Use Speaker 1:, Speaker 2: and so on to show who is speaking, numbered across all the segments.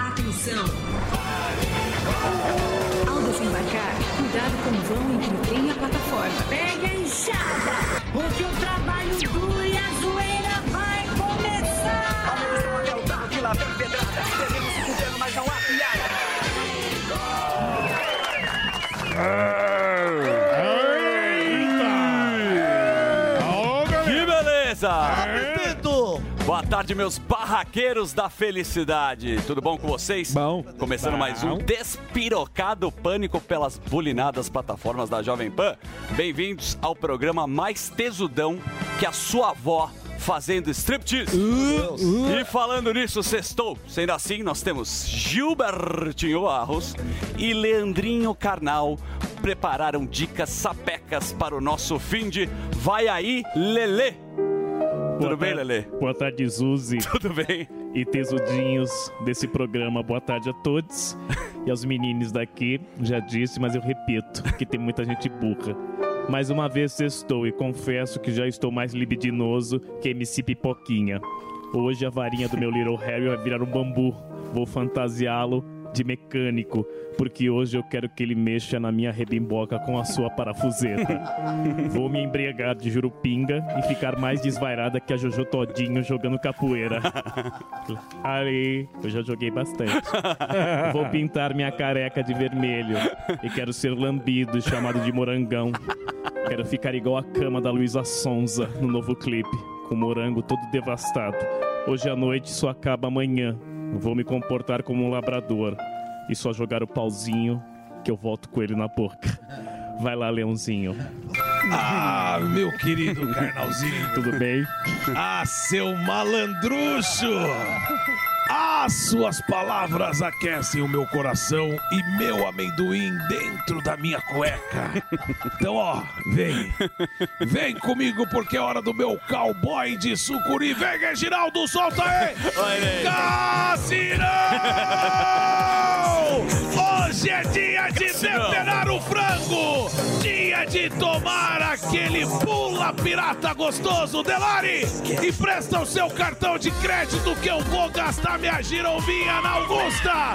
Speaker 1: atenção. Ao desembarcar, cuidado com o vão entre o trem e a plataforma.
Speaker 2: Pegue a enxada, porque o trabalho duro e a zoeira vai começar.
Speaker 3: Ao menos não até o barro que lá vem pedrada. Devemos se fuder, mas não há piada.
Speaker 4: Ô, galera!
Speaker 5: Que beleza!
Speaker 6: Pedro!
Speaker 5: Boa tarde, meus barraqueiros da felicidade. Tudo bom com vocês?
Speaker 4: Bom.
Speaker 5: Começando mais um
Speaker 4: Bom.
Speaker 5: Despirocado Pânico pelas bulinadas plataformas da Jovem Pan. Bem-vindos ao programa mais tesudão que a sua avó fazendo striptease.
Speaker 7: Uh,
Speaker 5: E falando nisso, sextou. Sendo assim, nós temos Gilbertinho Arros e Leandrinho Carnal prepararam dicas sapecas para o nosso fim de Vai Aí Lelê. Tudo
Speaker 7: Boa
Speaker 5: bem,
Speaker 7: tarde-
Speaker 5: Lelê?
Speaker 7: Boa tarde, Zuzi
Speaker 5: Tudo bem?
Speaker 7: e tesudinhos desse programa. Boa tarde a todos e aos meninos daqui. Já disse, mas eu repito, que tem muita gente burra. Mais uma vez estou e confesso que já estou mais libidinoso que MC Pipoquinha. Hoje a varinha do meu Little Harry vai virar um bambu. Vou fantasiá-lo de mecânico, porque hoje eu quero que ele mexa na minha rebimboca com a sua parafuseta. Vou me embriagar de jurupinga e ficar mais desvairada que a Jojo Todinho jogando capoeira. Ali, eu já joguei bastante. Vou pintar minha careca de vermelho e quero ser lambido e chamado de morangão. Quero ficar igual a cama da Luísa Sonza no novo clipe, com o morango todo devastado. Hoje à noite só acaba amanhã. Vou me comportar como um labrador e só jogar o pauzinho que eu volto com ele na boca. Vai lá, leãozinho.
Speaker 4: Ah, meu querido carnalzinho.
Speaker 7: Tudo bem?
Speaker 4: Ah, seu malandrucho! Ah, suas palavras aquecem o meu coração e meu amendoim dentro da minha cueca. Então, ó, vem. Vem comigo porque é hora do meu cowboy de sucuri. Vem, Reginaldo, solta aí! Cassinão! Hoje é dia de temperar o frango! Dia de tomar aquele pula pirata gostoso! Delari, empresta o seu cartão de crédito que eu vou gastar minha girovinha na Augusta!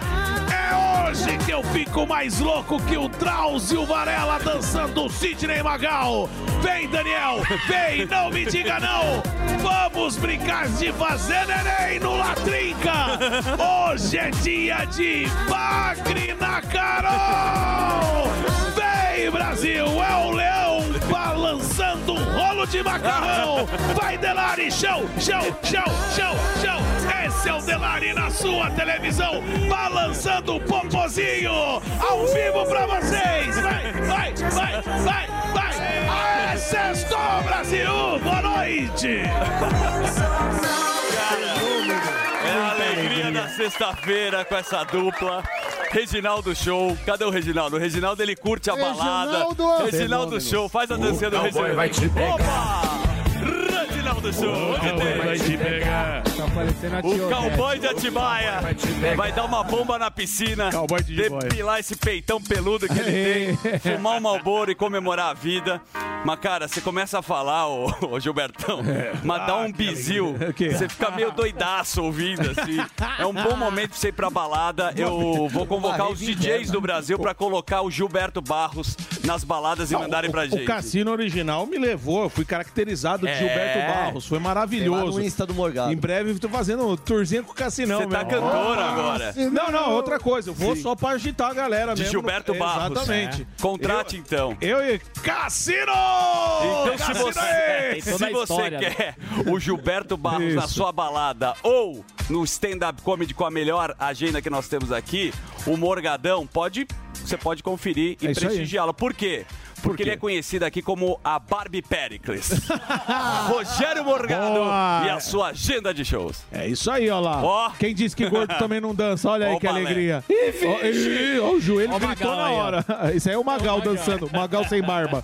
Speaker 4: É hoje que eu fico mais louco que o Drauzio Varela dançando o Sidney Magal! Vem, Daniel! Vem, não me diga não! Vamos brincar de fazer neném no Latrinca! Hoje é dia de Bagre na Carol! Vem, Brasil! É o Leão balançando um rolo de macarrão! Vai, Delari! Chão, chão, chão, chão, chão! Esse é o Delari na sua televisão, balançando o popozinho! Ao vivo pra vocês! Vai, vai, vai, vai, vai! Aê, sextou, Brasil! Boa noite!
Speaker 5: É a alegria da sexta-feira com essa dupla. Reginaldo Show. Cadê o Reginaldo? O Reginaldo ele curte a balada.
Speaker 6: Reginaldo!
Speaker 5: Reginaldo Show, faz a dancinha do Reginaldo. Vai te Opa! Reginaldo Show. hoje tem.
Speaker 7: pegar.
Speaker 6: Tá parecendo a
Speaker 5: O
Speaker 6: Tio
Speaker 5: cowboy de Atibaia vai dar uma bomba na piscina,
Speaker 7: Cowboy de Atibaia.
Speaker 5: depilar esse peitão peludo que ele tem, fumar um malboro e comemorar a vida. Mas, cara, você começa a falar, ô, ô Gilbertão,
Speaker 7: É.
Speaker 5: mas
Speaker 7: Ah,
Speaker 5: dá um bizil. Você fica meio doidaço ouvindo, assim. É um bom momento pra você ir pra balada. Eu vou convocar os DJs
Speaker 6: né?
Speaker 5: do Brasil pra colocar o Gilberto Barros nas baladas e mandarem pra
Speaker 8: O
Speaker 5: gente.
Speaker 8: cassino original me levou, eu fui caracterizado de
Speaker 5: É.
Speaker 8: Gilberto Barros, foi
Speaker 6: Tem lá no
Speaker 8: maravilhoso.
Speaker 6: Insta do
Speaker 8: Em
Speaker 6: Morgado.
Speaker 8: breve eu tô fazendo um tourzinho com o cassinão,
Speaker 5: Você tá
Speaker 8: meu.
Speaker 5: cantora agora.
Speaker 8: Não, não, outra coisa, eu vou só pra agitar a galera
Speaker 5: De
Speaker 8: mesmo.
Speaker 5: Gilberto Barros.
Speaker 8: Exatamente.
Speaker 5: Contrate, então.
Speaker 8: Eu e Cassino!
Speaker 5: Então, se
Speaker 8: Cassino
Speaker 5: você,
Speaker 8: aí!
Speaker 9: tem toda
Speaker 5: se
Speaker 9: a
Speaker 5: você
Speaker 9: história,
Speaker 4: né?
Speaker 5: quer o Gilberto Barros na
Speaker 8: Isso.
Speaker 5: sua balada ou no stand-up comedy com a melhor agenda que nós temos aqui, o Morgadão pode. Você pode conferir e
Speaker 8: É isso aí.
Speaker 5: prestigiá-lo. Por quê? Porque ele é conhecido aqui como a Barbie Pericles. Rogério Morgado
Speaker 8: Boa!
Speaker 4: Ah, é.
Speaker 5: e a sua agenda de shows.
Speaker 8: É isso aí, ó lá.
Speaker 5: Ó.
Speaker 8: Quem disse que gordo também não dança, olha aí
Speaker 5: Ó o
Speaker 8: que
Speaker 5: balé.
Speaker 8: alegria. Ó, ih, ó, o joelho
Speaker 9: Ó o
Speaker 8: gritou
Speaker 9: Magal
Speaker 8: na
Speaker 9: aí, ó.
Speaker 8: hora. Isso aí é o Magal dançando, Magal sem barba.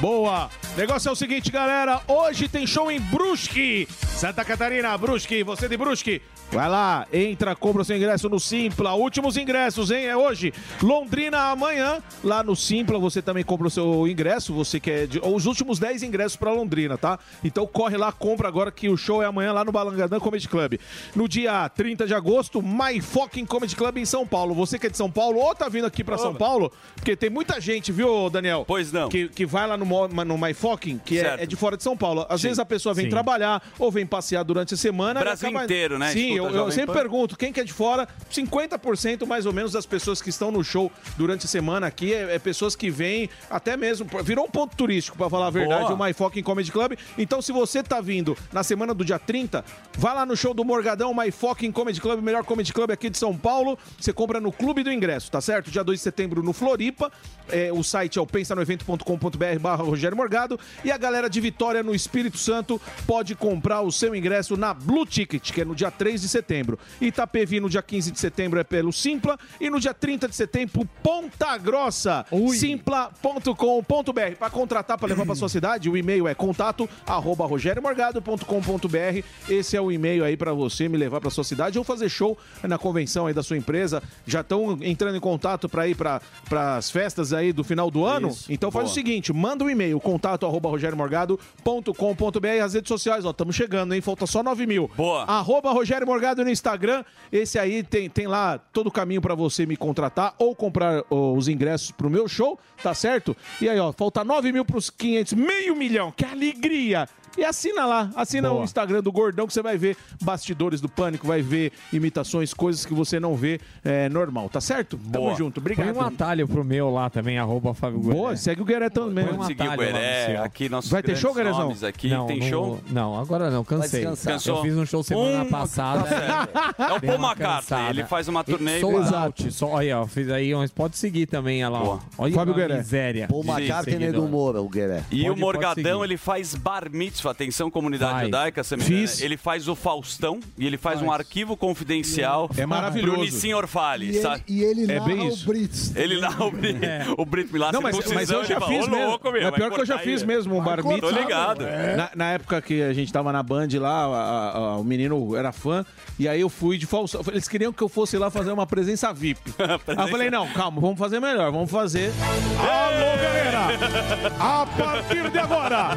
Speaker 8: Boa!
Speaker 10: Negócio é o seguinte, galera. Hoje tem show em Brusque. Santa Catarina, Brusque. Você de Brusque. Vai lá, entra, compra o seu ingresso no Simpla. Últimos ingressos, hein? É hoje. Londrina amanhã. Lá no Simpla você também compra o seu ingresso. Você quer de- ou os últimos 10 ingressos pra Londrina, tá? Então corre lá, compra agora que o show é amanhã lá no Balangadã Comedy Club. No dia 30 de agosto, My Fucking Comedy Club em São Paulo. Você que é de São Paulo ou tá vindo aqui pra São Paulo, porque tem muita gente, viu, Daniel?
Speaker 5: Pois não.
Speaker 10: Que, que vai lá no, Mo- no My Fucking, que é,
Speaker 5: Certo.
Speaker 10: é de fora de São Paulo. Às vezes a pessoa vem
Speaker 11: Sim.
Speaker 10: trabalhar ou vem passear durante a semana. e
Speaker 5: Brasil inteiro, né?
Speaker 10: Sim,
Speaker 5: Escuta
Speaker 10: eu,
Speaker 5: Jovem
Speaker 10: eu sempre
Speaker 5: Pan.
Speaker 10: pergunto, quem que é de fora, 50% mais ou menos das pessoas que estão no show durante a semana aqui é, é pessoas que vêm até mesmo, pô, virou um ponto turístico, pra falar a verdade,
Speaker 5: Boa.
Speaker 10: o My Fucking Comedy Club. Então, se você tá vindo na semana do dia 30, vai lá no show do Morgadão, My Fucking Comedy Club, o melhor comedy club aqui de São Paulo. Você compra no Clube do Ingresso, tá certo? Dia 2 de setembro no Floripa. É, o site é o pensanoevento.com.br barra Rogério Morgado. E a galera de Vitória, no Espírito Santo, pode comprar o seu ingresso na Blue Ticket, que é no dia 3 de setembro. Itapevi, no dia 15 de setembro, é pelo Simpla. E no dia 30 de setembro, Ponta Grossa, simpla.com.br. Para contratar, para levar para sua cidade, o e-mail é contato arroba rogeriomorgado.com.br. Esse é o e-mail aí para você me levar para sua cidade ou fazer show na convenção aí da sua empresa. Já estão entrando em contato para ir para as festas aí do final do ano? Então faz o seguinte, manda um e-mail, contato arroba rogeriomorgado.com.br. As redes sociais, ó, estamos chegando, hein? Falta só 9 mil.
Speaker 5: Boa.
Speaker 10: Arroba Rogério Morgado no Instagram. Esse aí tem, tem lá todo o caminho pra você me contratar ou comprar ó, os ingressos pro meu show, tá certo? E aí, ó, falta 9 mil pros 500, meio milhão, que alegria! E assina lá, assina o Instagram do Gordão que você vai ver bastidores do Pânico, vai ver imitações, coisas que você não vê é, normal, tá certo?
Speaker 5: Boa.
Speaker 10: Tamo junto,
Speaker 9: Põe
Speaker 10: obrigado.
Speaker 9: um atalho pro meu lá também, arroba Fábio Guerra.
Speaker 10: Boa, segue o Gueretão mesmo.
Speaker 9: uma-
Speaker 5: Seguir o
Speaker 9: um atalho lá no
Speaker 5: Gueré,
Speaker 9: céu.
Speaker 5: né, aqui nossos
Speaker 10: Vai ter
Speaker 5: grandes
Speaker 10: show, Guerezão?
Speaker 5: nomes aqui. tem
Speaker 9: não,
Speaker 5: show?
Speaker 9: Não, agora não, cansei.
Speaker 5: Cansou?
Speaker 9: Eu fiz um show semana
Speaker 5: Um-
Speaker 9: passada.
Speaker 5: É o
Speaker 9: Dei
Speaker 5: Paul
Speaker 9: uma
Speaker 5: McCartney,
Speaker 9: cansada.
Speaker 5: ele faz uma turnê e
Speaker 9: Sold
Speaker 5: vai.
Speaker 9: out, só, olha, ó, fiz aí, mas pode seguir também, olha lá. ó.
Speaker 5: Boa.
Speaker 9: Olha
Speaker 10: Fábio
Speaker 9: uma
Speaker 10: Gueré.
Speaker 9: miséria.
Speaker 12: Pô,
Speaker 9: de
Speaker 11: é
Speaker 12: McCartney
Speaker 9: seguidor.
Speaker 12: do Moura, o Gueré.
Speaker 5: E
Speaker 9: Pode-
Speaker 5: o
Speaker 9: pode
Speaker 5: Morgadão,
Speaker 9: seguir.
Speaker 5: ele faz bar mitzvah, atenção comunidade
Speaker 9: Vai.
Speaker 5: judaica, Samidana.
Speaker 10: Fiz.
Speaker 5: Ele faz o Faustão e ele faz um arquivo confidencial.
Speaker 10: É maravilhoso.
Speaker 5: Pro Nissim Orfale,
Speaker 3: E
Speaker 5: sabe?
Speaker 3: ele, e ele
Speaker 10: É
Speaker 3: narra
Speaker 10: bem
Speaker 3: o
Speaker 10: isso. É.
Speaker 3: Brits.
Speaker 5: Ele lá, é o, Brit- o Brit Milá,
Speaker 10: Não, mas, mas eu já fiz mesmo. É pior que eu já fiz mesmo um bar
Speaker 3: cortar,
Speaker 5: Tô
Speaker 10: mitzvah. É.
Speaker 5: ligado.
Speaker 10: Na, na época que a gente tava na Band lá, a- a- a- o menino era fã, e aí eu fui de falso. Eles queriam que eu fosse lá fazer uma presença VIP. Aí eu falei, não, calma, vamos fazer melhor, vamos fazer.
Speaker 4: Alô, galera! A partir de agora,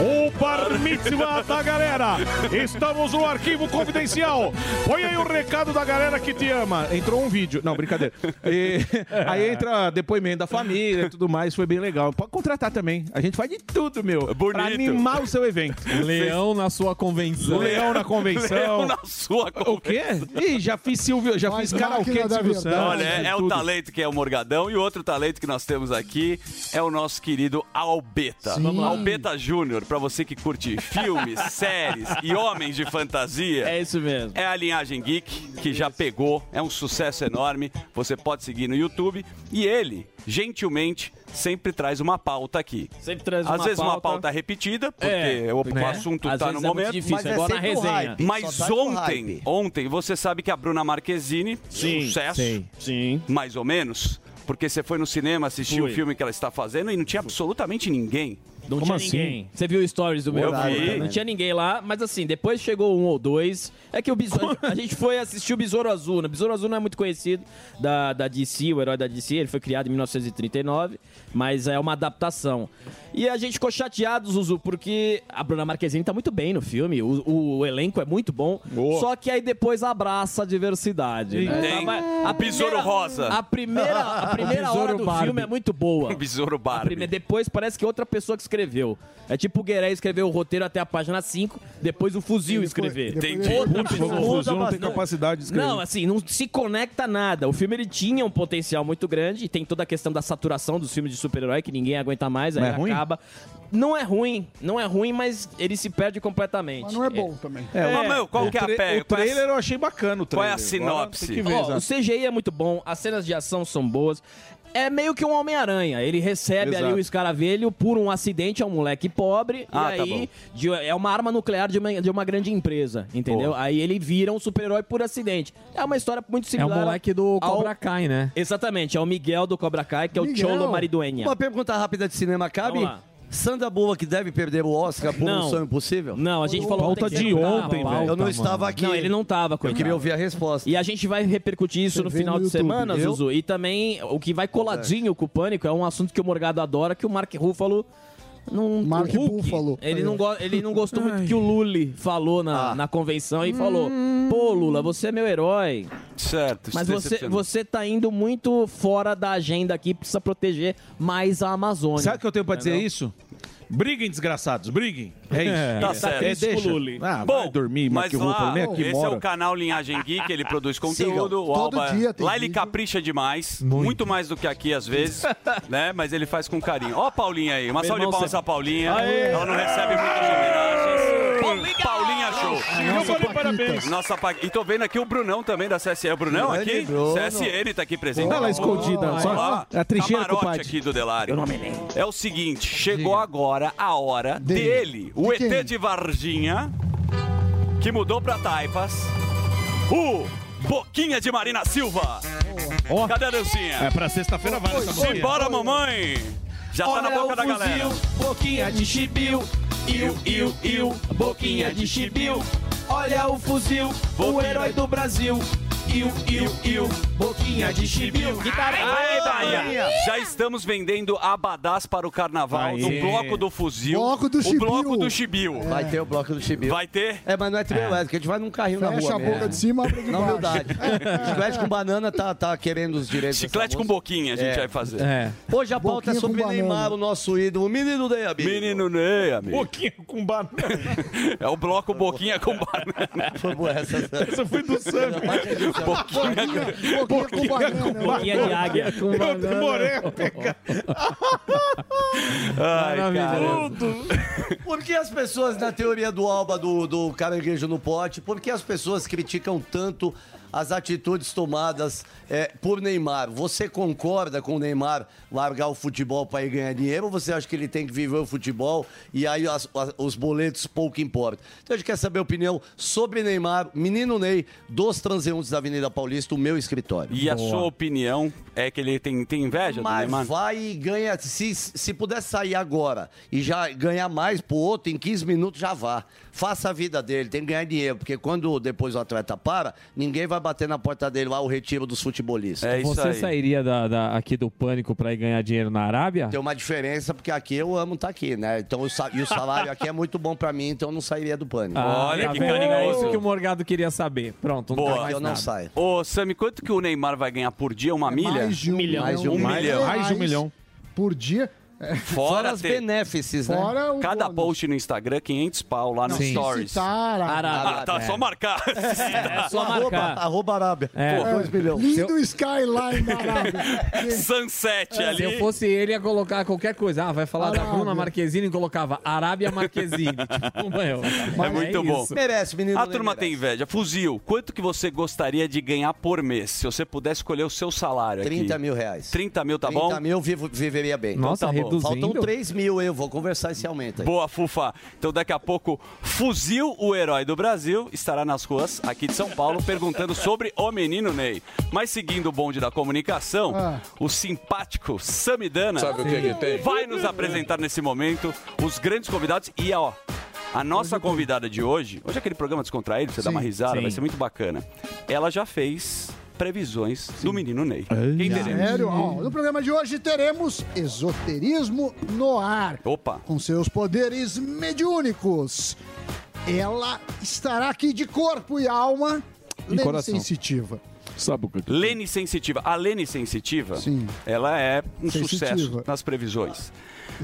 Speaker 4: o Bar Mitzvah da galera! Estamos no arquivo confidencial! Põe aí o recado da galera que te ama!
Speaker 10: Entrou um vídeo. Não, brincadeira. E- aí entra depoimento da família e tudo mais, foi bem legal. Pode contratar também. A gente faz de tudo, meu.
Speaker 5: Bonito.
Speaker 10: Pra animar o seu evento.
Speaker 9: Leão na sua convenção.
Speaker 10: Leão na convenção.
Speaker 5: Eu na sua
Speaker 10: O quê? Ih, já fiz Silvio, já
Speaker 3: Mas
Speaker 10: fiz karaokê
Speaker 3: máquina
Speaker 10: de
Speaker 3: da
Speaker 10: Silvio Santos.
Speaker 3: verdade.
Speaker 5: Olha, é, é o
Speaker 10: tudo.
Speaker 5: talento que é o Morgadão e outro talento que nós temos aqui é o nosso querido Albeta.
Speaker 3: Sim.
Speaker 5: Albeta Júnior, pra você que curte filmes, séries e homens de fantasia.
Speaker 11: É isso mesmo.
Speaker 5: É a linhagem geek que já pegou, é um sucesso enorme. Você pode seguir no YouTube e ele, gentilmente, sempre traz uma pauta aqui.
Speaker 11: Sempre traz
Speaker 5: Às
Speaker 11: uma
Speaker 5: vezes uma
Speaker 11: pauta.
Speaker 5: pauta repetida, porque
Speaker 11: É,
Speaker 5: o,
Speaker 9: né?
Speaker 5: o assunto
Speaker 11: Às
Speaker 5: está no
Speaker 11: vezes é muito
Speaker 5: momento.
Speaker 11: difícil,
Speaker 12: Mas é
Speaker 11: agora na
Speaker 12: sempre o
Speaker 11: resenha.
Speaker 12: hype.
Speaker 5: Mas
Speaker 12: Só dá com
Speaker 5: ontem,
Speaker 12: hype.
Speaker 5: ontem, você sabe que a Bruna Marquezine, um sucesso,
Speaker 9: Sei.
Speaker 11: Sim.
Speaker 5: mais ou menos, porque você foi no cinema assistir
Speaker 11: Fui.
Speaker 5: o filme que ela está fazendo e não tinha absolutamente ninguém.
Speaker 11: Não tinha
Speaker 4: Como assim?
Speaker 11: ninguém. Você viu stories do meu? né?
Speaker 5: vi.
Speaker 11: Não tinha ninguém lá, mas assim, depois chegou um ou dois. É que o Besouro. A gente foi assistir o Besouro Azul. né? O Besouro Azul não é muito conhecido da, da DC, o herói da DC. Ele foi criado em 1939, mas é uma adaptação. E a gente ficou chateado, Zuzu, porque a Bruna Marquezine tá muito bem no filme. O, o elenco é muito bom. Só que aí depois abraça a diversidade. Né?
Speaker 5: Tem
Speaker 11: Tava-
Speaker 5: o Besouro
Speaker 11: primeira-
Speaker 5: rosa.
Speaker 11: A primeira, a primeira
Speaker 9: Besouro
Speaker 11: hora do
Speaker 9: Barbie.
Speaker 11: filme é muito boa.
Speaker 5: O Besouro
Speaker 11: A primeira-
Speaker 5: Barbie.
Speaker 11: depois parece que outra pessoa que escreveu. É tipo o Gueré escreveu o roteiro até a página 5, depois o fuzil escrever.
Speaker 5: Tem
Speaker 3: Entendi.
Speaker 5: outra
Speaker 11: Outra pessoa.
Speaker 10: O Fuzil não tem capacidade de escrever.
Speaker 11: Não, assim, não se conecta nada. O filme ele tinha um potencial muito grande e tem toda a questão da saturação dos filmes de super-herói que ninguém aguenta mais, aí
Speaker 10: Mas é ruim?
Speaker 11: acaba. Não é ruim, não é ruim, mas ele se perde completamente.
Speaker 3: Mas não é bom também.
Speaker 10: É,
Speaker 5: Mas, meu, qual que é a
Speaker 10: tra-
Speaker 5: pega?
Speaker 10: O trailer eu achei bacana o
Speaker 5: Qual é
Speaker 10: trailer.
Speaker 5: a sinopse?
Speaker 10: Agora tem que ver,
Speaker 11: Ó, o
Speaker 10: exato.
Speaker 11: CGI é muito bom, as cenas de ação são boas. É meio que um Homem-Aranha. Ele recebe
Speaker 10: Exato.
Speaker 11: ali o escaravelho por um acidente, é um moleque pobre.
Speaker 5: Ah,
Speaker 11: e
Speaker 5: tá
Speaker 11: aí
Speaker 5: bom.
Speaker 11: de- é uma arma nuclear de uma, de uma grande empresa, entendeu?
Speaker 5: Boa.
Speaker 11: Aí ele vira um super-herói por acidente. É uma história muito
Speaker 9: É o
Speaker 11: similar.
Speaker 9: moleque do
Speaker 11: ao-
Speaker 9: Cobra Kai, né?
Speaker 11: Exatamente, é o Miguel do Cobra Kai, que é o
Speaker 12: Miguel.
Speaker 11: Cholo Mariduenha.
Speaker 12: Uma pergunta rápida de cinema, cabe?
Speaker 11: Vamos lá.
Speaker 12: Sandra Boa que deve perder o Oscar por
Speaker 11: Não.
Speaker 12: Missão Impossível?
Speaker 11: Não, a gente falou
Speaker 12: Pauta
Speaker 11: ontem que
Speaker 12: de
Speaker 11: ele não
Speaker 12: ontem,
Speaker 11: tava,
Speaker 12: velho. Eu não
Speaker 11: mano.
Speaker 12: estava aqui.
Speaker 11: Não, ele não tava, coitado.
Speaker 12: queria ouvir a resposta.
Speaker 11: E a gente vai repercutir isso
Speaker 12: Você
Speaker 11: no
Speaker 12: vê
Speaker 11: final
Speaker 12: no
Speaker 11: de
Speaker 12: YouTube,
Speaker 11: semana,
Speaker 12: viu?
Speaker 11: Zuzu. E também o que vai coladinho com o pânico é um assunto que o Morgado adora, que o Mark Ruffalo não Mark Ruffalo. Ele
Speaker 10: É.
Speaker 11: não go- ele não gostou muito que o Lully falou na,
Speaker 5: Ah.
Speaker 11: na convenção e falou: "Pô, Lula, você é meu herói".
Speaker 5: Certo.
Speaker 11: Mas você, você tá indo muito fora da agenda aqui, precisa proteger mais a Amazônia.
Speaker 10: Sabe o que eu tenho pra dizer
Speaker 11: é Entendeu?
Speaker 10: isso? Briguem, desgraçados, briguem. É isso.
Speaker 11: É. Tá certo.
Speaker 10: É, deixa.
Speaker 11: Lully.
Speaker 10: Ah,
Speaker 5: Bom,
Speaker 10: vai dormir,
Speaker 5: mas
Speaker 10: mas que eu vou
Speaker 5: lá,
Speaker 10: nem aqui
Speaker 5: esse
Speaker 10: mora.
Speaker 5: é o canal Linhagem Geek, ele produz conteúdo.
Speaker 10: Sigam.
Speaker 5: o
Speaker 10: Todo
Speaker 5: Alba,
Speaker 10: dia tem
Speaker 5: lá ele capricha demais, muito. mais do que aqui às vezes, né? Mas ele faz com carinho. Ó a Paulinha aí, uma
Speaker 4: Meu
Speaker 5: salva de
Speaker 4: irmão,
Speaker 5: palmas
Speaker 4: você-
Speaker 5: a Paulinha.
Speaker 4: Aê!
Speaker 5: Ela não recebe muitas homenagens. Paulinha, show.
Speaker 4: Eu falei parabéns.
Speaker 5: Nossa, pa- e tô vendo aqui o Brunão também da CSN. O Brunão
Speaker 4: Grande
Speaker 5: aqui?
Speaker 4: Bruno.
Speaker 5: CSN tá aqui presente.
Speaker 4: Tá lá escondida,
Speaker 5: Olha
Speaker 4: só-
Speaker 5: lá,
Speaker 4: a trincheira,
Speaker 5: camarote
Speaker 4: compadre.
Speaker 5: aqui do Delari.
Speaker 4: Eu não me lembro.
Speaker 5: É o seguinte, chegou agora a hora
Speaker 4: Dele.
Speaker 5: dele, o
Speaker 4: De
Speaker 5: ET de Varginha, que mudou pra Taipas, o Boquinha de Marina Silva. Cadê a dancinha?
Speaker 10: É, pra sexta-feira vale essa boquinha.
Speaker 5: Simbora, mamãe! Já tá na
Speaker 10: Olha
Speaker 5: boca
Speaker 10: o
Speaker 5: da galera.
Speaker 10: fuzil,
Speaker 11: boquinha de chibiu, iu, iu, iu, boquinha de chibiu. Olha o fuzil, o herói do Brasil. Iu, iu, iu, boquinha de tá chibiu. Guitarra,
Speaker 5: Aê, Bahia! Já estamos vendendo abadás para o carnaval do
Speaker 12: Aê.
Speaker 5: bloco do fuzil.
Speaker 12: Bloco do
Speaker 5: o
Speaker 12: Chibiu.
Speaker 5: bloco do Chibiu. É.
Speaker 12: Vai ter o bloco do Chibiu.
Speaker 5: Vai ter?
Speaker 12: É, mas não é trio elétrico, a gente vai num carrinho na
Speaker 5: Fecha
Speaker 12: rua
Speaker 5: a
Speaker 12: mesmo.
Speaker 5: boca de cima, abre de
Speaker 12: Na
Speaker 5: baixo.
Speaker 12: humildade. Chiclete com banana tá, tá querendo os direitos. dessa
Speaker 5: Chiclete com
Speaker 12: moça.
Speaker 5: boquinha a gente
Speaker 12: É.
Speaker 5: vai fazer.
Speaker 12: Hoje a pauta
Speaker 5: Boquinha
Speaker 12: é
Speaker 5: com
Speaker 12: sobre
Speaker 5: banana.
Speaker 12: Neymar, o nosso ídolo. Menino Ney, amigo.
Speaker 5: Menino Ney, amigo.
Speaker 12: Boquinha com banana.
Speaker 5: É o bloco boquinha com banana.
Speaker 12: Foi boa essa.
Speaker 5: Essa foi do Sam. boquinha,
Speaker 4: Boquinha com banana.
Speaker 5: Boquinha de águia.
Speaker 4: Com
Speaker 5: Eu
Speaker 4: demorei
Speaker 5: a pegar. Ai, cara.
Speaker 12: Por que as pessoas, na teoria do Alba do, do caranguejo no pote, por que as pessoas criticam tanto as atitudes tomadas eh, por Neymar? Você concorda com o Neymar largar o futebol para ir ganhar dinheiro ou você acha que ele tem que viver o futebol e aí as- a- os boletos pouco importam? Então a gente quer saber a opinião sobre Neymar, menino Ney, dos transeuntes da Avenida Paulista, o meu escritório.
Speaker 5: E a sua opinião é que ele tem, tem inveja do
Speaker 12: Mas
Speaker 5: Neymar?
Speaker 12: vai e ganha. Se, se puder sair agora e já ganhar mais pro outro, em 15 minutos já vá. Faça a vida dele, tem que ganhar dinheiro, porque quando depois o atleta para, ninguém vai bater na porta dele lá o retiro dos futebolistas.
Speaker 5: É
Speaker 9: Você sairia da, da- aqui do pânico pra ir ganhar dinheiro na Arábia?
Speaker 12: Tem uma diferença, porque aqui eu amo estar aqui, né? Então, o sa- e o salário aqui é muito bom pra mim, então eu não sairia do pânico.
Speaker 9: Ah, tá vendo? É isso que o Morgado queria saber. Pronto, não tem mais nada.
Speaker 5: Ô, Sami, quanto que o Neymar vai ganhar por dia? Uma milha?
Speaker 6: mais de um
Speaker 5: Mais de um, milhão.
Speaker 6: Por dia. É,
Speaker 5: Fora,
Speaker 6: as
Speaker 12: benefícies,
Speaker 6: né? Fora o
Speaker 5: Cada post no Instagram, 500 pau lá no
Speaker 6: Sim.
Speaker 5: Stories.
Speaker 6: Citar a-
Speaker 5: Ah, tá,
Speaker 6: É.
Speaker 5: só marcar.
Speaker 12: É só arroba, arroba Arábia.
Speaker 9: É.
Speaker 12: Pô, dois milhões.
Speaker 6: Lindo Skyline da Arábia.
Speaker 5: Sunset
Speaker 9: É, Se
Speaker 5: ali.
Speaker 9: eu fosse ele, ia colocar qualquer coisa. Ah, vai falar da Bruna Marquezine e colocava Arábia Marquezine. tipo, meu,
Speaker 5: É muito bom.
Speaker 9: isso.
Speaker 5: A turma tem inveja. Fuzil, quanto que você gostaria de ganhar por mês? Se você pudesse escolher o seu salário
Speaker 12: 30
Speaker 5: aqui.
Speaker 12: mil reais.
Speaker 5: 30 mil, tá
Speaker 12: 30
Speaker 5: bom?
Speaker 12: mil vivo, viveria bem.
Speaker 5: Nossa,
Speaker 12: então, tá bom.
Speaker 5: reduzindo.
Speaker 12: Faltam 3 mil, eu vou conversar esse aumento aí.
Speaker 5: Boa, Fufa. Então daqui a pouco, Fuzil, o herói do Brasil, estará nas ruas aqui de São Paulo perguntando sobre o menino Ney. Mas seguindo o bonde da comunicação,
Speaker 4: Ah.
Speaker 5: o simpático Samidana
Speaker 4: Sabe o que que tem?
Speaker 5: vai nos apresentar nesse momento os grandes convidados e ó. A nossa convidada de hoje, hoje é aquele programa descontraído, você dá
Speaker 4: Sim.
Speaker 5: uma risada,
Speaker 4: Sim.
Speaker 5: vai ser muito bacana. Ela já fez previsões do menino Ney.
Speaker 4: É.
Speaker 5: Quem teremos?
Speaker 6: Sério? Ó, no programa de hoje teremos esoterismo no ar.
Speaker 5: Opa.
Speaker 6: Com seus poderes mediúnicos. Ela estará aqui de corpo e alma,
Speaker 3: Tá
Speaker 6: lendo
Speaker 5: coração.
Speaker 6: sensitiva.
Speaker 5: Sabe o que Lene Sensitiva. A Lene Sensitiva, ela é um
Speaker 6: Sensitiva.
Speaker 5: sucesso nas previsões.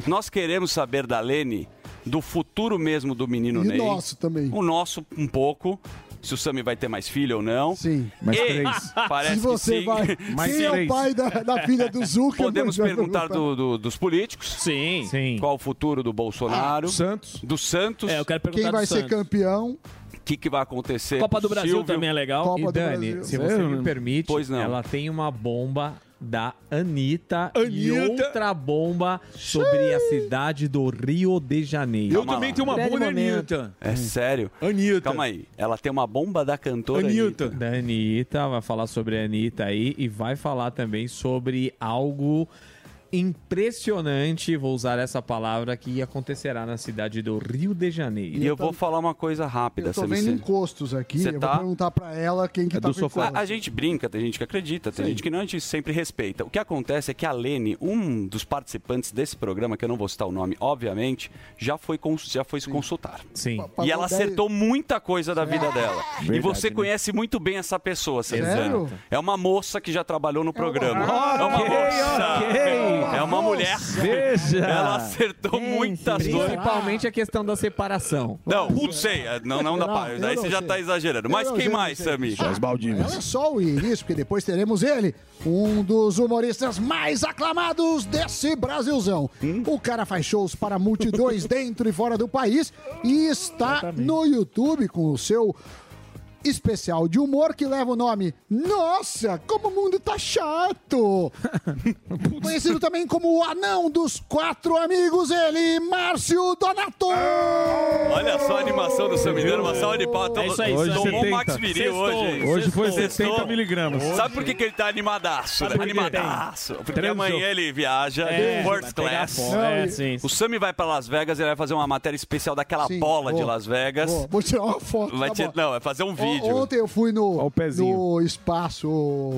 Speaker 5: Nós queremos saber da Lene do futuro mesmo do menino
Speaker 6: E
Speaker 5: Ney.
Speaker 6: nosso também.
Speaker 5: O nosso, um pouco. Se o Sami vai ter mais filho ou não. Sim,
Speaker 6: mais
Speaker 5: e,
Speaker 6: três.
Speaker 5: Parece
Speaker 6: Se você
Speaker 5: que sim.
Speaker 6: vai-
Speaker 5: Mais
Speaker 6: quem é o
Speaker 5: três.
Speaker 6: pai da- da filha do Zuckerberg?
Speaker 5: Podemos
Speaker 6: Eu não
Speaker 5: perguntar do-
Speaker 6: vou-
Speaker 5: do- dos políticos. Sim. Qual o futuro do Bolsonaro? Santos. Do Santos. É, eu quero
Speaker 6: Quem vai ser campeão?
Speaker 5: O que, que vai acontecer?
Speaker 9: Copa
Speaker 5: com
Speaker 9: do
Speaker 5: o
Speaker 9: Brasil
Speaker 5: Silvio?
Speaker 9: também é legal.
Speaker 5: Copa
Speaker 9: e
Speaker 5: do
Speaker 9: Dani,
Speaker 5: Brasil.
Speaker 9: se você
Speaker 5: Eu
Speaker 9: me
Speaker 5: não-
Speaker 9: permite,
Speaker 5: Pois não.
Speaker 9: ela tem uma bomba da Anitta, e
Speaker 10: Anitta.
Speaker 9: outra bomba sobre a cidade do Rio de Janeiro.
Speaker 10: Eu também tenho uma bomba da Anitta.
Speaker 9: Hum.
Speaker 5: É sério? Anitta. Calma aí. Ela tem uma bomba da cantora Anitta.
Speaker 9: Da Anitta, vai falar sobre a Anitta aí e vai falar também sobre algo impressionante, vou usar essa palavra, que acontecerá na cidade do Rio de Janeiro.
Speaker 5: E eu vou falar uma coisa rápida,
Speaker 6: Eu tô
Speaker 5: você me
Speaker 6: vendo
Speaker 5: sente.
Speaker 6: encostos aqui.
Speaker 5: Cê
Speaker 6: eu
Speaker 5: tá?
Speaker 6: vou perguntar pra ela
Speaker 5: É
Speaker 6: quem que tá com encosto.
Speaker 5: A, a gente brinca, tem gente que acredita, tem gente que não, a gente sempre respeita. O que acontece é que a Lene, um dos participantes desse programa, que eu não vou citar o nome, obviamente, já foi, cons- já foi se consultar.
Speaker 7: Sim.
Speaker 5: E ela acertou muita coisa da vida dela. e
Speaker 7: Verdade,
Speaker 5: você
Speaker 7: né?
Speaker 5: conhece muito bem essa pessoa, Santana.
Speaker 7: Sério?
Speaker 5: É uma moça que já trabalhou no programa. É uma
Speaker 2: Ok,
Speaker 5: moça.
Speaker 2: ok.
Speaker 5: É uma mulher.
Speaker 9: Veja.
Speaker 5: Ela acertou
Speaker 6: É,
Speaker 5: muitas coisas.
Speaker 9: Principalmente a questão da separação.
Speaker 5: Não, não sei. Não, não dá
Speaker 9: Eu
Speaker 5: pra.
Speaker 9: não-
Speaker 5: Aí
Speaker 9: eu
Speaker 5: você
Speaker 9: não
Speaker 5: já
Speaker 9: sei.
Speaker 5: tá exagerando.
Speaker 6: Eu
Speaker 5: Mas
Speaker 6: não
Speaker 5: quem
Speaker 6: sei,
Speaker 5: mais, Sami?
Speaker 6: Não é só o início, porque depois teremos ele, um dos humoristas mais aclamados desse Brasilzão.
Speaker 5: Hum?
Speaker 6: O cara faz shows para multidões dentro e fora do país e está no YouTube com o seu especial de humor que leva o nome Nossa, como o mundo tá chato! Conhecido também como o anão dos quatro amigos, ele, Márcio Donato!
Speaker 5: Olha só a animação do seu menino, uma salva de palmas.
Speaker 10: É isso aí,
Speaker 5: Então, Tomou
Speaker 10: isso aí.
Speaker 5: Tomou
Speaker 10: 70.
Speaker 5: Max Viril
Speaker 10: Sextou.
Speaker 5: hoje. hein?
Speaker 10: Hoje foi
Speaker 5: Sextou.
Speaker 10: 70 miligramas.
Speaker 5: Sabe por que, que ele tá animadaço?
Speaker 10: Sabe
Speaker 5: Né?
Speaker 10: por que
Speaker 5: Animadaço.
Speaker 10: tem?
Speaker 5: Porque
Speaker 10: Transou.
Speaker 5: amanhã ele viaja
Speaker 10: É,
Speaker 5: first
Speaker 10: vai pegar
Speaker 5: class.
Speaker 10: fome. É, sim,
Speaker 5: O Sammy vai pra Las Vegas, ele vai fazer uma matéria especial daquela
Speaker 6: Sim,
Speaker 5: bola de
Speaker 6: boa.
Speaker 5: Las Vegas.
Speaker 6: Vou, vou tirar uma foto. tá
Speaker 5: Vai
Speaker 6: da
Speaker 5: te-
Speaker 6: bola.
Speaker 5: não, vai fazer um vídeo.
Speaker 6: Ontem eu fui no, no espaço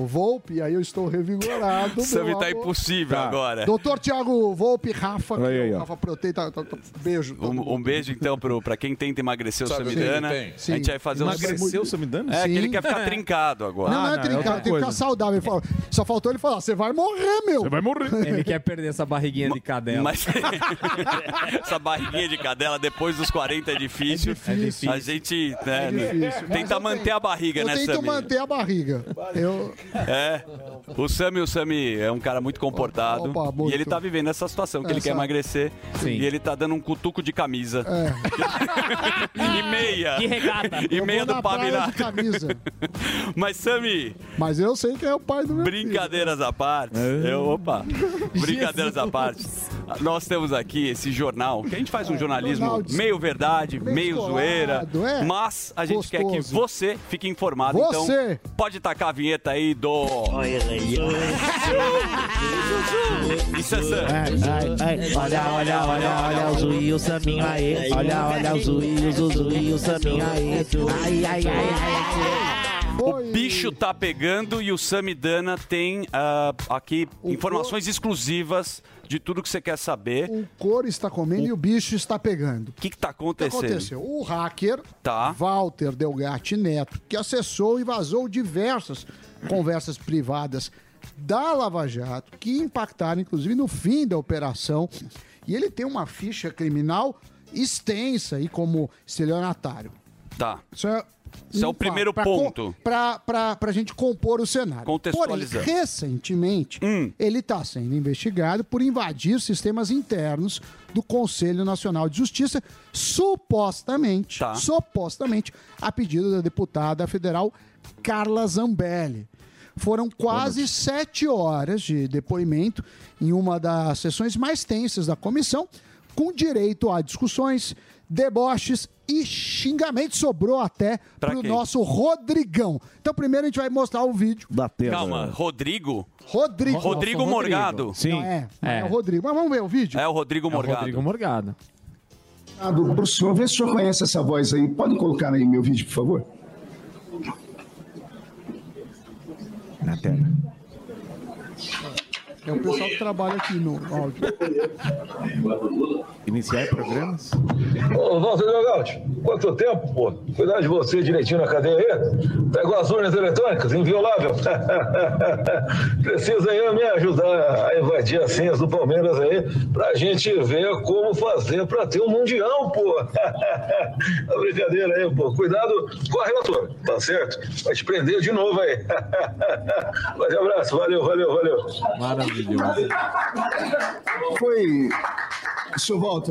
Speaker 6: Volpe, aí eu estou revigorado.
Speaker 5: O Sammy
Speaker 6: meu
Speaker 5: tá
Speaker 6: amor.
Speaker 5: impossível agora.
Speaker 6: Doutor Tiago Volpe, Rafa,
Speaker 5: Aí, aí, ó.
Speaker 6: Rafa Protei, tá, tá- tá- beijo.
Speaker 5: Um, um beijo então pro, pra quem tenta emagrecer o
Speaker 6: Sabe o que
Speaker 5: Samidana.
Speaker 6: ele tem?
Speaker 5: A gente vai fazer
Speaker 6: Emagreceu
Speaker 5: um...
Speaker 6: o Samidana?
Speaker 5: É, que ele
Speaker 6: Sim.
Speaker 5: quer ficar trincado agora.
Speaker 6: não, não é trincado, tem que ficar saudável. Ele fala- só faltou ele falar: você vai morrer, meu. Você
Speaker 7: vai morrer.
Speaker 9: Ele quer perder essa barriguinha de cadela.
Speaker 5: Mas essa barriguinha de cadela depois dos 40 é difícil.
Speaker 6: difícil.
Speaker 5: A gente né,
Speaker 6: É difícil. Mas
Speaker 5: tenta
Speaker 6: eu
Speaker 5: manter
Speaker 6: tenho-
Speaker 5: a barriga,
Speaker 6: eu
Speaker 5: né,
Speaker 6: tento
Speaker 5: Sammy?
Speaker 6: manter a barriga. Eu,
Speaker 5: É. O Sami, o Sami é um cara muito comportado.
Speaker 6: Opa, muito.
Speaker 5: E ele tá vivendo essa situação, que ele
Speaker 6: Essa-
Speaker 5: quer emagrecer. E ele tá dando um cutuco de camisa.
Speaker 2: É.
Speaker 5: e meia.
Speaker 6: De regata.
Speaker 5: E
Speaker 6: Eu
Speaker 5: meia
Speaker 6: vou
Speaker 5: do
Speaker 6: na praia
Speaker 5: Pabiná.
Speaker 6: de camisa.
Speaker 5: Mas, Sami,
Speaker 6: mas eu sei que é o pai do meu né?
Speaker 5: Brincadeiras à parte. Eu, opa. Brincadeiras à parte. Nós temos aqui esse jornal, que a gente faz um jornalismo
Speaker 6: É, jornal de-
Speaker 5: meio verdade, meio,
Speaker 6: meio
Speaker 5: zoeira,
Speaker 6: descolado, é.
Speaker 5: mas a gente quer que
Speaker 6: Gostoso.
Speaker 5: você fique informado.
Speaker 6: Você.
Speaker 5: Então, pode tacar a vinheta aí do. Olha Isso é Sam.
Speaker 2: Olha, olha, olha, olha o Zuí, o Saminho aí. Olha, olha o Zuí, o Zuí, o Saminho aí. Ai, ai, ai,
Speaker 5: O bicho tá pegando e o Samidana tem ah, aqui informações exclusivas de tudo que você quer saber. O
Speaker 6: O couro está comendo e o bicho está pegando.
Speaker 5: que, que tá
Speaker 6: O que
Speaker 5: acontecendo?
Speaker 6: aconteceu? O hacker
Speaker 5: Tá.
Speaker 6: Walter Delgatti Neto, que acessou e vazou diversas conversas privadas da Lava Jato, que impactaram inclusive no fim da operação. E ele tem uma ficha criminal extensa aí como estelionatário.
Speaker 5: Tá.
Speaker 6: Isso é,
Speaker 5: Esse é o
Speaker 6: um fato,
Speaker 5: primeiro
Speaker 6: pra
Speaker 5: ponto.
Speaker 6: co- Pra, pra, pra gente compor o cenário.
Speaker 5: Contextualizando. Hum.
Speaker 6: Porém, recentemente, ele está sendo investigado por invadir sistemas internos do Conselho Nacional de Justiça, supostamente,
Speaker 5: Tá.
Speaker 6: supostamente, a pedido da deputada federal Carla Zambelli. Foram quase sete horas de depoimento em uma das sessões mais tensas da comissão, com direito a discussões, deboches e xingamentos. Sobrou até
Speaker 5: Pra
Speaker 6: para o
Speaker 5: quem?
Speaker 6: nosso Rodrigão. Então, primeiro a gente vai mostrar o vídeo.
Speaker 5: Calma, Rodrigo?
Speaker 6: Rodrigo.
Speaker 5: Rodrigo Morgado.
Speaker 6: Não, é, é. o Rodrigo. Mas vamos ver o vídeo.
Speaker 5: É o Rodrigo Morgado.
Speaker 9: Morgado.
Speaker 13: Deputado, por senhor, vê se o senhor conhece essa voz aí. Pode colocar aí meu vídeo, por favor?
Speaker 6: Na tela. É o pessoal que trabalha aqui no áudio.
Speaker 13: Iniciar programas?
Speaker 14: Ô, Walter Delgatti, quanto tempo, pô? Cuidar de você direitinho na cadeia aí? Tá igual as urnas eletrônicas, inviolável. Precisa aí me ajudar a invadir as senhas do Palmeiras aí, pra gente ver como fazer pra ter um mundial, pô. a brincadeira aí, pô. Cuidado com a relatora, tá certo? Vai te prender de novo aí. Mas abraço, valeu, valeu, valeu.
Speaker 13: Maravilhoso. Foi. Senhor Walter.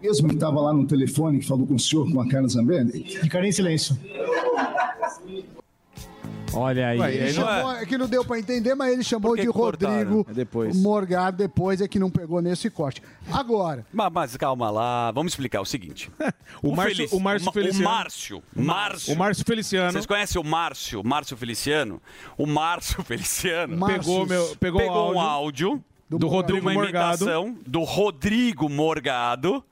Speaker 13: Mesmo que estava lá no telefone, que falou com o senhor, com a Carla Zambelli. Ficarei em silêncio.
Speaker 11: Olha aí.
Speaker 6: Ele chamou- é que não deu pra entender, mas ele chamou de Rodrigo
Speaker 5: cortaram? É depois.
Speaker 6: Morgado depois, é que não pegou nesse corte. Agora,
Speaker 5: Mas, mas calma lá, vamos explicar o seguinte.
Speaker 10: O Márcio-
Speaker 5: Felici-
Speaker 10: o Márcio
Speaker 5: Ma-
Speaker 10: Feliciano.
Speaker 5: O Márcio. Márcio.
Speaker 10: O Márcio Feliciano.
Speaker 5: Vocês conhecem o Márcio, Márcio Feliciano? O Márcio Feliciano
Speaker 10: Márcios. Pegou meu- pegou o
Speaker 5: um
Speaker 10: áudio
Speaker 5: áudio
Speaker 10: do Rodrigo
Speaker 5: uma
Speaker 10: Morgado.
Speaker 5: imitação do Rodrigo Morgado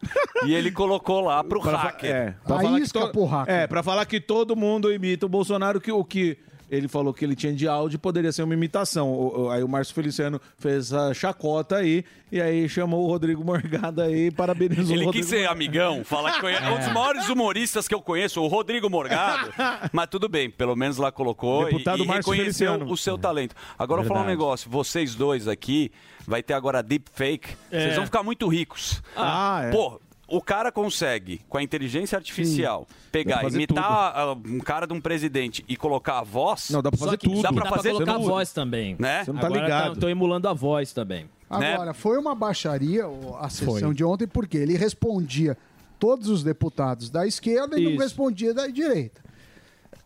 Speaker 5: e ele colocou lá pro
Speaker 10: Pra fa-
Speaker 5: hacker.
Speaker 10: É, pra falar que to- É, pra falar que todo mundo imita o Bolsonaro, que o que ele falou que ele tinha de áudio poderia ser uma imitação. O- o- aí o Márcio Feliciano fez essa chacota aí, e aí chamou o Rodrigo Morgado aí, parabenizou o
Speaker 5: Ele quis
Speaker 10: Rodrigo
Speaker 5: ser amigão, falar que conhece, é um dos maiores humoristas que eu conheço, o Rodrigo Morgado. Mas tudo bem, pelo menos lá colocou e-
Speaker 10: Deputado
Speaker 5: e,
Speaker 10: Márcio
Speaker 5: reconheceu
Speaker 10: Feliciano. É.
Speaker 5: o seu talento. Agora eu vou falar um
Speaker 10: Verdade.
Speaker 5: negócio, vocês dois aqui, vai ter agora deepfake,
Speaker 10: É.
Speaker 5: vocês vão ficar muito ricos.
Speaker 10: Ah, é.
Speaker 5: Pô, o cara consegue, com a inteligência artificial,
Speaker 10: Dá
Speaker 5: pegar,
Speaker 10: pra fazer
Speaker 5: imitar ah, um cara de um presidente e colocar a voz.
Speaker 10: Não, dá pra
Speaker 5: Só
Speaker 10: fazer
Speaker 5: que
Speaker 10: tudo.
Speaker 5: Dá pra
Speaker 10: Dá pra
Speaker 5: fazer
Speaker 10: colocar
Speaker 5: tudo.
Speaker 10: a voz
Speaker 11: também.
Speaker 5: Né?
Speaker 11: Você não tá Agora ligado. tá- tô emulando a voz também.
Speaker 6: agora foi uma baixaria o- a sessão
Speaker 11: Foi.
Speaker 6: de ontem, porque ele respondia todos os deputados da esquerda e não
Speaker 11: Isso.
Speaker 6: respondia da direita.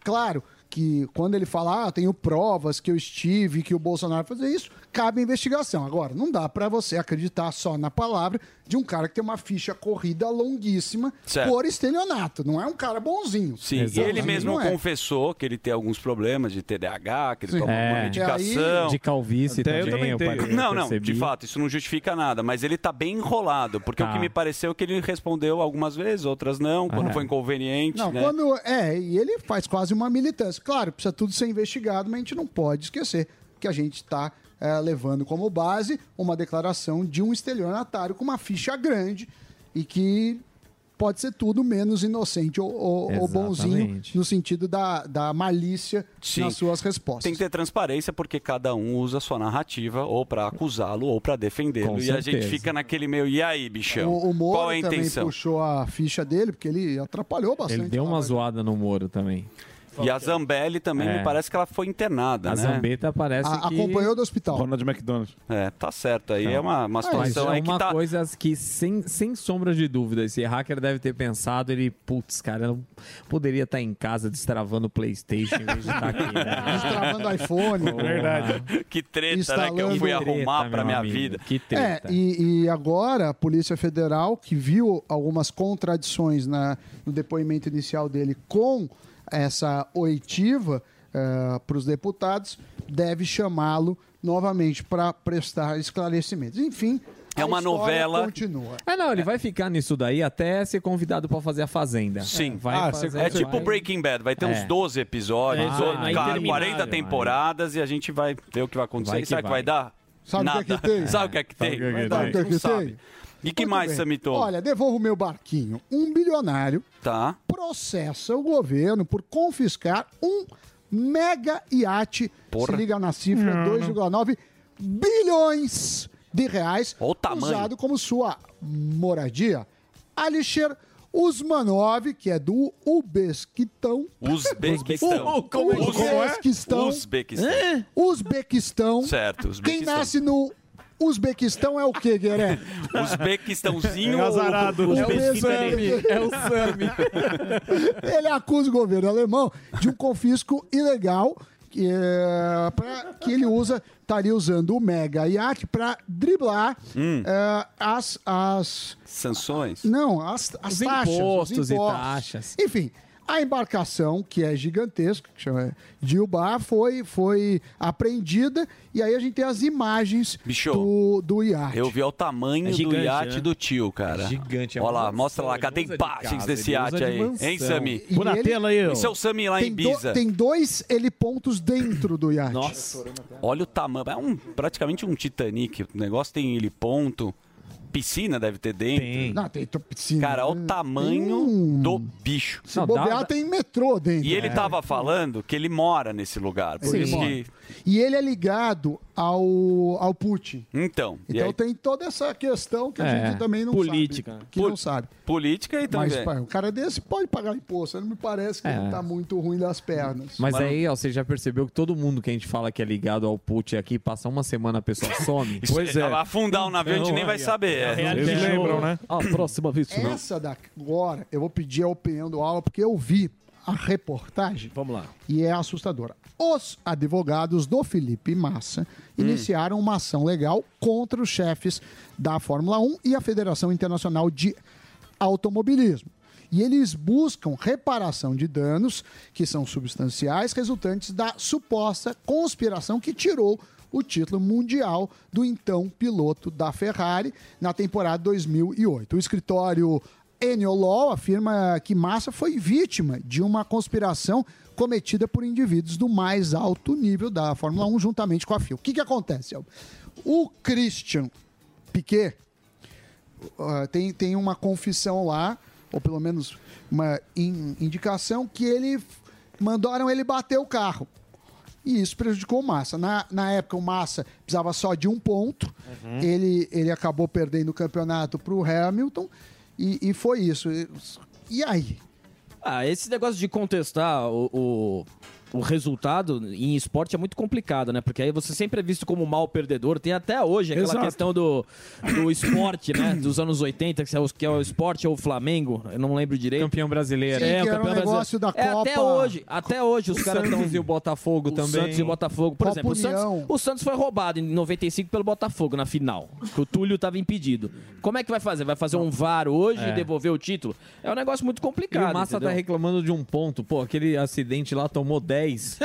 Speaker 6: Claro que quando ele fala, ah, tenho provas que eu estive, que o Bolsonaro fazia isso, cabe investigação. Agora, não dá pra você acreditar só na palavra de um cara que tem uma ficha corrida longuíssima
Speaker 5: Certo.
Speaker 6: por estelionato. Não é um cara bonzinho.
Speaker 5: Sim, e ele
Speaker 6: Exatamente,
Speaker 5: mesmo
Speaker 6: não é.
Speaker 5: confessou que ele tem alguns problemas de TDAH, que ele
Speaker 6: Sim.
Speaker 5: toma
Speaker 6: É.
Speaker 5: uma medicação.
Speaker 6: Aí- De
Speaker 11: calvície
Speaker 5: Até eu
Speaker 11: também, eu
Speaker 5: tenho.
Speaker 11: parei- eu
Speaker 5: Não, não,
Speaker 11: percebi.
Speaker 5: de fato, isso não justifica nada, mas ele tá bem enrolado, porque o
Speaker 11: Tá.
Speaker 5: que me pareceu é que ele respondeu algumas vezes, outras não, quando
Speaker 6: Ah.
Speaker 5: foi inconveniente,
Speaker 6: Não,
Speaker 5: né?
Speaker 6: quando. É, e ele faz quase uma militância. Claro, precisa tudo ser investigado, mas a gente não pode esquecer que a gente está levando como base uma declaração de um estelionatário com uma ficha grande e que pode ser tudo menos inocente ou, ou- ou bonzinho
Speaker 5: Exatamente.
Speaker 6: no sentido da, da malícia nas suas respostas.
Speaker 5: Tem que ter transparência, porque cada um usa sua narrativa, ou pra acusá-lo, ou pra defendê-lo.
Speaker 6: Com
Speaker 5: E a gente
Speaker 6: certeza.
Speaker 5: fica naquele meio, e aí, bichão?
Speaker 6: O, o Moro
Speaker 5: qual é a
Speaker 6: também
Speaker 5: intenção?
Speaker 6: puxou a ficha dele, porque ele atrapalhou bastante.
Speaker 11: Ele deu uma zoada no Moro também.
Speaker 5: E a Zambelli também
Speaker 11: É.
Speaker 5: me parece que ela foi internada,
Speaker 11: A
Speaker 5: né?
Speaker 11: Zambeta parece
Speaker 6: A-
Speaker 11: que...
Speaker 6: Acompanhou do hospital.
Speaker 10: Ronald McDonald.
Speaker 5: É, tá certo. Aí
Speaker 11: Então,
Speaker 5: é uma, uma
Speaker 6: Ah,
Speaker 11: mas
Speaker 5: situação
Speaker 11: é
Speaker 5: aí
Speaker 11: uma
Speaker 5: que tá.
Speaker 11: coisa que, sem, sem sombra de dúvida, esse hacker deve ter pensado, ele, putz, cara, eu não poderia estar em casa destravando o Playstation em vez de estar aqui. Né?
Speaker 6: Destravando iPhone.
Speaker 5: Verdade. Que treta, né? Que eu
Speaker 6: Instalando-
Speaker 5: fui
Speaker 6: Que treta,
Speaker 5: arrumar pra
Speaker 6: meu
Speaker 5: minha
Speaker 6: amigo,
Speaker 5: vida.
Speaker 11: Que
Speaker 6: É, e, e agora a Polícia Federal, que viu algumas contradições na- no depoimento inicial dele com essa oitiva para os deputados, deve chamá-lo novamente para prestar esclarecimentos. Enfim.
Speaker 5: É
Speaker 6: a
Speaker 5: uma
Speaker 6: história
Speaker 5: novela.
Speaker 6: Continua.
Speaker 11: É, não, ele vai ficar nisso daí até ser convidado pra fazer a Fazenda.
Speaker 5: Sim.
Speaker 11: É, vai fazer,
Speaker 5: é tipo Breaking Bad, vai ter uns
Speaker 11: É.
Speaker 5: 12 episódios,
Speaker 11: É, isso aí,
Speaker 5: ou-
Speaker 11: não é
Speaker 5: cara,
Speaker 11: interminável,
Speaker 5: 40 temporadas e a gente vai ver o que vai acontecer.
Speaker 11: Vai
Speaker 5: E
Speaker 11: que
Speaker 5: será que vai
Speaker 11: vai.
Speaker 5: dar?
Speaker 6: Sabe o
Speaker 5: Nada.
Speaker 6: que é que tem?
Speaker 5: Sabe o que é que
Speaker 6: Sabe
Speaker 5: tem?
Speaker 6: o que é que
Speaker 5: Vai
Speaker 6: tem?
Speaker 5: dar,
Speaker 6: Sabe o que é
Speaker 5: não
Speaker 6: que
Speaker 5: sabe.
Speaker 6: tem?
Speaker 5: E que
Speaker 6: Muito
Speaker 5: mais,
Speaker 6: bem.
Speaker 5: Samito?
Speaker 6: Olha, devolvo meu barquinho. Um bilionário
Speaker 5: Tá.
Speaker 6: processa o governo por confiscar um mega iate.
Speaker 5: Porra.
Speaker 6: Se liga na cifra,
Speaker 5: Não,
Speaker 6: 2,9 bilhões de reais.
Speaker 5: tamanho.
Speaker 6: Usado como sua moradia. Alisher Usmanov, que é do Uzbequistão.
Speaker 5: Uzbequistão.
Speaker 6: U- como é que- Uzbequistão. É.
Speaker 5: Uzbequistão.
Speaker 6: Hã? Uzbequistão.
Speaker 5: Certo,
Speaker 6: Quem
Speaker 5: Uzbequistão.
Speaker 6: nasce no Uzbequistão é o quê, Gueré?
Speaker 5: Uzbequistãozinho.
Speaker 6: É
Speaker 5: ou-
Speaker 6: azarado. É o
Speaker 5: Uzbequistão.
Speaker 6: É o Sami. Ele acusa o governo alemão de um confisco ilegal que, é, pra- que ele usa, estaria usando o Mega Yacht para driblar
Speaker 5: Hum.
Speaker 6: é, as, as
Speaker 5: Sanções?
Speaker 6: não, as, as
Speaker 11: Os
Speaker 6: taxas.
Speaker 11: impostos
Speaker 6: os
Speaker 11: e
Speaker 6: impostos.
Speaker 11: taxas.
Speaker 6: Enfim, a embarcação, que é gigantesca, que chama Dilbar, foi, foi apreendida. E aí a gente tem as imagens
Speaker 5: Bicho,
Speaker 6: do, do iate.
Speaker 5: Eu vi o tamanho
Speaker 6: É
Speaker 5: do
Speaker 6: gigante,
Speaker 5: iate
Speaker 6: né?
Speaker 5: do tio, cara.
Speaker 6: É gigante, é
Speaker 5: Olha lá,
Speaker 6: mansão,
Speaker 5: mostra lá, cadê
Speaker 6: usa de
Speaker 5: imagens
Speaker 6: casa,
Speaker 5: desse
Speaker 6: ele usa
Speaker 5: iate
Speaker 6: de
Speaker 5: aí? Hein,
Speaker 6: mansão.
Speaker 5: Sami?
Speaker 6: E Põe na ele- tela aí, ó.
Speaker 5: Esse é o Sami lá em
Speaker 6: tem, do-
Speaker 5: Ibiza.
Speaker 6: tem dois helipontos dentro do iate.
Speaker 5: Olha o tamanho. É um, praticamente um Titanic. O negócio tem ele ponto. Piscina deve ter dentro. Tem.
Speaker 6: Não, tem piscina. né?
Speaker 5: Cara, olha o tamanho
Speaker 6: Um.
Speaker 5: do bicho.
Speaker 6: Se bobear, tem metrô dentro.
Speaker 5: E ele
Speaker 11: É.
Speaker 5: tá- tava falando que ele mora nesse lugar. Por
Speaker 6: Sim.
Speaker 5: isso que.
Speaker 6: E ele é ligado ao, ao Putin.
Speaker 5: Então. e
Speaker 6: Então
Speaker 5: aí-
Speaker 6: tem toda essa questão que a
Speaker 5: É,
Speaker 6: gente também não
Speaker 5: política.
Speaker 6: sabe. Que
Speaker 5: Pol-
Speaker 6: não sabe.
Speaker 5: Política e
Speaker 6: Mas
Speaker 5: também.
Speaker 6: pai, um cara desse pode pagar imposto. né? Não me parece que
Speaker 11: É.
Speaker 6: ele tá muito ruim das pernas.
Speaker 11: Mas aí, ó, você já percebeu que todo mundo que a gente fala que é ligado ao Putin aqui, passa uma semana a pessoa some?
Speaker 5: Isso- Vai Afundar um navio, a gente
Speaker 11: Então,
Speaker 5: nem vai
Speaker 11: aí, ó.
Speaker 5: saber.
Speaker 11: É o
Speaker 5: É.
Speaker 11: reality Eles show. lembram, né?
Speaker 5: Ah,
Speaker 6: É.
Speaker 11: próxima vez.
Speaker 6: Essa daqui agora, eu vou pedir a opinião do Aula, porque eu vi a reportagem.
Speaker 10: Vamos lá.
Speaker 6: E é assustadora. Os advogados do Felipe Massa iniciaram uma ação legal contra os chefes da Fórmula 1 e a Federação Internacional de Automobilismo. E eles buscam reparação de danos que são substanciais resultantes da suposta conspiração que tirou o título mundial do então piloto da Ferrari na temporada 2008. O escritório Enio Law afirma que Massa foi vítima de uma conspiração cometida por indivíduos do mais alto nível da Fórmula 1 juntamente com a FIA. O que, que acontece? Elba? O Christian Piquet ah, tem, tem uma confissão lá, ou pelo menos uma in- indicação, que ele mandaram ele bater o carro. E isso prejudicou o Massa. Na, na época, o Massa precisava só de um ponto.
Speaker 15: Uhum.
Speaker 6: Ele, ele acabou perdendo o campeonato para o Hamilton. E, e foi isso. E- E aí?
Speaker 11: Ah, esse negócio de contestar o, o, o resultado em esporte é muito complicado, né? Porque aí você sempre é visto como mal perdedor. Tem até hoje aquela
Speaker 10: Exato.
Speaker 11: questão do, do esporte, né? Dos anos 80, que é, o, que é o esporte ou o Flamengo, eu não lembro direito. É, Campeão brasileiro.
Speaker 9: Sim, que era um negócio da
Speaker 11: é, Até
Speaker 9: Copa.
Speaker 11: hoje, até hoje os
Speaker 9: O
Speaker 11: caras estão...
Speaker 9: Santos e o Botafogo
Speaker 11: o
Speaker 9: também.
Speaker 11: Santos e o Botafogo, por
Speaker 9: Copa
Speaker 11: exemplo. O Santos,
Speaker 9: União.
Speaker 11: o Santos foi roubado em 95 pelo Botafogo na final. que o Túlio estava impedido. Como é que vai fazer? Vai fazer um VAR hoje
Speaker 9: É.
Speaker 11: e devolver o título? É um negócio muito complicado.
Speaker 9: E o Massa tá
Speaker 11: entendeu?
Speaker 9: reclamando de um ponto. Pô, aquele acidente lá tomou 10.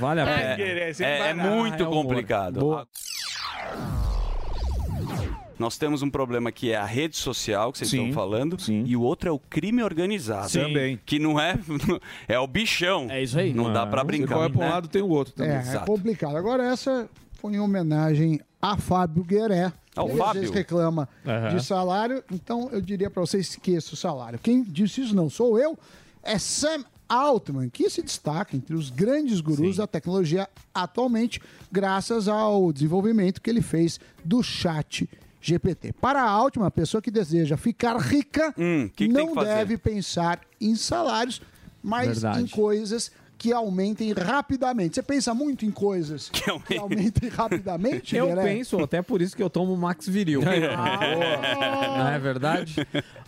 Speaker 9: Vale a
Speaker 5: É,
Speaker 9: pena.
Speaker 5: é, é muito
Speaker 9: Ah, é humor.
Speaker 5: complicado. Nós temos um problema que é a rede social, que vocês
Speaker 10: Sim,
Speaker 5: estão falando, e o outro é o crime organizado.
Speaker 10: Sim. Também.
Speaker 5: Que não é. É o bichão. É isso aí. Não dá pra brincar.
Speaker 10: Se corre pra um
Speaker 5: né?
Speaker 10: lado, tem o outro também.
Speaker 6: É, é complicado. Agora, essa foi em homenagem a Fábio Gueré.
Speaker 5: Ah,
Speaker 10: Ao
Speaker 6: Ele
Speaker 10: Fábio?
Speaker 6: Às vezes reclama
Speaker 10: Aham.
Speaker 6: de salário, então eu diria pra você, esqueça o salário. Quem disse isso não sou eu, é Sam Altman, que se destaca entre os grandes gurus da tecnologia atualmente, graças ao desenvolvimento que ele fez do chat GPT. Para Altman, a pessoa que deseja ficar rica
Speaker 5: Hum, que que tem
Speaker 6: não
Speaker 5: que fazer?
Speaker 6: deve pensar em salários, mas
Speaker 5: Verdade.
Speaker 6: em coisas que aumentem rapidamente. Você pensa muito em coisas que aumentem, rapidamente?
Speaker 9: Eu
Speaker 6: Gueré?
Speaker 9: penso, até por isso que eu tomo Max Viril.
Speaker 6: É.
Speaker 9: Ah, é um Não é verdade?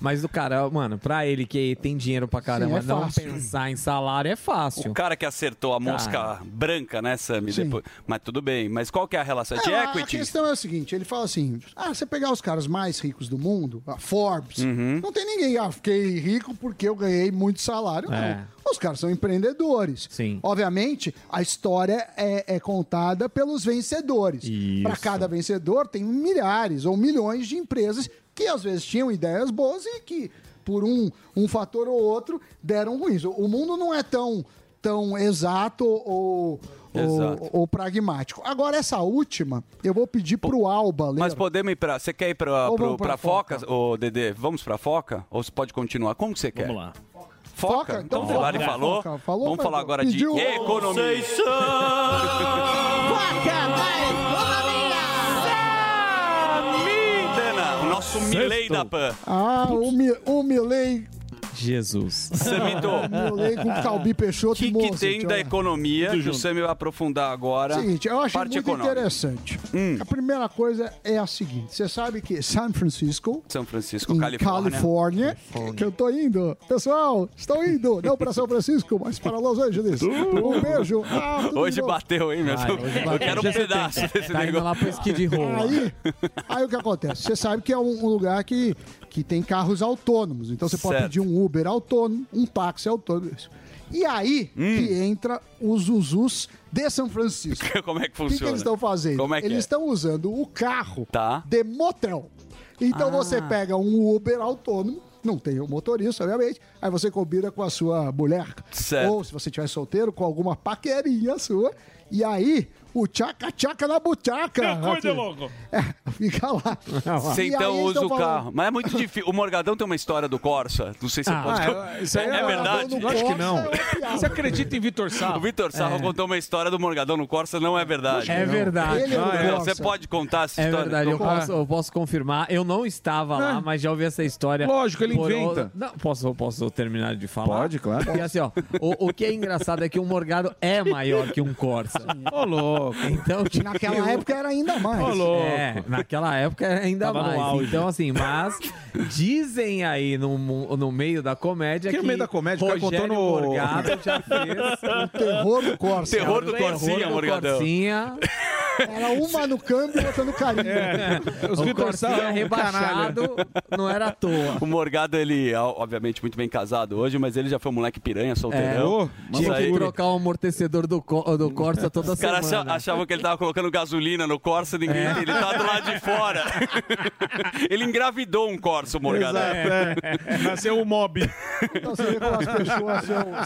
Speaker 9: Mas o cara, mano, pra ele que tem dinheiro pra caramba,
Speaker 5: Sim, é
Speaker 9: não
Speaker 5: fácil.
Speaker 9: pensar em salário é fácil.
Speaker 5: O cara que acertou a mosca
Speaker 9: Cara.
Speaker 5: branca, né, Sammy? Depois. Mas tudo bem. Mas qual que é a relação? É de
Speaker 6: É, a- A
Speaker 5: equity?
Speaker 6: questão é o seguinte, ele fala assim, ah, você pegar os caras mais ricos do mundo, a Forbes,
Speaker 5: Uhum.
Speaker 6: não tem ninguém, ah, fiquei rico porque eu ganhei muito salário, não.
Speaker 9: É.
Speaker 6: Os caras são empreendedores.
Speaker 9: Sim.
Speaker 6: Obviamente, a história é, é contada pelos vencedores. Para cada vencedor tem um milhares ou milhões de empresas que às vezes tinham ideias boas e que por um, um fator ou outro deram ruins. O- O mundo não é tão tão exato ou,
Speaker 5: Exato.
Speaker 6: ou, ou pragmático. Agora, essa última, eu vou pedir pro Alba ler.
Speaker 5: Mas podemos ir pra. Você quer ir pra,
Speaker 6: Ou
Speaker 5: pro-
Speaker 6: vamos pra
Speaker 5: pra Foca, ô Dedê? Vamos pra Foca? Ou você pode continuar? Como que você quer? Vamos lá. Foca?
Speaker 6: Foca?
Speaker 5: Então,
Speaker 6: Então
Speaker 5: o Delari
Speaker 6: foca.
Speaker 5: falou.
Speaker 6: Foca, falou,
Speaker 5: Vamos
Speaker 6: mas
Speaker 5: falar agora de
Speaker 6: pediu- um
Speaker 5: economia. Midena, o nosso
Speaker 6: Sexto.
Speaker 5: Milei da Pan.
Speaker 6: Ah, o, Mi, o Milei.
Speaker 9: Jesus.
Speaker 5: Samito,
Speaker 6: O Milei com Calbi Peixoto e
Speaker 5: o Então. que
Speaker 6: Mozart.
Speaker 5: tem da
Speaker 6: olha.
Speaker 5: economia
Speaker 6: Tudo
Speaker 5: que o
Speaker 6: junto.
Speaker 5: Sammy vai aprofundar agora?
Speaker 6: Seguinte, eu achei
Speaker 5: parte
Speaker 6: muito
Speaker 5: econômica. Hum.
Speaker 6: interessante. A primeira coisa é a seguinte: você sabe que San Francisco,
Speaker 5: São Francisco,
Speaker 6: em
Speaker 5: Califórnia.
Speaker 6: Califórnia, que eu tô indo. Pessoal, estou indo, não para São Francisco, mas para Los Angeles.
Speaker 5: Uh.
Speaker 6: Um beijo. Ah, tudo de
Speaker 5: hoje
Speaker 6: bom.
Speaker 5: bateu, hein, meu?
Speaker 6: Vai, Ah, hoje
Speaker 5: eu
Speaker 6: bateu.
Speaker 5: quero um
Speaker 6: Já
Speaker 5: pedaço
Speaker 6: tem.
Speaker 5: desse
Speaker 6: Tá indo
Speaker 5: negócio.
Speaker 6: lá pro Skid Row. Aí, Aí o que acontece? Você sabe que é um, um lugar que, que tem carros autônomos. Então você pode
Speaker 5: Certo.
Speaker 6: pedir um Uber autônomo, um táxi autônomo. E aí
Speaker 5: Hum.
Speaker 6: que entra os Usus de São Francisco.
Speaker 5: Como é que
Speaker 6: O que, que
Speaker 5: funciona?
Speaker 6: eles estão fazendo?
Speaker 5: Como é que
Speaker 6: eles
Speaker 5: é?
Speaker 6: estão usando o carro
Speaker 5: Tá.
Speaker 6: de motel. Então
Speaker 5: Ah.
Speaker 6: você pega um Uber autônomo, não tem o motorista, obviamente, aí você combina com a sua mulher.
Speaker 5: Certo.
Speaker 6: Ou se você estiver solteiro, com alguma paquerinha sua. E aí, o tchaca-tchaca na
Speaker 10: Ah,
Speaker 6: butaca.
Speaker 5: coisa,
Speaker 6: Rafinha.
Speaker 5: louco.
Speaker 6: É, fica lá.
Speaker 5: Você
Speaker 6: Ah, E aí
Speaker 5: então
Speaker 6: eles
Speaker 5: usa
Speaker 6: tão
Speaker 5: o
Speaker 6: falando,
Speaker 5: carro. Mas é muito difícil. O Morgadão tem uma história do Corsa. Não sei se
Speaker 10: Ah,
Speaker 5: você pode.
Speaker 10: é- isso aí
Speaker 5: verdade?
Speaker 10: é- Morgadão no Acho que Corsa não. é
Speaker 5: Você acredita em Vitor Sarro? O Vitor Sarro
Speaker 10: É.
Speaker 5: contou uma história do Morgadão no Corsa, não é verdade.
Speaker 9: É verdade. Ele é do
Speaker 5: Ah, é?
Speaker 9: Corsa.
Speaker 5: Você pode contar essa
Speaker 9: É
Speaker 5: história?
Speaker 9: verdade, eu
Speaker 5: Então,
Speaker 9: posso, eu posso confirmar. Eu não estava lá,
Speaker 5: É.
Speaker 9: mas já ouvi essa história.
Speaker 10: Ah. Lógico, ele inventa.
Speaker 9: Não, posso, posso terminar de falar?
Speaker 11: Assim,
Speaker 10: Pode, claro.
Speaker 9: E assim, ó, o, o que é engraçado é que um Morgado é maior que um Corsa.
Speaker 10: Ô, louco.
Speaker 9: Então, tipo,
Speaker 6: Naquela época era ainda mais.
Speaker 9: Ô, louco. É, naquela época era ainda
Speaker 6: Tava no
Speaker 9: mais.
Speaker 6: auge.
Speaker 9: Então, assim, mas dizem aí no, mu- no meio da comédia que.
Speaker 6: Que meio da comédia? O cara
Speaker 9: Rogério
Speaker 6: contou no-
Speaker 9: Morgado já fez.
Speaker 6: O terror do Corsa.
Speaker 9: Terror do Corsinha, Morgadão. Corsinha.
Speaker 6: Era uma no câmbio e outra no carinho.
Speaker 5: os
Speaker 9: o
Speaker 5: Vitor
Speaker 9: Corsinha
Speaker 5: Sarro é um
Speaker 9: rebaixado não era à toa.
Speaker 5: O Morgado, ele, ó, obviamente, muito bem casado hoje, mas ele já foi um moleque piranha,
Speaker 9: É,
Speaker 5: solteirão. Isso
Speaker 9: tinha que
Speaker 5: aí.
Speaker 9: trocar o amortecedor do, co do Corsa toda
Speaker 5: Os caras acha-
Speaker 9: semana.
Speaker 5: achavam que ele tava colocando gasolina no Corsa, ninguém,
Speaker 9: É.
Speaker 5: ele tá do lado de fora. ele engravidou um Corsa, o Morgado.
Speaker 10: Exato, é. Nasceu o mob.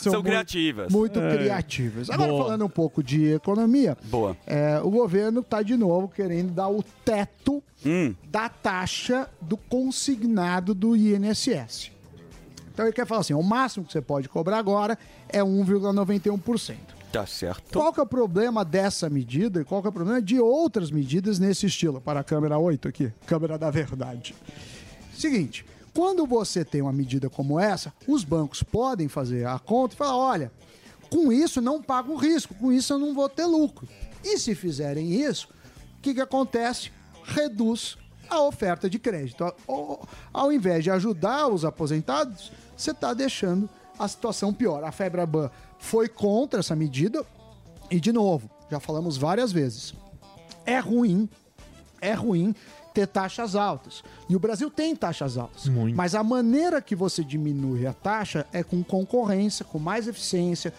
Speaker 5: são, criativas.
Speaker 6: Muito
Speaker 9: É.
Speaker 6: criativas. Agora,
Speaker 5: Boa.
Speaker 6: falando um pouco de economia,
Speaker 5: Boa.
Speaker 6: é, o governo está de novo querendo dar o teto
Speaker 5: Hum.
Speaker 6: da taxa do consignado do INSS. Então ele quer falar assim: o máximo que você pode cobrar agora é 1,91%.
Speaker 5: Tá certo.
Speaker 6: Qual que é o problema dessa medida e qual que é o problema de outras medidas nesse estilo? Para a câmera 8 aqui, câmera da verdade. Seguinte, quando você tem uma medida como essa, os bancos podem fazer a conta e falar, olha, com isso não pago risco, com isso eu não vou ter lucro. E se fizerem isso, o que, que acontece? Reduz a oferta de crédito. Ao- Ao, ao invés de ajudar os aposentados, você está deixando a situação pior. A Febraban foi contra essa medida e, de novo, já falamos várias vezes, é ruim é ruim ter taxas altas. E o Brasil tem taxas altas.
Speaker 9: Muito.
Speaker 6: Mas a maneira que você diminui a taxa é com concorrência, com mais eficiência,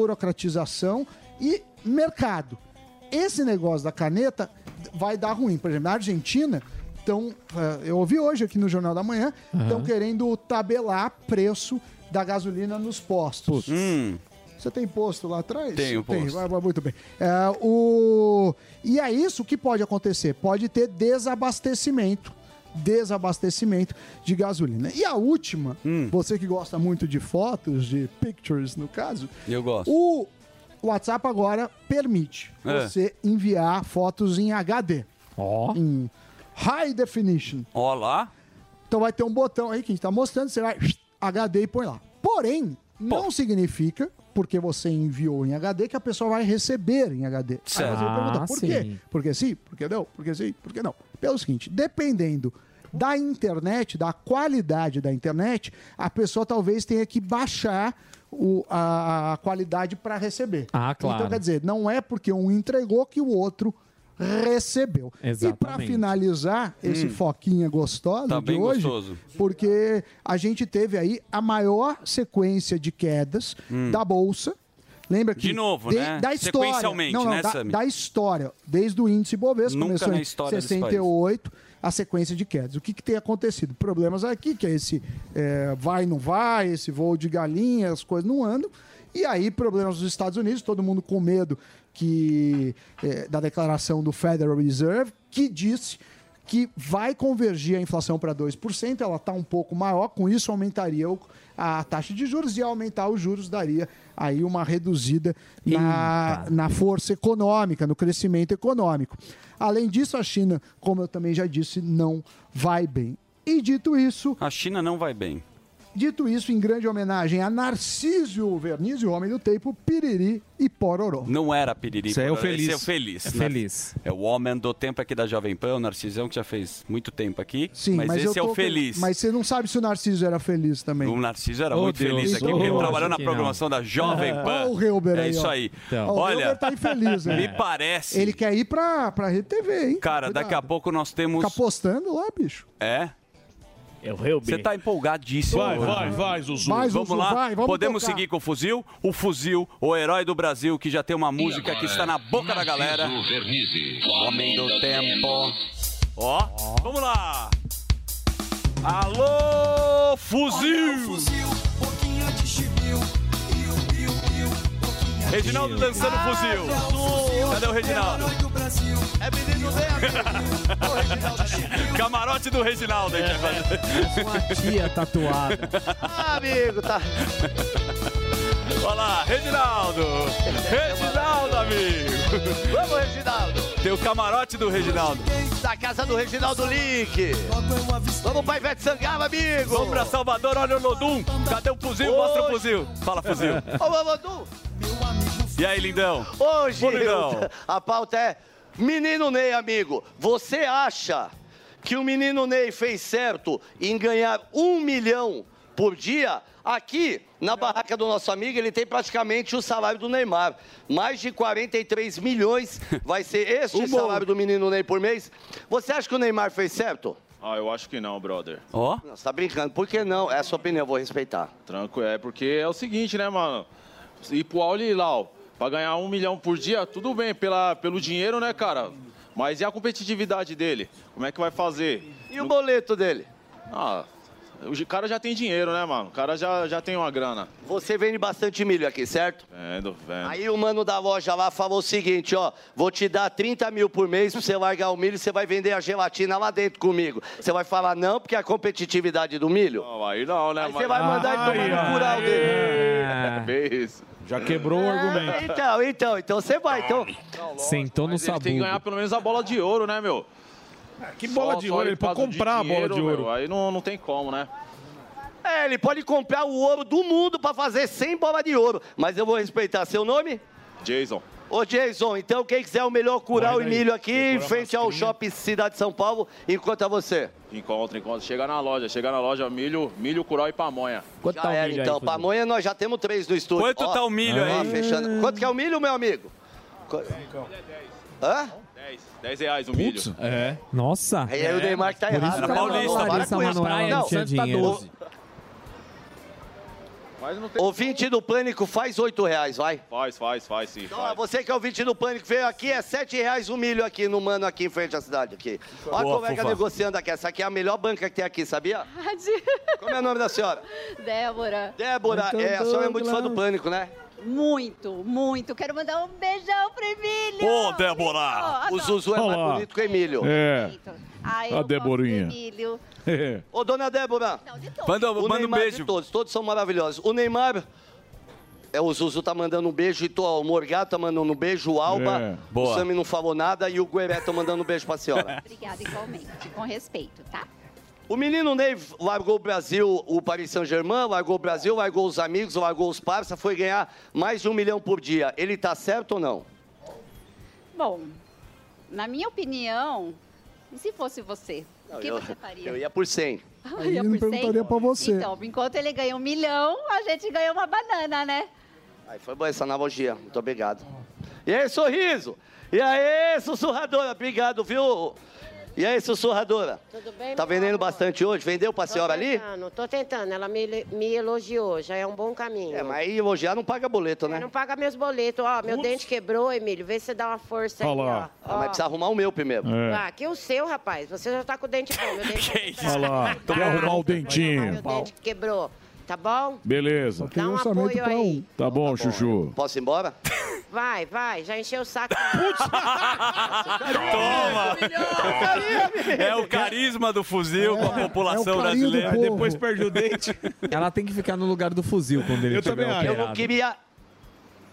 Speaker 6: desburocratização e mercado. Esse negócio da caneta vai dar ruim. Por exemplo, na Argentina, então, eu ouvi hoje aqui no Jornal da Manhã,
Speaker 2: Aham.
Speaker 6: estão querendo tabelar preço da gasolina nos postos. Você tem posto lá atrás?
Speaker 5: Tenho
Speaker 6: Tem,
Speaker 5: posto.
Speaker 6: vai, vai, muito bem. É, o... E é isso que pode acontecer. Pode ter desabastecimento. Desabastecimento de gasolina. E a última, você que gosta muito de fotos, de pictures no caso,
Speaker 5: Eu gosto.
Speaker 11: Uh.
Speaker 6: o WhatsApp agora permite
Speaker 5: É.
Speaker 6: você enviar fotos em HD. Em High Definition.
Speaker 5: Ó lá.
Speaker 6: Então vai ter um botão aí que a gente tá mostrando, você vai HD e põe lá. Porém, não significa, porque você enviou em HD, que a pessoa vai receber em HD.
Speaker 2: Certo.
Speaker 6: Aí você vai perguntar,
Speaker 2: Ah,
Speaker 6: por
Speaker 2: sim.
Speaker 6: quê? Porque sim? Porque não? Porque sim? Porque não? Pelo seguinte, dependendo da internet, da qualidade da internet, a pessoa talvez tenha que baixar o- a, a qualidade para receber.
Speaker 9: Ah, claro.
Speaker 6: Então, quer dizer, não é porque um entregou que o outro recebeu. E para
Speaker 9: Exatamente.
Speaker 6: finalizar esse
Speaker 9: Hum.
Speaker 6: foquinha gostosa
Speaker 5: Tá
Speaker 6: de
Speaker 5: bem
Speaker 6: hoje,
Speaker 5: gostoso.
Speaker 6: porque a gente teve aí a maior sequência de quedas
Speaker 5: Hum.
Speaker 6: da bolsa. Lembra que
Speaker 5: De novo, né?
Speaker 6: Da história,
Speaker 5: Sequencialmente,
Speaker 6: não, não,
Speaker 5: né,
Speaker 6: da,
Speaker 5: Sami?
Speaker 6: da história, desde o índice Bovespa,
Speaker 5: Nunca
Speaker 6: começou
Speaker 5: na
Speaker 6: em
Speaker 5: história desse
Speaker 6: 68, a sequência de quedas. O que, que tem acontecido? Problemas aqui, que é esse é, vai não vai, esse voo de galinha, as coisas não andam. E aí, problemas nos Estados Unidos, todo mundo com medo que é, da declaração do Federal Reserve, que disse que vai convergir a inflação para 2%, ela está um pouco maior, com isso aumentaria o- a taxa de juros e aumentar os juros daria aí uma reduzida na, na força econômica, no crescimento econômico. Além disso, a China, como eu também já disse, não vai bem. E dito isso,
Speaker 5: A China não vai bem.
Speaker 6: dito isso, em grande homenagem a Narcísio Vernizzi, o homem do tempo, Piriri e Pororó.
Speaker 5: Não era piriri.
Speaker 6: Isso aí é o
Speaker 5: pororó,
Speaker 6: feliz.
Speaker 5: Esse é o feliz.
Speaker 6: É
Speaker 5: né?
Speaker 6: feliz.
Speaker 5: É o homem do tempo aqui da Jovem Pan, o Narcisão, que já fez muito tempo aqui.
Speaker 6: Sim, mas,
Speaker 5: mas, esse
Speaker 6: eu
Speaker 5: é
Speaker 6: tô-
Speaker 5: o feliz.
Speaker 6: Mas você não sabe se o Narciso era feliz também.
Speaker 5: O Narciso era
Speaker 6: Ô,
Speaker 5: muito
Speaker 6: Deus,
Speaker 5: feliz aqui,
Speaker 6: ô,
Speaker 5: porque ele
Speaker 6: Deus.
Speaker 5: trabalhou na
Speaker 6: Acho que não.
Speaker 5: programação da Jovem
Speaker 6: É.
Speaker 5: Pan.
Speaker 6: Ó o Helber
Speaker 5: É
Speaker 6: aí,
Speaker 5: isso
Speaker 6: ó.
Speaker 5: aí.
Speaker 6: Ó, o
Speaker 5: Olha,
Speaker 6: Helber tá infeliz, né?
Speaker 5: me parece...
Speaker 6: Ele quer ir pra, pra RTV, hein?
Speaker 5: Cara, daqui a pouco nós temos...
Speaker 6: Fica postando lá, bicho.
Speaker 5: É?
Speaker 7: É o
Speaker 5: Você tá empolgadíssimo.
Speaker 10: Vai,
Speaker 5: hoje.
Speaker 10: vai, vai, Zuzu.
Speaker 6: Vai,
Speaker 5: vamos
Speaker 6: Zuzu,
Speaker 5: lá.
Speaker 6: vai, vamos
Speaker 5: Podemos
Speaker 6: tocar.
Speaker 5: seguir com o fuzil? O fuzil, o herói do Brasil, que já tem uma música que está na boca da galera. Homem do tempo. Ó, vamos lá. Alô, fuzil! Reginaldo dançando Ah, fuzil. Cadê o Reginaldo?
Speaker 3: É menino
Speaker 5: Camarote do Reginaldo. É.
Speaker 9: Uma tia tatuada.
Speaker 12: Ah,
Speaker 3: amigo, tá.
Speaker 5: Olha lá, Reginaldo. Reginaldo, amigo.
Speaker 3: Vamos, Reginaldo.
Speaker 5: Tem o camarote do Reginaldo.
Speaker 3: Da casa do Reginaldo Link. Vamos pra Ivete Sangalo, amigo.
Speaker 5: Vamos pra Salvador, olha o Lodum. Cadê o fuzil? Mostra o fuzil. Fala, fuzil.
Speaker 3: Ô, Mamandu.
Speaker 5: E aí, lindão?
Speaker 12: Ô,
Speaker 5: Ô, lindão.
Speaker 12: Gil, a pauta é... Menino Ney, amigo, você acha que o Menino Ney fez certo em ganhar um milhão por dia? Aqui, na barraca do nosso amigo, ele tem praticamente o salário do Neymar. Mais de 43 milhões vai ser este
Speaker 5: Um
Speaker 12: salário do Menino Ney por mês. Você acha que o Neymar fez certo?
Speaker 15: Ah, eu acho que não, brother.
Speaker 5: Ó.
Speaker 12: Não, você tá brincando. Por que não? É a sua opinião, eu vou respeitar.
Speaker 15: Tranquilo, é porque é o seguinte, né, mano? Ir pro Auli Lau, pra ganhar um milhão por dia, tudo bem, pela, pelo dinheiro, né, cara? Mas e a competitividade dele? Como é que vai fazer?
Speaker 12: E o boleto dele?
Speaker 15: Ah, o cara já tem dinheiro, né, mano? O cara já, já tem uma grana.
Speaker 12: Você vende bastante milho aqui, certo?
Speaker 15: Vendo, vendo.
Speaker 12: Aí o mano da loja lá falou o seguinte, ó, vou te dar 30 mil por mês pra você largar o milho e você vai vender a gelatina lá dentro comigo. Você vai falar não porque é a competitividade do milho?
Speaker 15: Não, aí não, né,
Speaker 12: Você vai mandar ele tomar no cural
Speaker 15: dele. É Bem isso.
Speaker 10: Já quebrou o argumento.
Speaker 12: Então, então, então você vai, então...
Speaker 9: Sentou no
Speaker 15: Mas ele tem que
Speaker 9: sabugo.
Speaker 15: ganhar pelo menos a bola de ouro, né, meu?
Speaker 10: Tá Ah, que bola de ouro? Ele
Speaker 15: por
Speaker 10: pode
Speaker 15: causa de
Speaker 10: comprar a bola de ouro.
Speaker 15: meu, aí não, não tem como, né?
Speaker 12: É, ele pode comprar o ouro do mundo pra fazer 100 bola de ouro, mas eu vou respeitar. Seu nome?
Speaker 15: Jason.
Speaker 12: Ô Jason, então quem quiser o melhor cural
Speaker 15: Vai
Speaker 12: e
Speaker 15: daí.
Speaker 12: milho aqui, em
Speaker 15: Decora
Speaker 12: frente ao Shopping Cidade de São Paulo, enquanto a você.
Speaker 15: Encontra, encontra. Chega na loja, chega na loja, milho, milho, curau e pamonha.
Speaker 12: já
Speaker 9: tá
Speaker 5: tá
Speaker 12: era, então. Pamonha nós já temos três no estúdio.
Speaker 15: Quanto tá o milho
Speaker 12: ó,
Speaker 15: aí?
Speaker 12: fechando. Quanto que é o milho, meu amigo? Co-
Speaker 9: Ah,
Speaker 12: Hã?
Speaker 15: 10, 10 reais o milho.
Speaker 9: É. Nossa.
Speaker 12: Aí o Neymar que tá errado.
Speaker 9: Era é paulista, Larissa Manoela não tinha
Speaker 12: tá
Speaker 9: dinheiro.
Speaker 12: Ouvinte do Pânico faz oito reais, vai.
Speaker 15: Faz, faz, faz sim.
Speaker 12: Ó,
Speaker 15: Faz.
Speaker 12: você que é ouvinte do Pânico, veio aqui, é sete reais o milho aqui no Mano, aqui em frente à cidade. Aqui. Olha
Speaker 15: Boa,
Speaker 12: como é que é
Speaker 15: fofa.
Speaker 12: negociando aqui. Essa aqui é a melhor banca que tem aqui, sabia? Como é o nome da senhora?
Speaker 16: Débora.
Speaker 12: Débora, é, a senhora é muito fã do Pânico, né?
Speaker 16: Muito, muito. Quero mandar um beijão pro Emílio.
Speaker 12: Ô, Débora! O Zuzu é mais
Speaker 10: Olá.
Speaker 12: bonito que o Emílio.
Speaker 10: É.
Speaker 16: Ai,
Speaker 10: A
Speaker 16: eu
Speaker 10: Deborinha.
Speaker 16: gosto do Emílio.
Speaker 12: Ô, dona Débora.
Speaker 5: Manda-
Speaker 12: O
Speaker 5: manda um
Speaker 12: Neymar
Speaker 5: beijo.
Speaker 12: De todos, todos são maravilhosos. O Neymar. É, o Zuzu tá mandando um beijo, e tô, ó, o Morgato tá mandando um beijo, o Alba,
Speaker 5: É.
Speaker 12: o
Speaker 5: Boa.
Speaker 12: Sami não falou nada e o Gueré tá mandando um beijo pra senhora.
Speaker 16: Obrigada igualmente, com respeito, tá?
Speaker 12: O menino Ney largou o Brasil, o Paris Saint-Germain, largou o Brasil, largou os amigos, largou os parça, foi ganhar mais de um milhão por dia. Ele tá certo ou não?
Speaker 16: Bom, na minha opinião, e se fosse você? O que
Speaker 12: eu,
Speaker 16: você faria?
Speaker 12: eu ia por 100.
Speaker 16: Eu ia
Speaker 6: Ele
Speaker 16: por cem?
Speaker 6: perguntaria pra você.
Speaker 16: Então, enquanto ele ganha um milhão, a gente ganha uma banana, né?
Speaker 12: Aí foi boa essa analogia. Muito obrigado. E aí, sorriso? E aí, sussurradora? Obrigado, viu? E aí, sussurradora?
Speaker 17: Tudo bem?
Speaker 12: Tá vendendo bastante hoje? Vendeu pra senhora ali?
Speaker 17: Não, tô tentando. Ela me, me elogiou, já é um bom caminho.
Speaker 12: É, mas aí elogiar não paga boleto, né?
Speaker 17: Não paga meus boletos, ó. Meu
Speaker 12: Putz.
Speaker 17: dente quebrou, Emílio. Vê se você dá uma força aí, ó.
Speaker 12: Ah, mas precisa arrumar o meu primeiro.
Speaker 17: Ah, que o seu, rapaz. Você já tá com o dente bom. Meu dente tá quebrado,
Speaker 10: Olha lá. Quer arrumar o dentinho.
Speaker 17: meu dente quebrou. Tá bom?
Speaker 10: Beleza.
Speaker 17: Dá um apoio aí.
Speaker 10: Tá bom, Chuchu.
Speaker 12: Posso ir embora?
Speaker 17: Vai, vai. Já encheu o saco.
Speaker 5: Toma! É o carisma do fuzil
Speaker 6: É,
Speaker 5: com a É
Speaker 12: É
Speaker 5: população brasileira.
Speaker 9: perde o dente. Ela tem que ficar no lugar do fuzil quando ele tiver
Speaker 12: Eu
Speaker 9: operado.
Speaker 12: não queria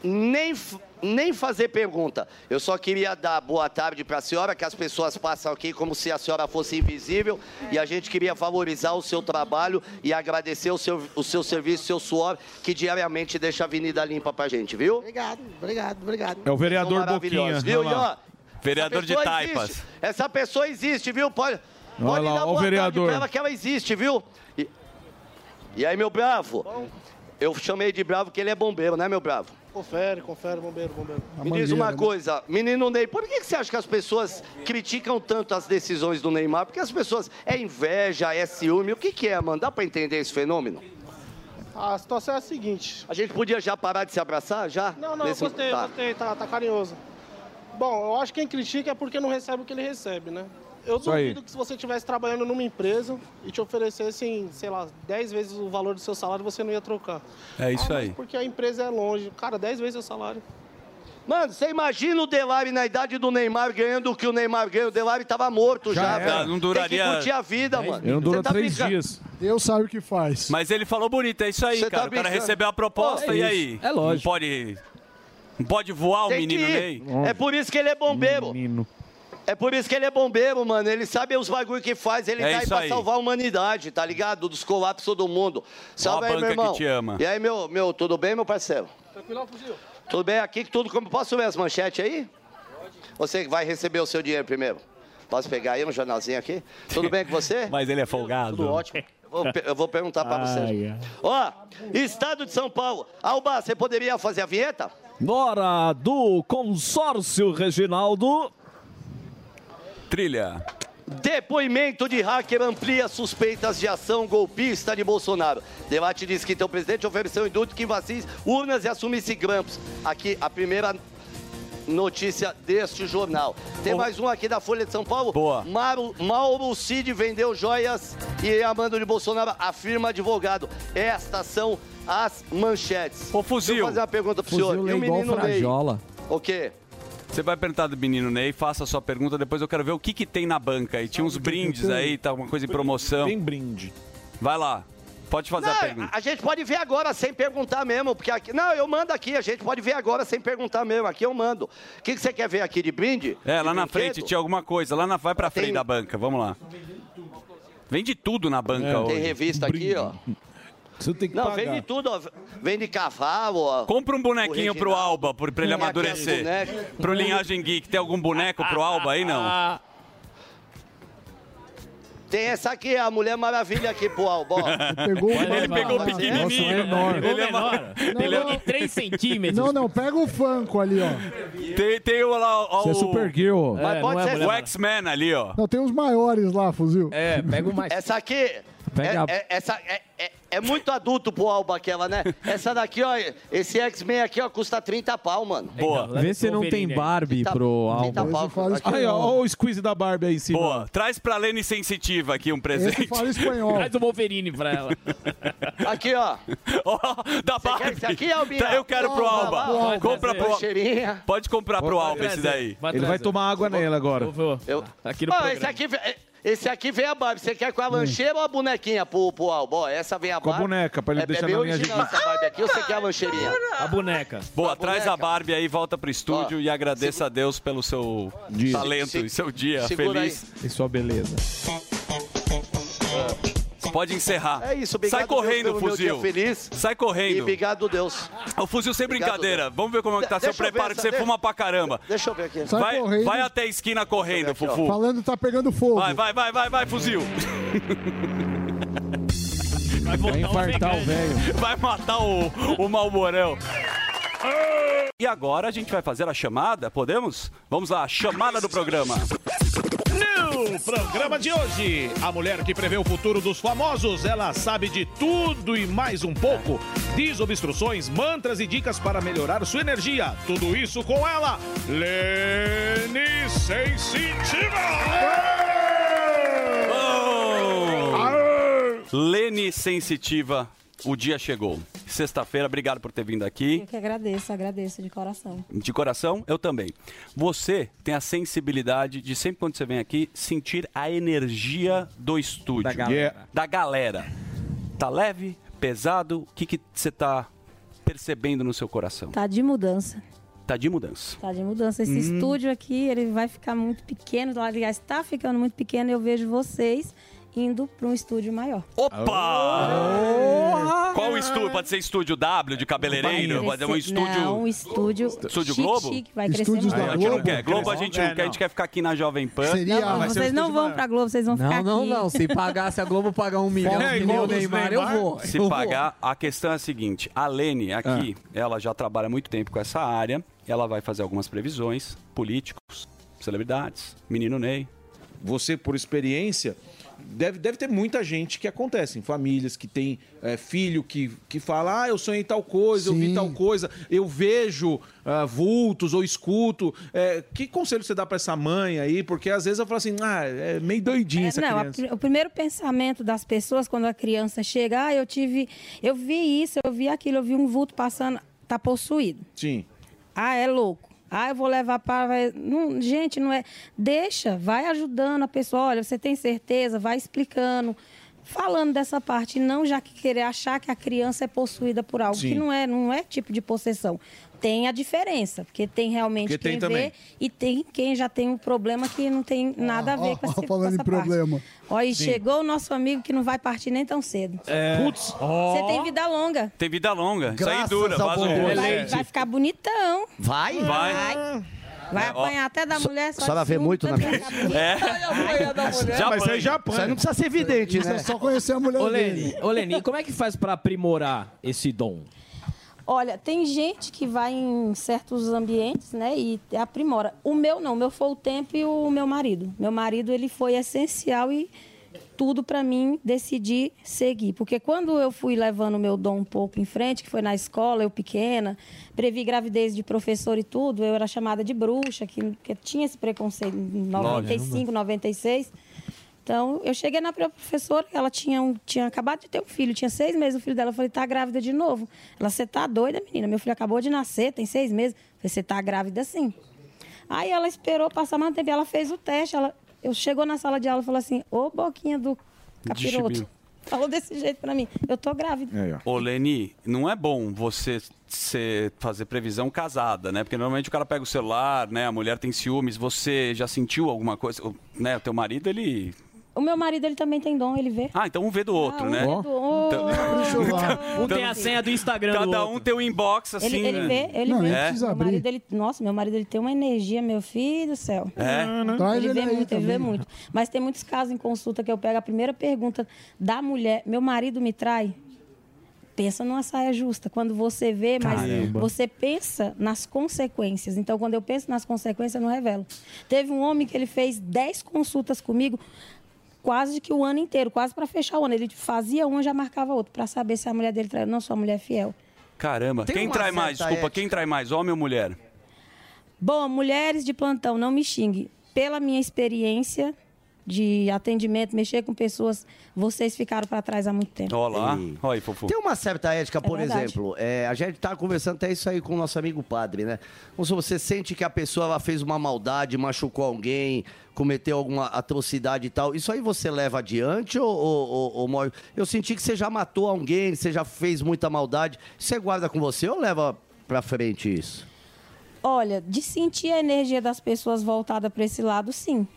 Speaker 12: nem, f- nem fazer pergunta. Eu só queria dar boa tarde para a senhora, que as pessoas passam aqui como se a senhora fosse invisível. E a gente queria valorizar o seu trabalho e agradecer o seu, o seu serviço, o seu suor, que diariamente deixa a avenida limpa para gente, viu?
Speaker 18: Obrigado, obrigado, obrigado.
Speaker 10: É o vereador Boquinha.
Speaker 12: Maravilhosos, viu?
Speaker 10: Olha lá.
Speaker 12: E, ó, essa pessoa existe. Essa pessoa existe, viu? Pode,
Speaker 10: Olha
Speaker 12: pode
Speaker 10: lá,
Speaker 12: dar
Speaker 10: ó o
Speaker 12: boa
Speaker 10: vereador.
Speaker 12: tarde pra ela que ela existe, viu? E, e aí, meu bravo? Eu chamei de bravo porque ele é bombeiro, né, meu bravo?
Speaker 18: Confere, confere, bombeiro, bombeiro.
Speaker 12: Me diz uma
Speaker 5: né?
Speaker 10: né?
Speaker 12: coisa, menino Ney, por que que você acha que as pessoas criticam tanto as decisões do Neymar? Porque as pessoas. É inveja, é ciúme, o que, que é, mano? Dá pra entender esse fenômeno?
Speaker 18: A situação é a seguinte.
Speaker 12: A gente podia já parar de se abraçar? Já?
Speaker 18: Não, não,
Speaker 12: Nesse-
Speaker 18: eu gostei,
Speaker 12: tá.
Speaker 18: gostei, tá, tá carinhoso. Bom, eu acho que quem critica é porque não recebe o que ele recebe, né? Eu
Speaker 10: Isso aí.
Speaker 18: duvido que se você estivesse trabalhando numa empresa e te oferecessem, sei lá, 10 vezes o valor do seu salário, você não ia trocar.
Speaker 5: É isso
Speaker 18: mas
Speaker 5: aí.
Speaker 18: Porque a empresa é longe. Cara, 10 vezes o seu salário.
Speaker 12: Mano, você imagina o Delari na idade do Neymar ganhando o que o Neymar ganha? O Delari tava morto já,
Speaker 5: Já era,
Speaker 12: velho.
Speaker 5: não duraria-
Speaker 12: Tem que curtir a vida, mano.
Speaker 5: Ele não dura
Speaker 12: Você
Speaker 5: três tá
Speaker 12: brincando.
Speaker 5: dias.
Speaker 6: Deus sabe o que faz.
Speaker 5: Mas ele falou bonito, é isso aí,
Speaker 12: Você tá
Speaker 5: cara. o cara
Speaker 12: brincando.
Speaker 5: recebeu a proposta
Speaker 12: Pô, é
Speaker 5: e
Speaker 12: isso.
Speaker 5: aí?
Speaker 12: É lógico.
Speaker 5: Não pode, não pode voar o
Speaker 12: Tem que
Speaker 5: menino
Speaker 12: ir.
Speaker 5: Ney?
Speaker 12: É por isso que ele é bombeiro. É por isso que ele é bombeiro, mano. Ele sabe os bagulho que faz. Ele
Speaker 5: É
Speaker 12: tá aí
Speaker 5: isso
Speaker 12: pra
Speaker 5: aí.
Speaker 12: salvar a humanidade, tá ligado? Dos colapsos do mundo. Salve aí,
Speaker 5: banca
Speaker 12: meu
Speaker 5: que
Speaker 12: irmão.
Speaker 5: te ama.
Speaker 12: E aí, meu, meu, tudo bem, meu parceiro?
Speaker 18: Tranquilão, fuzil?
Speaker 12: Tudo bem? Aqui que tudo como. Posso subir as manchetes aí? Você que vai receber o seu dinheiro primeiro. Posso pegar aí um jornalzinho aqui? Tudo bem com você?
Speaker 5: Mas ele é folgado.
Speaker 12: Tudo ótimo. Vou pe- eu vou perguntar pra você.
Speaker 11: é.
Speaker 12: Ó, Estado de São Paulo. Alba, você poderia fazer a vinheta?
Speaker 11: Bora do consórcio Reginaldo.
Speaker 5: Trilha.
Speaker 12: Depoimento de hacker amplia suspeitas de ação golpista de Bolsonaro. Debate diz que então o presidente ofereceu indulto que vacine urnas e assumisse grampos. Aqui a primeira notícia deste jornal. Tem mais um aqui da Folha de São Paulo. Boa. Mauro, Mauro Cid vendeu joias e a mando de Bolsonaro afirma advogado. Estas são as manchetes. Ô,
Speaker 5: fuzil.
Speaker 12: Deixa eu fazer uma pergunta pro
Speaker 5: Fuzil
Speaker 12: senhor.
Speaker 5: é igual
Speaker 12: Ney?
Speaker 5: frajola.
Speaker 12: O quê?
Speaker 5: Você vai perguntar do menino Ney, faça a sua pergunta, depois eu quero ver o que, que tem na banca aí. Tinha uns brindes aí, tá uma coisa em promoção. Tem
Speaker 10: brinde.
Speaker 5: Vai lá, pode fazer a pergunta.
Speaker 12: A gente pode ver agora sem perguntar mesmo, porque aqui. Não, eu mando aqui, a gente pode ver agora sem perguntar mesmo. Aqui eu mando. O que, que você quer ver aqui de brinde?
Speaker 5: É,
Speaker 12: De
Speaker 5: lá na
Speaker 12: brinquedo?
Speaker 5: frente tinha alguma coisa. Lá na vai pra frente da banca, vamos lá. Vende tudo na banca
Speaker 12: É,
Speaker 5: hoje.
Speaker 12: tem revista aqui, ó.
Speaker 10: Você tem
Speaker 5: que
Speaker 12: Não,
Speaker 5: pagar.
Speaker 12: vende tudo, ó. Vende cavalo, ó.
Speaker 5: Compra um bonequinho
Speaker 12: O
Speaker 5: pro
Speaker 12: Reginaldo.
Speaker 5: Alba, por- pra ele
Speaker 12: Tem aqui um
Speaker 5: amadurecer.
Speaker 12: as bonecas.
Speaker 5: Pro Linhagem Geek, tem algum boneco pro Alba aí,
Speaker 12: Ah.
Speaker 5: não?
Speaker 12: Tem essa aqui, a Mulher Maravilha aqui pro Alba, ó.
Speaker 5: Pegou
Speaker 6: o
Speaker 5: Ele pegou o pequenininho. Ele é maior. Ele é
Speaker 11: 3 centímetros.
Speaker 6: Não, não, pega o Funko ali, ó.
Speaker 5: Tem, tem o lá, ó,
Speaker 6: Isso é
Speaker 5: o...
Speaker 6: Supergirl.
Speaker 5: Mas
Speaker 6: É,
Speaker 5: pode
Speaker 6: não é
Speaker 5: ser
Speaker 6: Mulher
Speaker 5: o X-Men ali, ó.
Speaker 6: Não, tem uns maiores lá, fuzil.
Speaker 11: É, pega o
Speaker 12: Essa aqui.
Speaker 6: Pega
Speaker 12: é,
Speaker 6: a-
Speaker 12: é- essa, é, é- é muito adulto pro Alba aquela, né? Essa daqui, ó, esse X-Men aqui, ó, custa 30 pau, mano.
Speaker 5: Boa.
Speaker 9: Vê se não tem Barbie pro álbum.
Speaker 10: Aí, ó, ó o squeeze da Barbie aí em cima.
Speaker 5: Boa, traz pra Lene Sensitiva aqui um presente.
Speaker 11: Traz o Wolverine pra ela.
Speaker 12: Aqui, ó.
Speaker 5: da
Speaker 12: Barbie. Esse aqui, Albinha?
Speaker 5: Tá, eu quero pro Alba. Compra pro
Speaker 12: Cheirinha.
Speaker 5: Pode comprar tá pro
Speaker 12: Vai
Speaker 5: Alba esse
Speaker 12: trazer,
Speaker 5: daí. Ah,
Speaker 12: vai Ele trazer. vai
Speaker 10: tomar água nela agora.
Speaker 12: Eu...
Speaker 11: Aqui
Speaker 12: Ó, esse aqui, ve- esse aqui vem a Barbie. Você quer com a lancheira ou a bonequinha pro, pro Alba? Ó, essa vem a
Speaker 10: Com a
Speaker 12: Barbie.
Speaker 10: boneca, pra ele
Speaker 12: é,
Speaker 10: deixar
Speaker 12: é bem
Speaker 10: na linha de-
Speaker 12: original essa Barbie aqui ou você quer a lancheirinha?
Speaker 11: A boneca.
Speaker 5: Boa, traz a Barbie aí, volta pro estúdio e agradeça a Deus pelo seu talento
Speaker 9: Se-
Speaker 5: e seu dia
Speaker 9: segura
Speaker 5: feliz.
Speaker 9: E sua beleza.
Speaker 5: Pode encerrar.
Speaker 12: É isso, obrigado
Speaker 5: Sai correndo,
Speaker 12: Deus, pelo
Speaker 5: fuzil.
Speaker 12: Meu dia feliz.
Speaker 5: Sai correndo.
Speaker 12: E obrigado, Deus.
Speaker 5: O fuzil sem
Speaker 12: Obrigado,
Speaker 5: brincadeira.
Speaker 12: Deus.
Speaker 5: Vamos ver como é que tá
Speaker 12: De-
Speaker 5: seu
Speaker 12: deixa eu ver
Speaker 5: preparo, que
Speaker 12: essa-
Speaker 5: você
Speaker 12: de-
Speaker 5: fuma pra caramba.
Speaker 12: Deixa eu ver aqui.
Speaker 6: Sai
Speaker 5: Vai,
Speaker 6: correndo.
Speaker 5: vai até a esquina correndo, Fufu.
Speaker 6: Falando, tá pegando fogo.
Speaker 5: Vai, vai, vai, vai, vai, fuzil. Vai,
Speaker 6: infartar o
Speaker 5: velho. Vai matar o, o Malmorão. E agora a gente vai fazer a chamada, podemos? Vamos lá, chamada do programa.
Speaker 8: No programa de hoje, a mulher que prevê o futuro dos famosos, ela sabe de tudo e mais um pouco. Diz obstruções, mantras e dicas para melhorar sua energia. Tudo isso com ela, Lene Sensitiva.
Speaker 5: Lene Sensitiva, o dia chegou. Sexta-feira, obrigado por ter vindo aqui.
Speaker 19: Eu que agradeço, agradeço de coração.
Speaker 5: De coração, eu também. Você tem a sensibilidade de sempre quando você vem aqui sentir a energia do estúdio. Da
Speaker 9: galera. Yeah.
Speaker 5: Da galera. Tá leve, pesado? O que que você tá percebendo no seu coração?
Speaker 19: Tá de mudança.
Speaker 5: Tá de mudança.
Speaker 19: Tá de mudança. Esse
Speaker 5: Hum.
Speaker 19: estúdio aqui, ele vai ficar muito pequeno. Aliás, tá ficando muito pequeno. Eu vejo vocês indo para um estúdio maior.
Speaker 5: Opa! Qual estúdio? Pode ser estúdio W de cabeleireiro? Pode ser um estúdio.
Speaker 19: Não, um estúdio.
Speaker 5: Estúdio
Speaker 19: chique,
Speaker 5: Globo?
Speaker 19: chique, vai crescer muito.
Speaker 5: Ah, a gente não quer. Globo a gente não quer, a gente quer ficar aqui na Jovem Pan. um
Speaker 19: Não, vocês não vão pra Globo, vocês vão
Speaker 9: Não,
Speaker 19: ficar
Speaker 9: não,
Speaker 19: aqui.
Speaker 9: não. Se pagar, se a Globo pagar um milhão
Speaker 5: É,
Speaker 9: que nem
Speaker 5: igual
Speaker 9: o
Speaker 5: dos
Speaker 9: Neymar, eu vou.
Speaker 5: Se
Speaker 9: Eu vou.
Speaker 5: pagar, a questão é a seguinte: a Lene aqui, ela já trabalha muito tempo com essa área, ela vai fazer algumas previsões, políticos, celebridades, menino Ney.
Speaker 10: Você, por experiência, deve, deve ter muita gente que acontece, em famílias que tem é, filho que, que fala, ah, eu sonhei tal coisa, eu vi tal coisa, eu vejo ah, vultos ou escuto. É, que conselho você dá pra essa mãe aí? Porque às vezes eu falo assim, ah, é meio doidinha essa
Speaker 19: não, é a
Speaker 10: criança.
Speaker 19: pri- o primeiro pensamento das pessoas quando a criança chega, ah, eu tive, eu vi isso, eu vi aquilo, eu vi um vulto passando, tá possuído.
Speaker 10: Sim.
Speaker 19: Ah, é louco. Ah, eu vou levar para. vai- Não, gente, não é. Deixa, vai ajudando a pessoa. Olha, você tem certeza? Vai explicando. falando dessa parte, não já que querer achar que a criança é possuída por algo
Speaker 10: Sim.
Speaker 19: que não é, não é tipo de possessão. Tem a diferença, porque tem realmente
Speaker 10: Porque
Speaker 19: quem
Speaker 10: tem também.
Speaker 19: vê e tem quem já tem um problema que não tem nada a ver com, esse,
Speaker 6: falando
Speaker 19: com
Speaker 6: em
Speaker 19: essa parte.
Speaker 6: problema.
Speaker 19: Ó, e
Speaker 5: Sim.
Speaker 19: chegou o nosso amigo que não vai partir nem tão cedo.
Speaker 5: É. Putz. Ó.
Speaker 19: Você tem vida longa.
Speaker 5: Tem vida longa.
Speaker 19: Graças
Speaker 5: Isso aí dura.
Speaker 19: ao
Speaker 5: Faz um
Speaker 19: bom Deus. Vai, vai
Speaker 5: é.
Speaker 19: ficar bonitão.
Speaker 12: Vai?
Speaker 5: Vai.
Speaker 19: Vai
Speaker 5: É, ó. É.
Speaker 19: apanhar até da mulher.
Speaker 12: A senhora vê muito na minha.
Speaker 11: É. mulher.
Speaker 12: Já Mas isso aí já apanha. Isso aí não precisa ser vidente, né?
Speaker 6: conhecer a mulher
Speaker 11: Ô, Leni, ô, Leni, e como é que faz pra aprimorar esse dom?
Speaker 19: Olha, tem gente que vai em certos ambientes, né, e aprimora. O meu não, o meu foi o tempo e o meu marido. Meu marido, ele foi essencial e tudo para mim decidir seguir. Porque quando eu fui levando o meu dom um pouco em frente, que foi na escola, eu pequena, previ gravidez de professor e tudo, eu era chamada de bruxa, que, que tinha esse preconceito em 95, 96. Então, eu cheguei na pra professora, ela tinha, um, tinha acabado de ter um filho, tinha seis meses o filho dela. Eu falei, tá grávida de novo? Ela, você tá doida, menina? Meu filho acabou de nascer, tem seis meses. Eu falei, você tá grávida sim. Aí ela esperou passar mais um tempo, ela fez o teste. Ela, eu chegou na sala de aula e falou assim, ô boquinha do capiroto.
Speaker 5: chibio.
Speaker 19: Falou desse jeito pra mim, eu tô grávida.
Speaker 5: Ô, Leni, não é bom você ser- fazer previsão casada, né? Porque normalmente o cara pega o celular, né? A mulher tem ciúmes. Você já sentiu alguma coisa? O- Né? O teu marido, ele...
Speaker 19: O meu marido, ele também tem dom, ele vê.
Speaker 5: Ah, então um vê do outro,
Speaker 19: um
Speaker 5: né?
Speaker 19: vê do outro.
Speaker 11: Um tem a senha do Instagram do
Speaker 5: Então, Cada um
Speaker 11: outro.
Speaker 5: tem um inbox, assim,
Speaker 19: ele, ele
Speaker 5: né?
Speaker 19: vê, ele vê. meu marido, ele, nossa, meu marido ele tem uma energia, meu filho do céu.
Speaker 5: É? Não, não. Traz
Speaker 19: Ele
Speaker 5: ele
Speaker 19: vê
Speaker 5: aí
Speaker 19: muito, ele vê
Speaker 5: também.
Speaker 19: muito. Mas tem muitos casos em consulta que eu pego a primeira pergunta da mulher, meu marido me trai? Pensa numa saia justa. Quando você vê, mas
Speaker 20: Caramba.
Speaker 19: você pensa nas consequências. Então, quando eu penso nas consequências, eu não revelo. Teve um homem que ele fez 10 consultas comigo quase que o ano inteiro, quase para fechar o ano. Ele fazia uma, já marcava outra, para saber se a mulher dele traiu. Não, sua mulher é fiel.
Speaker 5: Caramba.
Speaker 19: Tem
Speaker 5: quem
Speaker 19: uma
Speaker 5: trai mais?
Speaker 19: certa
Speaker 5: Desculpa, quem trai mais, homem ou mulher?
Speaker 19: Bom, mulheres de plantão, não me xingue. Pela minha experiência de atendimento, mexer com pessoas, vocês ficaram para trás há muito tempo.
Speaker 5: Olha lá. Olha aí, fofu.
Speaker 12: Tem uma certa ética, por
Speaker 19: verdade.
Speaker 12: exemplo, é, a gente tá conversando até isso aí com o nosso amigo padre, né? Ou se você sente que a pessoa ela fez uma maldade, machucou alguém, cometeu alguma atrocidade e tal, isso aí você leva adiante ou, ou, ou- ou morre? Eu senti que você já matou alguém, você já fez muita maldade, você guarda com você ou leva pra frente isso?
Speaker 19: Olha, de sentir a energia das pessoas voltada para esse lado, sim.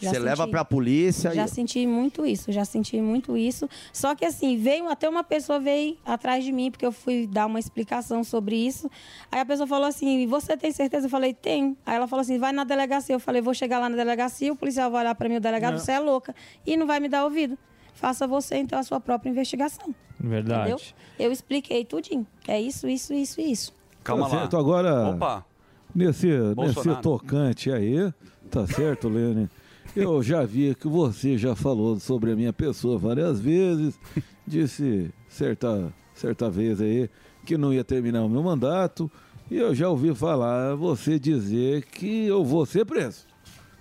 Speaker 19: Já
Speaker 12: você
Speaker 19: senti.
Speaker 12: leva pra polícia
Speaker 19: Já
Speaker 12: e...
Speaker 19: senti muito isso, já senti muito isso. Só que assim, veio até uma pessoa veio atrás de mim, porque eu fui dar uma explicação sobre isso. Aí a pessoa falou assim: Você tem certeza? Eu falei: Tem. Aí ela falou assim: Vai na delegacia. Eu falei: Vou chegar lá na delegacia, o policial vai olhar para mim, o delegado,
Speaker 11: Não.
Speaker 19: você é louca. E não vai me dar ouvido. Faça você, então, a sua própria investigação.
Speaker 7: Verdade.
Speaker 19: Entendeu? Eu expliquei tudinho. É isso, isso, isso e isso.
Speaker 5: Calma
Speaker 21: tá
Speaker 5: lá.
Speaker 21: certo agora.
Speaker 5: Opa.
Speaker 21: Nesse,
Speaker 5: Bolsonaro.
Speaker 21: nesse tocante aí, tá certo, Lene? Eu já vi que você já falou sobre a minha pessoa várias vezes. Disse certa, certa vez aí que não ia terminar o meu mandato. E eu já ouvi falar você dizer que eu vou ser preso.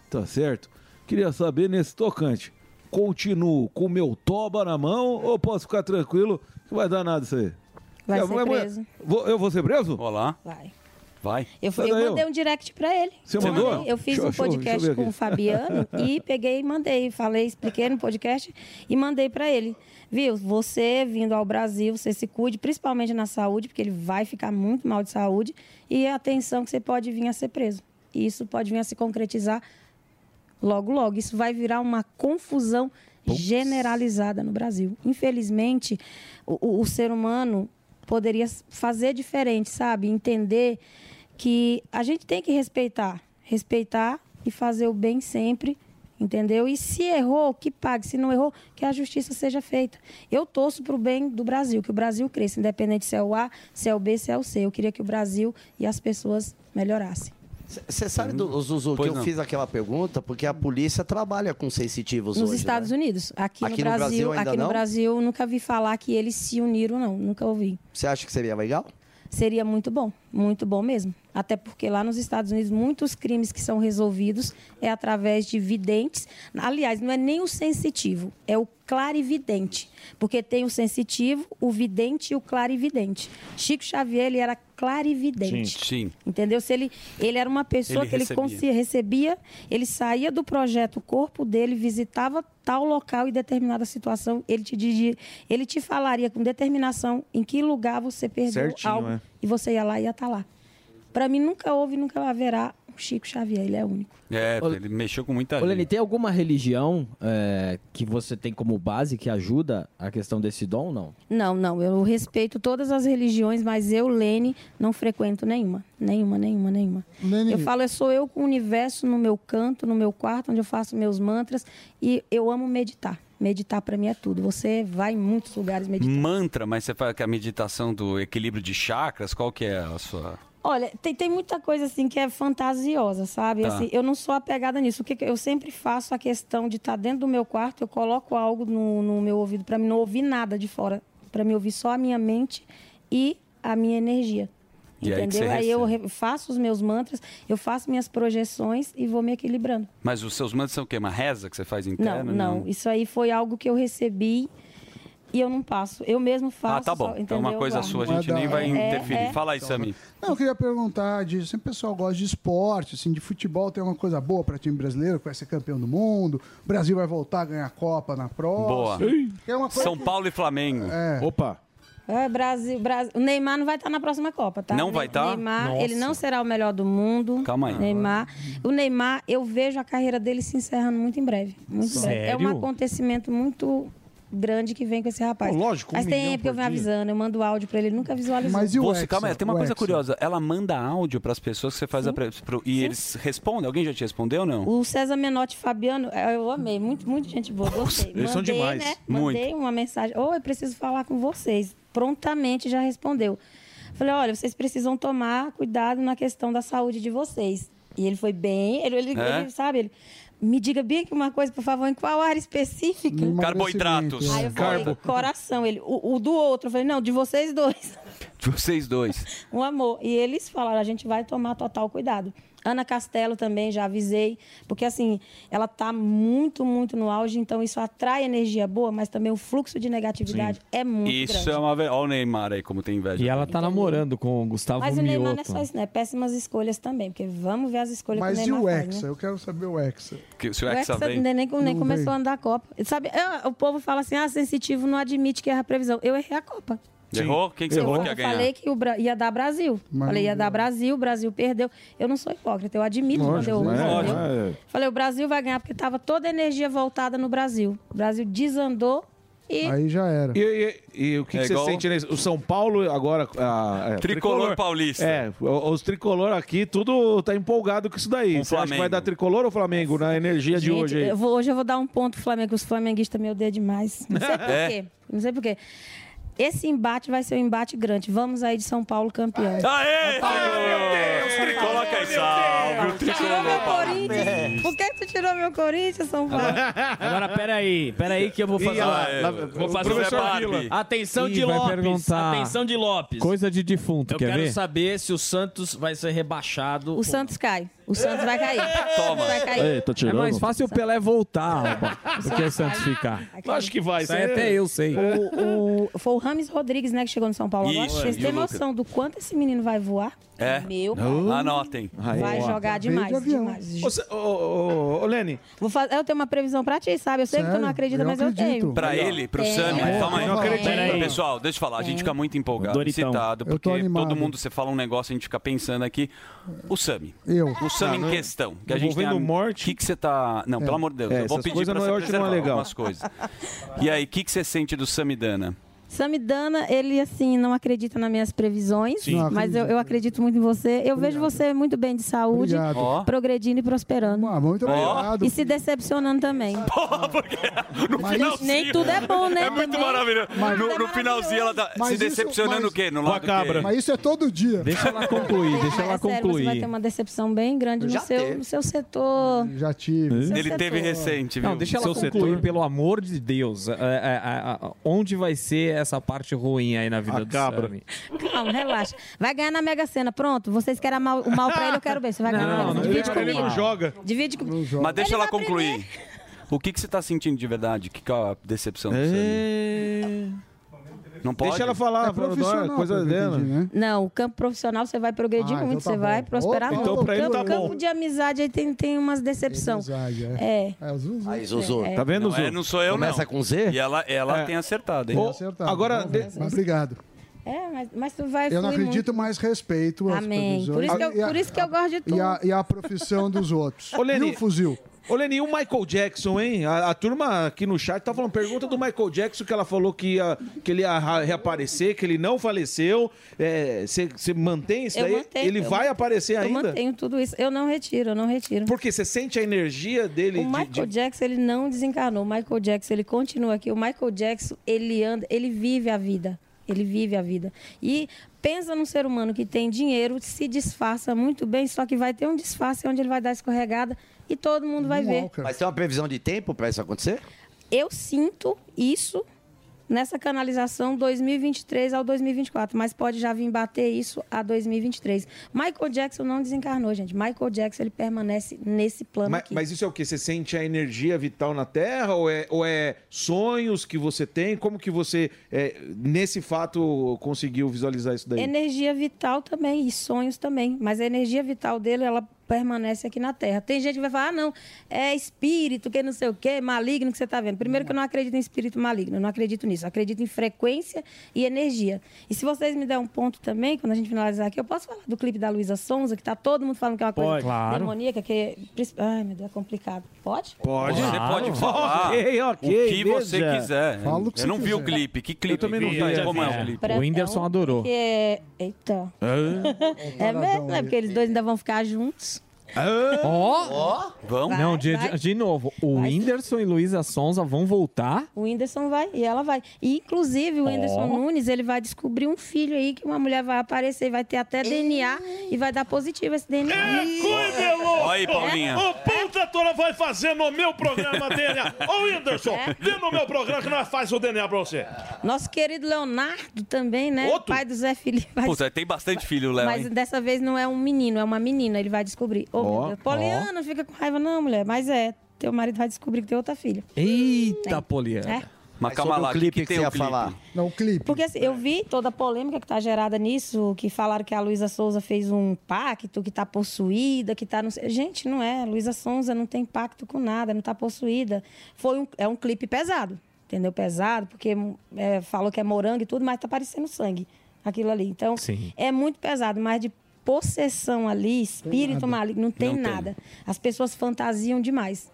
Speaker 21: Tá certo? Queria saber nesse tocante. Continuo com o meu toba na mão ou posso ficar tranquilo que vai dar nada isso aí?
Speaker 19: Vai
Speaker 21: Eu
Speaker 19: ser
Speaker 21: vou-
Speaker 19: preso.
Speaker 21: vou- eu vou ser preso? é
Speaker 5: Olá.
Speaker 19: Vai.
Speaker 5: Vai.
Speaker 19: Eu, fui- eu mandei um direct pra ele.
Speaker 21: Você
Speaker 19: Eu
Speaker 21: mandou?
Speaker 19: mandei. Eu fiz
Speaker 21: Deixa eu-
Speaker 19: um
Speaker 21: deixa eu-
Speaker 19: podcast
Speaker 21: deixa eu ver
Speaker 19: com o
Speaker 21: aqui.
Speaker 19: Fabiano e peguei e mandei. Falei, expliquei no podcast e mandei pra ele. Viu, você vindo ao Brasil, você se cuide, principalmente na saúde, porque ele vai ficar muito mal de saúde. E atenção que você pode vir a ser preso. E isso pode vir a se concretizar logo, logo. Isso vai virar uma confusão generalizada no Brasil. Infelizmente, o, o- o ser humano poderia s- fazer diferente, sabe? Entender que a gente tem que respeitar. Respeitar e fazer o bem sempre, entendeu? E se errou, que pague. Se não errou, que a justiça seja feita. Eu torço para o bem do Brasil, que o Brasil cresça, independente se é o A, se é o B, se é o C. Eu queria que o Brasil e as pessoas melhorassem.
Speaker 12: Você sabe, do, Zuzu, que
Speaker 19: Pois
Speaker 12: eu
Speaker 19: não.
Speaker 12: fiz aquela pergunta porque a polícia trabalha com sensitivos
Speaker 19: Nos
Speaker 12: hoje, né?
Speaker 19: Estados Unidos. Aqui,
Speaker 12: Aqui
Speaker 19: no Brasil,
Speaker 12: ainda
Speaker 19: aqui
Speaker 12: não?
Speaker 19: no Brasil, eu nunca vi falar que eles se uniram, não. Nunca ouvi.
Speaker 12: Você acha que seria legal?
Speaker 19: Seria muito bom. Muito bom mesmo. Até porque lá nos Estados Unidos, muitos crimes que são resolvidos é através de videntes. Aliás, não é nem o sensitivo, é o clarividente. Porque tem o sensitivo, o vidente e o clarividente. Chico Xavier, ele era clarividente.
Speaker 5: Sim.
Speaker 19: Entendeu? Se ele, ele era uma pessoa
Speaker 5: Ele
Speaker 19: que ele
Speaker 5: recebia.
Speaker 19: consi- recebia, ele saía do projeto, o corpo dele visitava tal local e determinada situação, ele te digi- ele te falaria com determinação em que lugar você perdeu
Speaker 10: Certinho,
Speaker 19: algo
Speaker 10: é.
Speaker 19: e você ia lá e ia estar lá. Para mim nunca houve, e nunca haverá um Chico Xavier, ele é único.
Speaker 5: É, ele mexeu com muita
Speaker 20: Ô, Leni,
Speaker 5: gente.
Speaker 20: tem alguma religião é, que você tem como base que ajuda a questão desse dom ou não?
Speaker 19: Não, não, eu respeito todas as religiões, mas eu, Lene, não frequento nenhuma. Nenhuma, nenhuma, nenhuma. Eu falo, eu sou eu com o universo no meu canto, no meu quarto, onde eu faço meus mantras. E eu amo meditar. Meditar para mim é tudo. Você vai em muitos lugares meditar.
Speaker 5: Mantra, mas você fala que a meditação do equilíbrio de chakras, qual que é a sua...
Speaker 19: Olha, tem, tem muita coisa assim que é fantasiosa, sabe?
Speaker 5: Tá.
Speaker 19: Assim, eu não sou apegada nisso. O que que eu sempre faço a questão de estar dentro do meu quarto, eu coloco algo no, no meu ouvido para não ouvir nada de fora, para me ouvir só a minha mente e a minha energia.
Speaker 5: E é aí que
Speaker 19: entendeu?
Speaker 5: você
Speaker 19: Aí eu re- faço os meus mantras, eu faço minhas projeções e vou me equilibrando.
Speaker 5: Mas os seus mantras são o quê? Uma reza que você faz
Speaker 19: Não,
Speaker 5: interna?
Speaker 19: não, Isso aí foi algo que eu recebi e eu não passo. Eu mesmo faço.
Speaker 5: Ah, tá bom.
Speaker 19: só-
Speaker 5: Então é uma
Speaker 19: entendeu?
Speaker 5: coisa
Speaker 19: Ah,
Speaker 5: sua, a
Speaker 19: não é
Speaker 5: gente
Speaker 19: da-
Speaker 5: nem vai
Speaker 19: é-
Speaker 5: interferir.
Speaker 19: é-
Speaker 5: Fala aí, Samir.
Speaker 6: Não, eu queria perguntar, de, sempre o pessoal gosta de esporte, assim, de futebol tem uma coisa boa para time brasileiro, que vai ser campeão do mundo, o Brasil vai voltar a ganhar a Copa na
Speaker 5: Boa.
Speaker 19: um
Speaker 6: próxima. É uma coisa
Speaker 5: São Paulo e Flamengo.
Speaker 10: Opa.
Speaker 19: É, Brasil, Brasil. O Neymar não vai estar na próxima Copa, tá?
Speaker 5: Não
Speaker 19: Ne-
Speaker 5: vai estar?
Speaker 19: Neymar,
Speaker 5: Nossa.
Speaker 19: ele não será o melhor do mundo.
Speaker 5: Calma aí.
Speaker 19: Neymar. O Neymar, eu vejo a carreira dele se encerrando muito em breve. Muito em breve. É um
Speaker 22: Sério?
Speaker 19: acontecimento muito grande que vem com esse rapaz.
Speaker 5: Pô, lógico, um
Speaker 19: Mas tem
Speaker 5: milhão
Speaker 19: época que eu
Speaker 5: por
Speaker 19: venho
Speaker 5: dia.
Speaker 19: avisando, eu mando áudio pra ele, ele nunca visualizou.
Speaker 5: Você, calma aí, tem uma coisa curiosa. Ela manda áudio pras pessoas que você faz a pre... pro- e eles respondem. Alguém já te respondeu ou não?
Speaker 19: O César Menotti e Fabiano, eh, eu amei, muito, muito gente boa, gostei.
Speaker 5: eles são demais.
Speaker 19: Né?
Speaker 5: Muito.
Speaker 19: Mandei uma mensagem, ou eu preciso falar com vocês. Prontamente já respondeu. Falei, olha, vocês precisam tomar cuidado na questão da saúde de vocês. E ele foi bem, ele, ele-
Speaker 5: É?
Speaker 19: ele, sabe, ele... Me diga bem aqui uma coisa, por favor, em qual área específica?
Speaker 5: Carboidratos.
Speaker 19: Aí eu falei,
Speaker 5: Carbo.
Speaker 19: coração. Ele, o, o do outro. Eu falei, não, de vocês dois.
Speaker 5: Vocês dois.
Speaker 19: Um amor. E eles falaram, a gente vai tomar total cuidado. Ana Castelo também, já avisei, porque assim, ela está muito, muito no auge, então isso atrai energia boa, mas também o fluxo de negatividade é muito
Speaker 5: Isso
Speaker 19: grande.
Speaker 5: é uma... ve- Olha o Neymar aí, como tem inveja.
Speaker 20: E ela tá namorando com o Gustavo
Speaker 19: Mas o Neymar não é
Speaker 20: Mioto.
Speaker 19: só isso, né? Péssimas escolhas também, porque vamos ver as escolhas
Speaker 6: Mas
Speaker 19: que o
Speaker 6: e
Speaker 19: Neymar
Speaker 6: o
Speaker 19: faz,
Speaker 6: Hexa?
Speaker 19: né?
Speaker 6: Eu quero saber o Hexa.
Speaker 5: Que, se o
Speaker 19: O
Speaker 5: Hexa
Speaker 19: Hexa
Speaker 5: vem...
Speaker 19: ainda nem, nem
Speaker 6: Não
Speaker 19: começou
Speaker 6: vem.
Speaker 19: a andar a Copa. Sabe, eu- o povo fala assim, ah, sensitivo não admite que erra a previsão. Eu errei a Copa.
Speaker 5: Errou? Quem que você falou que ia
Speaker 19: Eu
Speaker 5: ganhar?
Speaker 19: falei que o Bra- ia dar Brasil.
Speaker 5: Mas
Speaker 19: falei,
Speaker 5: não
Speaker 19: ia dar Brasil, o Brasil perdeu. Eu não sou hipócrita, eu admito quando eu
Speaker 6: Ah,
Speaker 21: né?
Speaker 19: entendeu?
Speaker 21: É.
Speaker 19: Falei, o Brasil vai ganhar, porque estava toda a energia voltada no Brasil. O Brasil desandou e.
Speaker 6: Aí já era.
Speaker 10: E, e- e o que,
Speaker 21: É
Speaker 10: que
Speaker 21: igual-
Speaker 10: você sente nesse? O São Paulo agora. a- é,
Speaker 5: Tricolor paulista.
Speaker 10: É, o- os tricolor aqui, tudo tá empolgado com isso daí. Você acha que
Speaker 5: Flamengo.
Speaker 10: vai dar tricolor ou Flamengo na energia de
Speaker 19: Gente,
Speaker 10: hoje aí?
Speaker 19: eu vou- hoje eu vou dar um ponto pro Flamengo, que os flamenguistas me odeiam demais. Não sei por
Speaker 10: É.
Speaker 19: quê. Não sei por quê. Esse embate vai ser um embate grande. Vamos aí de São Paulo campeão.
Speaker 5: Aê! Ai, meu Deus! Coloca aí, salve o
Speaker 19: Tirou meu Corinthians.
Speaker 5: tricolor.
Speaker 19: Por que tu tirou meu Corinthians, São Paulo?
Speaker 11: Agora, peraí, peraí que eu vou fazer.
Speaker 20: Ih,
Speaker 5: ah,
Speaker 11: uma-
Speaker 5: é.
Speaker 20: olha lá,
Speaker 11: vou
Speaker 20: o
Speaker 11: fazer uma-
Speaker 20: professor Vila.
Speaker 11: Atenção de
Speaker 20: Ih, vai
Speaker 11: Lopes.
Speaker 20: perguntar.
Speaker 11: Atenção de Lopes.
Speaker 20: Coisa de defunto,
Speaker 11: Eu
Speaker 20: quer
Speaker 11: quero
Speaker 20: ver?
Speaker 11: saber se o Santos vai ser rebaixado.
Speaker 19: O Santos cai. O Santos vai cair.
Speaker 11: Toma.
Speaker 19: Vai cair.
Speaker 20: é mais fácil o Pelé voltar, Alba, do que o Santos ficar.
Speaker 10: Acho que vai.
Speaker 20: Isso aí até eu sei.
Speaker 19: O, o- foi o Rames Rodrigues, né, que chegou no São Paulo agora.
Speaker 5: Isso,
Speaker 19: Vocês
Speaker 5: e o
Speaker 19: têm
Speaker 5: Lucas?
Speaker 19: noção do quanto esse menino vai voar?
Speaker 5: É.
Speaker 19: Meu
Speaker 5: Anotem.
Speaker 19: Vai jogar demais, demais.
Speaker 10: Ô, Sa- ô, ô, ô, Lene.
Speaker 19: Vou fa- eu tenho uma previsão pra ti, sabe? Eu sei que tu não
Speaker 10: Sério?
Speaker 19: acredita,
Speaker 10: Eu
Speaker 19: mas eu tenho.
Speaker 5: Pra ele, pro
Speaker 19: Tem.
Speaker 5: Sami,
Speaker 19: Tem.
Speaker 5: calma aí.
Speaker 19: Não acredito.
Speaker 5: Peraí. Pessoal, deixa eu falar, a
Speaker 19: É.
Speaker 5: gente fica muito empolgado,
Speaker 10: Doritão.
Speaker 5: excitado,
Speaker 10: Eu tô
Speaker 5: porque
Speaker 10: animado.
Speaker 5: todo mundo, você fala um negócio, a gente fica pensando aqui. O Sami.
Speaker 6: Eu.
Speaker 5: O Sami
Speaker 10: Ah, não.
Speaker 5: em questão. Que a
Speaker 10: Eu
Speaker 5: gente
Speaker 10: vou
Speaker 5: tem
Speaker 10: vendo
Speaker 5: a... morte. O que, que você tá. Não,
Speaker 10: É.
Speaker 5: pelo amor de Deus,
Speaker 10: É,
Speaker 5: eu vou
Speaker 10: essas
Speaker 5: pedir
Speaker 10: coisas
Speaker 5: pra
Speaker 10: não
Speaker 5: você
Speaker 10: eu acho que não é
Speaker 5: preservar
Speaker 10: legal.
Speaker 5: algumas coisas. E aí, o que, que você sente do Samidana?
Speaker 19: Samidana, ele assim não acredita nas minhas previsões,
Speaker 5: Sim. Não
Speaker 19: mas eu, eu acredito muito em você. Eu vejo você muito bem de saúde,
Speaker 5: Obrigado. Ó.
Speaker 19: progredindo e prosperando.
Speaker 6: muito
Speaker 5: Ó. obrigado.
Speaker 19: E se decepcionando também.
Speaker 5: No
Speaker 19: Mas finalzinho- nem tudo é bom, né,
Speaker 5: É muito
Speaker 19: também.
Speaker 5: maravilhoso.
Speaker 19: Mas-
Speaker 5: no, no finalzinho ela tá
Speaker 6: Mas
Speaker 5: se
Speaker 6: isso-
Speaker 5: decepcionando
Speaker 6: mas-
Speaker 5: o quê? No lado do quê?
Speaker 6: Mas isso é todo dia.
Speaker 20: Deixa ela concluir, deixa ela
Speaker 19: Sério, é você vai ter uma decepção bem grande no
Speaker 20: Já
Speaker 19: seu,
Speaker 20: teve.
Speaker 19: no seu setor.
Speaker 6: Já tive.
Speaker 19: Seu
Speaker 20: Ele
Speaker 19: setor.
Speaker 5: teve recente, viu?
Speaker 20: Não, deixa ela
Speaker 5: Seu
Speaker 20: concluir, pelo amor de Deus. É, é, é, é, onde vai ser
Speaker 9: essa parte ruim aí na vida do
Speaker 10: cabra.
Speaker 9: Sammy.
Speaker 19: Calma, relaxa. Vai ganhar na Mega Sena, pronto. Vocês querem a mal- o mal pra ele, eu quero ver. Você vai ganhar na Mega Sena. Divide
Speaker 5: ele
Speaker 19: comigo.
Speaker 5: não joga.
Speaker 19: Divide comigo.
Speaker 5: Mas deixa ela concluir. O que, que você tá sentindo de verdade? O que, que é a decepção? do Sammy? Não pode?
Speaker 10: É. Deixa ela
Speaker 19: É
Speaker 5: É
Speaker 10: falar, profissional, coisa dela.
Speaker 19: Não, o campo profissional você vai progredir
Speaker 10: Ah, então
Speaker 19: muito,
Speaker 10: tá
Speaker 19: você vai
Speaker 10: bom.
Speaker 19: prosperar
Speaker 10: Opa,
Speaker 19: muito.
Speaker 10: então pra
Speaker 19: o
Speaker 10: ele
Speaker 19: campo,
Speaker 10: tá bom.
Speaker 19: campo de amizade aí tem, tem umas decepções. É.
Speaker 12: Aí, Zuzu.
Speaker 19: É.
Speaker 12: Tá vendo,
Speaker 5: não,
Speaker 12: Zuzu?
Speaker 5: É, não sou eu,
Speaker 12: Começa
Speaker 5: não.
Speaker 12: com Z?
Speaker 5: E ela, ela
Speaker 12: É.
Speaker 5: tem acertado, hein?
Speaker 6: Tem acertado. Mas Obrigado.
Speaker 19: É, mas, mas tu vai
Speaker 6: Eu não
Speaker 19: fluir muito.
Speaker 6: acredito mais respeito às
Speaker 19: Amém. Por
Speaker 6: previsões.
Speaker 19: isso que eu,
Speaker 6: Ah, E a-
Speaker 19: por isso que eu gosto de tu.
Speaker 6: E a, e a profissão dos outros.
Speaker 10: Ô, Leni,
Speaker 6: E o fuzil?
Speaker 10: Ô, Leni, e o Michael Jackson, hein? A, a turma aqui no chat tá falando, pergunta do Michael Jackson que ela falou que, ia- que ele ia ra- reaparecer, que ele não faleceu. Você mantém isso
Speaker 19: Eu
Speaker 10: daí?
Speaker 19: mantenho,
Speaker 10: ele
Speaker 19: eu
Speaker 10: vai
Speaker 19: mantenho.
Speaker 10: aparecer
Speaker 19: eu
Speaker 10: ainda?
Speaker 19: mantenho tudo isso. Eu não retiro, eu não retiro.
Speaker 10: Porque você sente a energia dele
Speaker 19: O
Speaker 10: de-
Speaker 19: Michael
Speaker 10: de-
Speaker 19: Jackson, ele não desencarnou. O Michael Jackson, ele continua aqui. O Michael Jackson, ele anda, ele vive a vida. Ele vive a vida. E pensa num ser humano que tem dinheiro, se disfarça muito bem, só que vai ter um disfarce onde ele vai dar escorregada e todo mundo vai ver.
Speaker 12: Mas tem uma previsão de tempo pra isso acontecer?
Speaker 19: Eu sinto isso nessa canalização 2023 ao 2024, mas pode já vir bater isso a 2023. Michael Jackson não desencarnou, gente. Michael Jackson, ele permanece nesse plano
Speaker 10: Ma-
Speaker 19: aqui.
Speaker 10: Mas isso é o quê? Você sente a energia vital na Terra? Ou é, ou é sonhos que você tem? Como que você, é, nesse fato, conseguiu visualizar isso daí?
Speaker 19: Energia vital também e sonhos também. Mas a energia vital dele, ela permanece aqui na Terra. Tem gente que vai falar, ah, não, é espírito, que não sei o quê, maligno que você está vendo. Primeiro que eu não acredito em espírito maligno, eu não acredito nisso. Eu acredito em frequência e energia. E se vocês me der um ponto também, quando a gente finalizar aqui, eu posso falar do clipe da Luísa Sonza, que tá todo mundo falando que é uma coisa
Speaker 5: Pode. Claro.
Speaker 19: demoníaca, que... é- Ai, meu Deus, é complicado. Pode?
Speaker 10: Pode.
Speaker 5: Você
Speaker 10: Claro.
Speaker 5: pode falar
Speaker 10: Ok, ok,
Speaker 5: o que você
Speaker 10: veja.
Speaker 5: quiser.
Speaker 10: Fala o que
Speaker 5: eu
Speaker 10: você
Speaker 5: não vi o
Speaker 10: quiser.
Speaker 5: clipe. Que clipe?
Speaker 10: também não vi.
Speaker 5: Como é
Speaker 10: É.
Speaker 5: o clipe?
Speaker 19: Pra- é um Que é... Eita. É mesmo, é porque eles dois ainda vão ficar juntos.
Speaker 5: Ah!
Speaker 9: Ó!
Speaker 5: Vão?
Speaker 9: Não, de,
Speaker 19: Vai, vai.
Speaker 9: de novo, o Whindersson e Luísa Sonza vão voltar?
Speaker 19: O Whindersson vai e ela vai. E, inclusive, o Whindersson
Speaker 9: Ó.
Speaker 19: Nunes, ele vai descobrir um filho aí que uma mulher vai aparecer, vai ter até DNA e vai dar positivo esse DNA.
Speaker 5: Olha aí, Paulinha.
Speaker 8: É, O puta toda vai fazer no meu programa DNA. Ô, Whindersson,
Speaker 11: É?
Speaker 8: vem no meu programa que nós faz o DNA pra você.
Speaker 19: Nosso querido Leonardo também, né?
Speaker 5: Outro?
Speaker 19: Pai do Zé Felipe. Vai
Speaker 5: Puta, tem bastante filho, Léo,
Speaker 19: Mas
Speaker 5: hein?
Speaker 19: dessa vez não é um menino, é uma menina. Ele vai descobrir. Ô, meu
Speaker 5: Ó,
Speaker 19: Deus. Poliana, não fica com raiva, não, mulher. Mas é, teu marido vai descobrir que tem outra filha.
Speaker 9: Eita, Poliana.
Speaker 19: É.
Speaker 5: Mas calma lá, o que, que tem o clipe?
Speaker 6: Não, o clipe.
Speaker 19: Porque assim, eu vi toda a polêmica que está gerada nisso, que falaram que a Luísa Souza fez um pacto, que está possuída, que está... Não... sei- Gente, não é. Luísa Souza não tem pacto com nada, não está possuída. Foi um, é um clipe pesado, entendeu? Pesado, porque é, falou que é morango e tudo, mas está parecendo sangue aquilo ali. Então,
Speaker 9: Sim.
Speaker 19: é muito pesado, mas de possessão ali, espírito
Speaker 9: nada.
Speaker 19: maligno, não tem
Speaker 9: Não tem.
Speaker 19: nada. As pessoas fantasiam demais.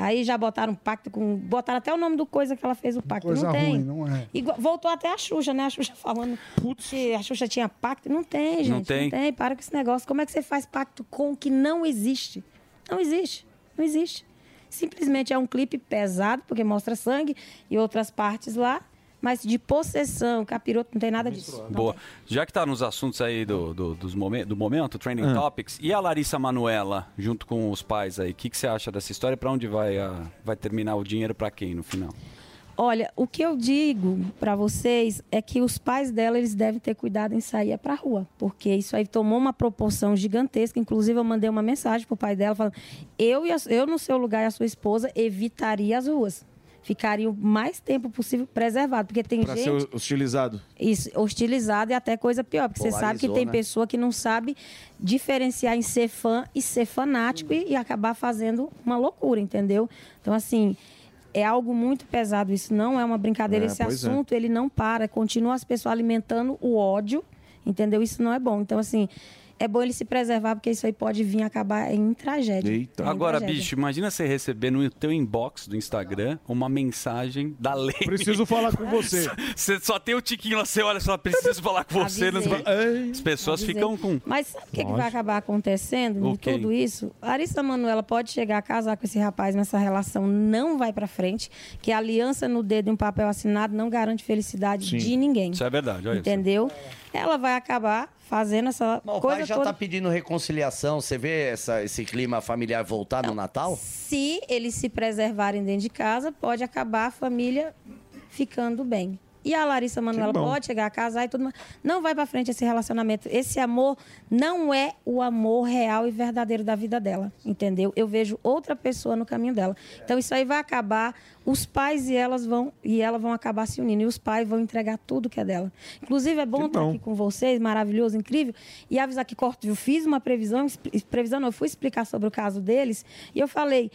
Speaker 19: Aí já botaram um pacto com. Botaram até o nome do coisa que ela fez o pacto.
Speaker 6: Coisa
Speaker 19: não tem.
Speaker 6: ruim, não é.
Speaker 19: Igual- voltou até a Xuxa, né? A Xuxa falando que a Xuxa tinha pacto. Não tem, gente.
Speaker 5: Não tem.
Speaker 19: Para com esse negócio. Como é que você faz pacto com o que não existe? Não existe. Não existe. Simplesmente é um clipe pesado, porque mostra sangue e outras partes lá. Mas de possessão, capiroto, não tem nada disso.
Speaker 5: Boa. Já que tá nos assuntos aí do, do, dos momen- do momento, Training Topics, e a Larissa Manuela, junto com os pais aí, o que, que você acha dessa história? Pra onde vai, a- vai terminar o dinheiro pra quem no final?
Speaker 19: Olha, o que eu digo para vocês é que os pais dela eles devem ter cuidado em sair para rua, porque isso aí tomou uma proporção gigantesca. Inclusive eu mandei uma mensagem pro pai dela falando: eu e a- eu no seu lugar e a sua esposa evitaria as ruas, ficaria o mais tempo possível preservado, porque tem
Speaker 10: Pra
Speaker 19: gente
Speaker 10: ser hostilizado.
Speaker 19: isso, hostilizado e até coisa pior, porque você sabe que
Speaker 10: Polarizou,
Speaker 19: tem
Speaker 10: né?
Speaker 19: pessoa que não sabe diferenciar em ser fã e ser fanático e, e acabar fazendo uma loucura, entendeu? Então, assim, é algo muito pesado. Isso não é uma brincadeira.
Speaker 1: É,
Speaker 19: Esse
Speaker 1: pois é.
Speaker 19: assunto, ele não para. Continua as pessoas alimentando o ódio, entendeu? Isso não é bom. Então, assim, é bom ele se preservar, porque isso aí pode vir acabar em tragédia. Em
Speaker 5: Agora,
Speaker 19: tragédia.
Speaker 5: bicho, imagina você receber no teu inbox do Instagram uma mensagem da lei.
Speaker 10: Preciso falar com você.
Speaker 5: Você só tem o tiquinho lá, você olha e fala, preciso falar com você. não- As pessoas
Speaker 19: Avisei.
Speaker 5: ficam com...
Speaker 19: Mas sabe o que, que vai
Speaker 5: Lógico.
Speaker 19: acabar acontecendo
Speaker 5: O
Speaker 19: em
Speaker 5: quê?
Speaker 19: tudo isso? A Larissa Manuela pode chegar a casar com esse rapaz, mas essa relação não vai pra frente, que a aliança no dedo e um papel assinado não garante felicidade
Speaker 5: Sim.
Speaker 19: de ninguém.
Speaker 5: Isso é verdade, olha isso.
Speaker 19: Entendeu? Ela vai acabar fazendo essa
Speaker 12: O
Speaker 19: coisa
Speaker 12: pai já
Speaker 19: toda.
Speaker 12: tá pedindo reconciliação. Você vê essa- esse clima familiar voltar no Natal?
Speaker 19: Se eles se preservarem dentro de casa, pode acabar a família ficando bem. E a Larissa Manoela
Speaker 21: Que bom.
Speaker 19: pode chegar a casar e tudo mais. Não vai pra frente esse relacionamento. Esse amor não é o amor real e verdadeiro da vida dela, entendeu? Eu vejo outra pessoa no caminho dela. Então isso aí vai acabar, os pais e elas vão e ela vão acabar se unindo e os pais vão entregar tudo que é dela. Inclusive é bom
Speaker 1: Que
Speaker 19: estar
Speaker 1: bom.
Speaker 19: aqui com vocês, maravilhoso, incrível, e avisar que corto, eu fiz uma previsão, expli- previsão, não, eu fui explicar sobre o caso deles e eu falei,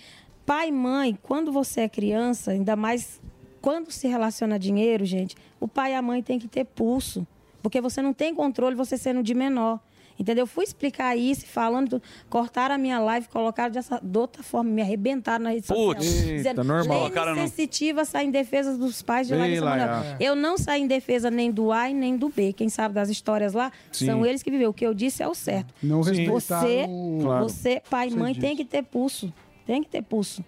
Speaker 19: pai e mãe, quando você é criança, ainda mais quando se relaciona a dinheiro, gente, o pai e a mãe têm que ter pulso. Porque você não tem controle você sendo de menor. Entendeu? Eu Fui explicar isso, falando, cortaram a minha live, colocaram dessa, de outra forma, me arrebentaram na rede social.
Speaker 5: Putz. Eita,
Speaker 19: dizendo,
Speaker 5: normal.
Speaker 19: "Lene
Speaker 5: Colocaram no-
Speaker 19: sensitiva sai em defesa dos pais de
Speaker 5: Bem,
Speaker 19: Larissa
Speaker 5: Laia.
Speaker 19: Manoela. Eu não saí em defesa nem do A e nem do B. Quem sabe das histórias lá,
Speaker 6: Sim.
Speaker 19: são eles que viveu. O que eu disse é o certo.
Speaker 6: Não
Speaker 19: Sim.
Speaker 6: respeitaram
Speaker 19: Você,
Speaker 6: o- Claro.
Speaker 19: você, pai e
Speaker 6: Você
Speaker 19: mãe,
Speaker 6: disse.
Speaker 19: tem que ter pulso. Tem que ter pulso.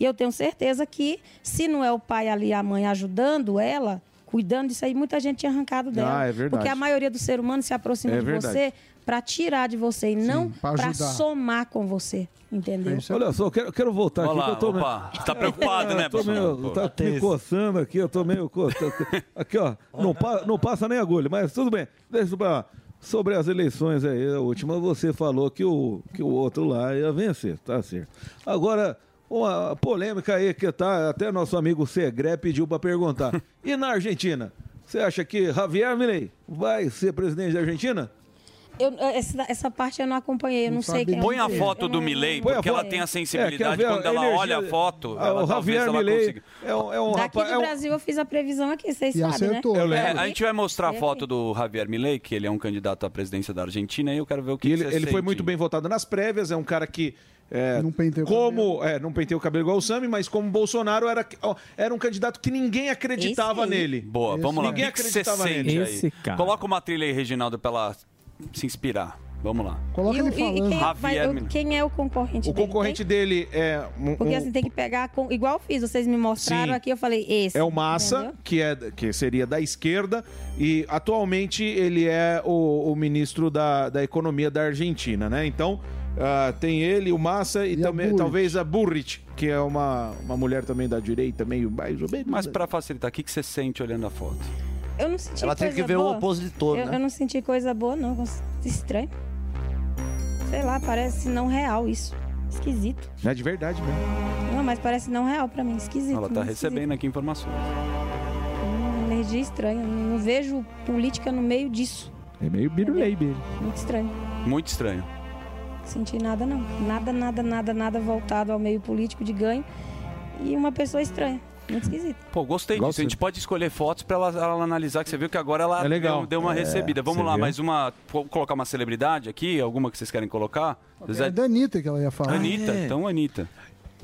Speaker 19: E eu tenho certeza que, se não é o pai ali e a mãe ajudando ela, cuidando disso aí, muita gente tinha arrancado dela.
Speaker 10: Ah, é verdade.
Speaker 19: Porque a maioria do ser humano se aproxima
Speaker 10: É
Speaker 19: de
Speaker 10: verdade.
Speaker 19: você para tirar de você e não
Speaker 21: pra
Speaker 19: para
Speaker 21: ajudar. É
Speaker 19: somar com você. Entendeu?
Speaker 21: Olha só, eu quero, quero voltar
Speaker 5: Olha
Speaker 21: aqui.
Speaker 5: lá,
Speaker 21: que eu tô meio-
Speaker 5: opa, tá preocupado,
Speaker 21: Eu
Speaker 5: né,
Speaker 21: tô
Speaker 5: pessoal?
Speaker 21: meio, tá me coçando aqui, eu tô meio coçando. Aqui, ó, não, pa- não passa nem agulha, mas tudo bem. Deixa eu falar. Sobre as eleições aí, a última, você falou que o, que o outro lá ia vencer, tá certo. Agora, uma polêmica aí que tá, até nosso amigo Segré pediu pra perguntar. E na Argentina? Você acha que Javier Milei vai ser presidente da Argentina?
Speaker 19: Eu- essa, essa parte eu não acompanhei, eu não, sei quem é o
Speaker 5: Põe a
Speaker 19: Milei.
Speaker 5: foto do Milley, porque ela tem a sensibilidade.
Speaker 21: ver É, a
Speaker 5: Quando ela
Speaker 21: energia-
Speaker 5: olha a foto,
Speaker 21: Ah,
Speaker 5: ela
Speaker 21: o
Speaker 5: talvez
Speaker 21: Javier
Speaker 5: ela
Speaker 21: Milei
Speaker 5: consiga.
Speaker 21: é um, é um
Speaker 19: Daqui
Speaker 21: rapaz.
Speaker 19: do Brasil eu fiz a previsão aqui, vocês
Speaker 21: E
Speaker 19: sabem, né? assim.
Speaker 21: acertou, Eu né?
Speaker 5: É,
Speaker 21: lembro.
Speaker 5: a gente vai mostrar a foto do Javier Milei, que ele é um candidato à presidência da Argentina, e eu quero ver o que
Speaker 10: E ele,
Speaker 5: que você
Speaker 10: ele foi
Speaker 5: sente.
Speaker 10: muito bem votado nas prévias, é um cara que. É,
Speaker 6: não penteou
Speaker 10: como é, não pentei o cabelo igual o Sami, mas como Bolsonaro era, ó, era um candidato que ninguém acreditava nele.
Speaker 5: Boa, vamos lá. O
Speaker 10: Ninguém
Speaker 5: que que você
Speaker 10: acreditava
Speaker 5: sente
Speaker 10: nele.
Speaker 5: aí? Coloca uma trilha aí, Reginaldo, pra ela se inspirar. Vamos lá.
Speaker 19: E, o- e- e quem, é vai-
Speaker 5: Javier
Speaker 19: o-
Speaker 5: Milei.
Speaker 19: quem é o concorrente
Speaker 10: O
Speaker 19: dele?
Speaker 10: concorrente dele é um,
Speaker 19: Tem- Porque
Speaker 10: um-
Speaker 19: assim, tem que pegar, com- igual eu fiz, vocês me mostraram
Speaker 10: Sim.
Speaker 19: aqui, eu falei, esse.
Speaker 10: é o Massa,
Speaker 19: entendeu?
Speaker 10: que, é, que seria da esquerda, e atualmente ele é o, o ministro da, da Economia da Argentina, né? Então ah, tem ele, o Massa e, também,
Speaker 21: Burrich.
Speaker 10: talvez a Burrich, que é uma, uma mulher também da direita, meio mais ou menos.
Speaker 5: Mas pra facilitar, o que que você sente olhando a foto?
Speaker 19: Eu não senti
Speaker 5: Ela tem
Speaker 19: coisa
Speaker 5: que ver o
Speaker 19: boa.
Speaker 5: opositor,
Speaker 19: eu,
Speaker 5: né?
Speaker 19: eu não senti coisa boa, não. cons- Estranho. Sei lá, parece não real isso. Esquisito.
Speaker 10: É de verdade mesmo.
Speaker 19: Não, mas parece não real pra mim. Esquisito.
Speaker 5: Ela tá
Speaker 19: muito esquisito.
Speaker 5: recebendo aqui informações.
Speaker 19: Uma energia estranha. Não vejo política no meio disso.
Speaker 21: É meio birulei, dele.
Speaker 19: Muito estranho.
Speaker 5: Muito estranho.
Speaker 19: Senti nada, não. Nada, nada, nada, nada voltado ao meio político de ganho. E uma pessoa estranha. Muito esquisito.
Speaker 5: Pô, gostei disso. A gente pode escolher fotos pra ela, ela analisar, que você viu que agora ela
Speaker 10: É legal.
Speaker 5: Deu, deu uma
Speaker 10: É,
Speaker 5: recebida. Vamos
Speaker 10: você
Speaker 5: lá,
Speaker 10: viu?
Speaker 5: mais uma. Vou colocar uma celebridade aqui, alguma que vocês querem colocar?
Speaker 6: É
Speaker 5: Zé-
Speaker 6: da Anitta que ela ia falar. É.
Speaker 5: Anitta, então Anitta.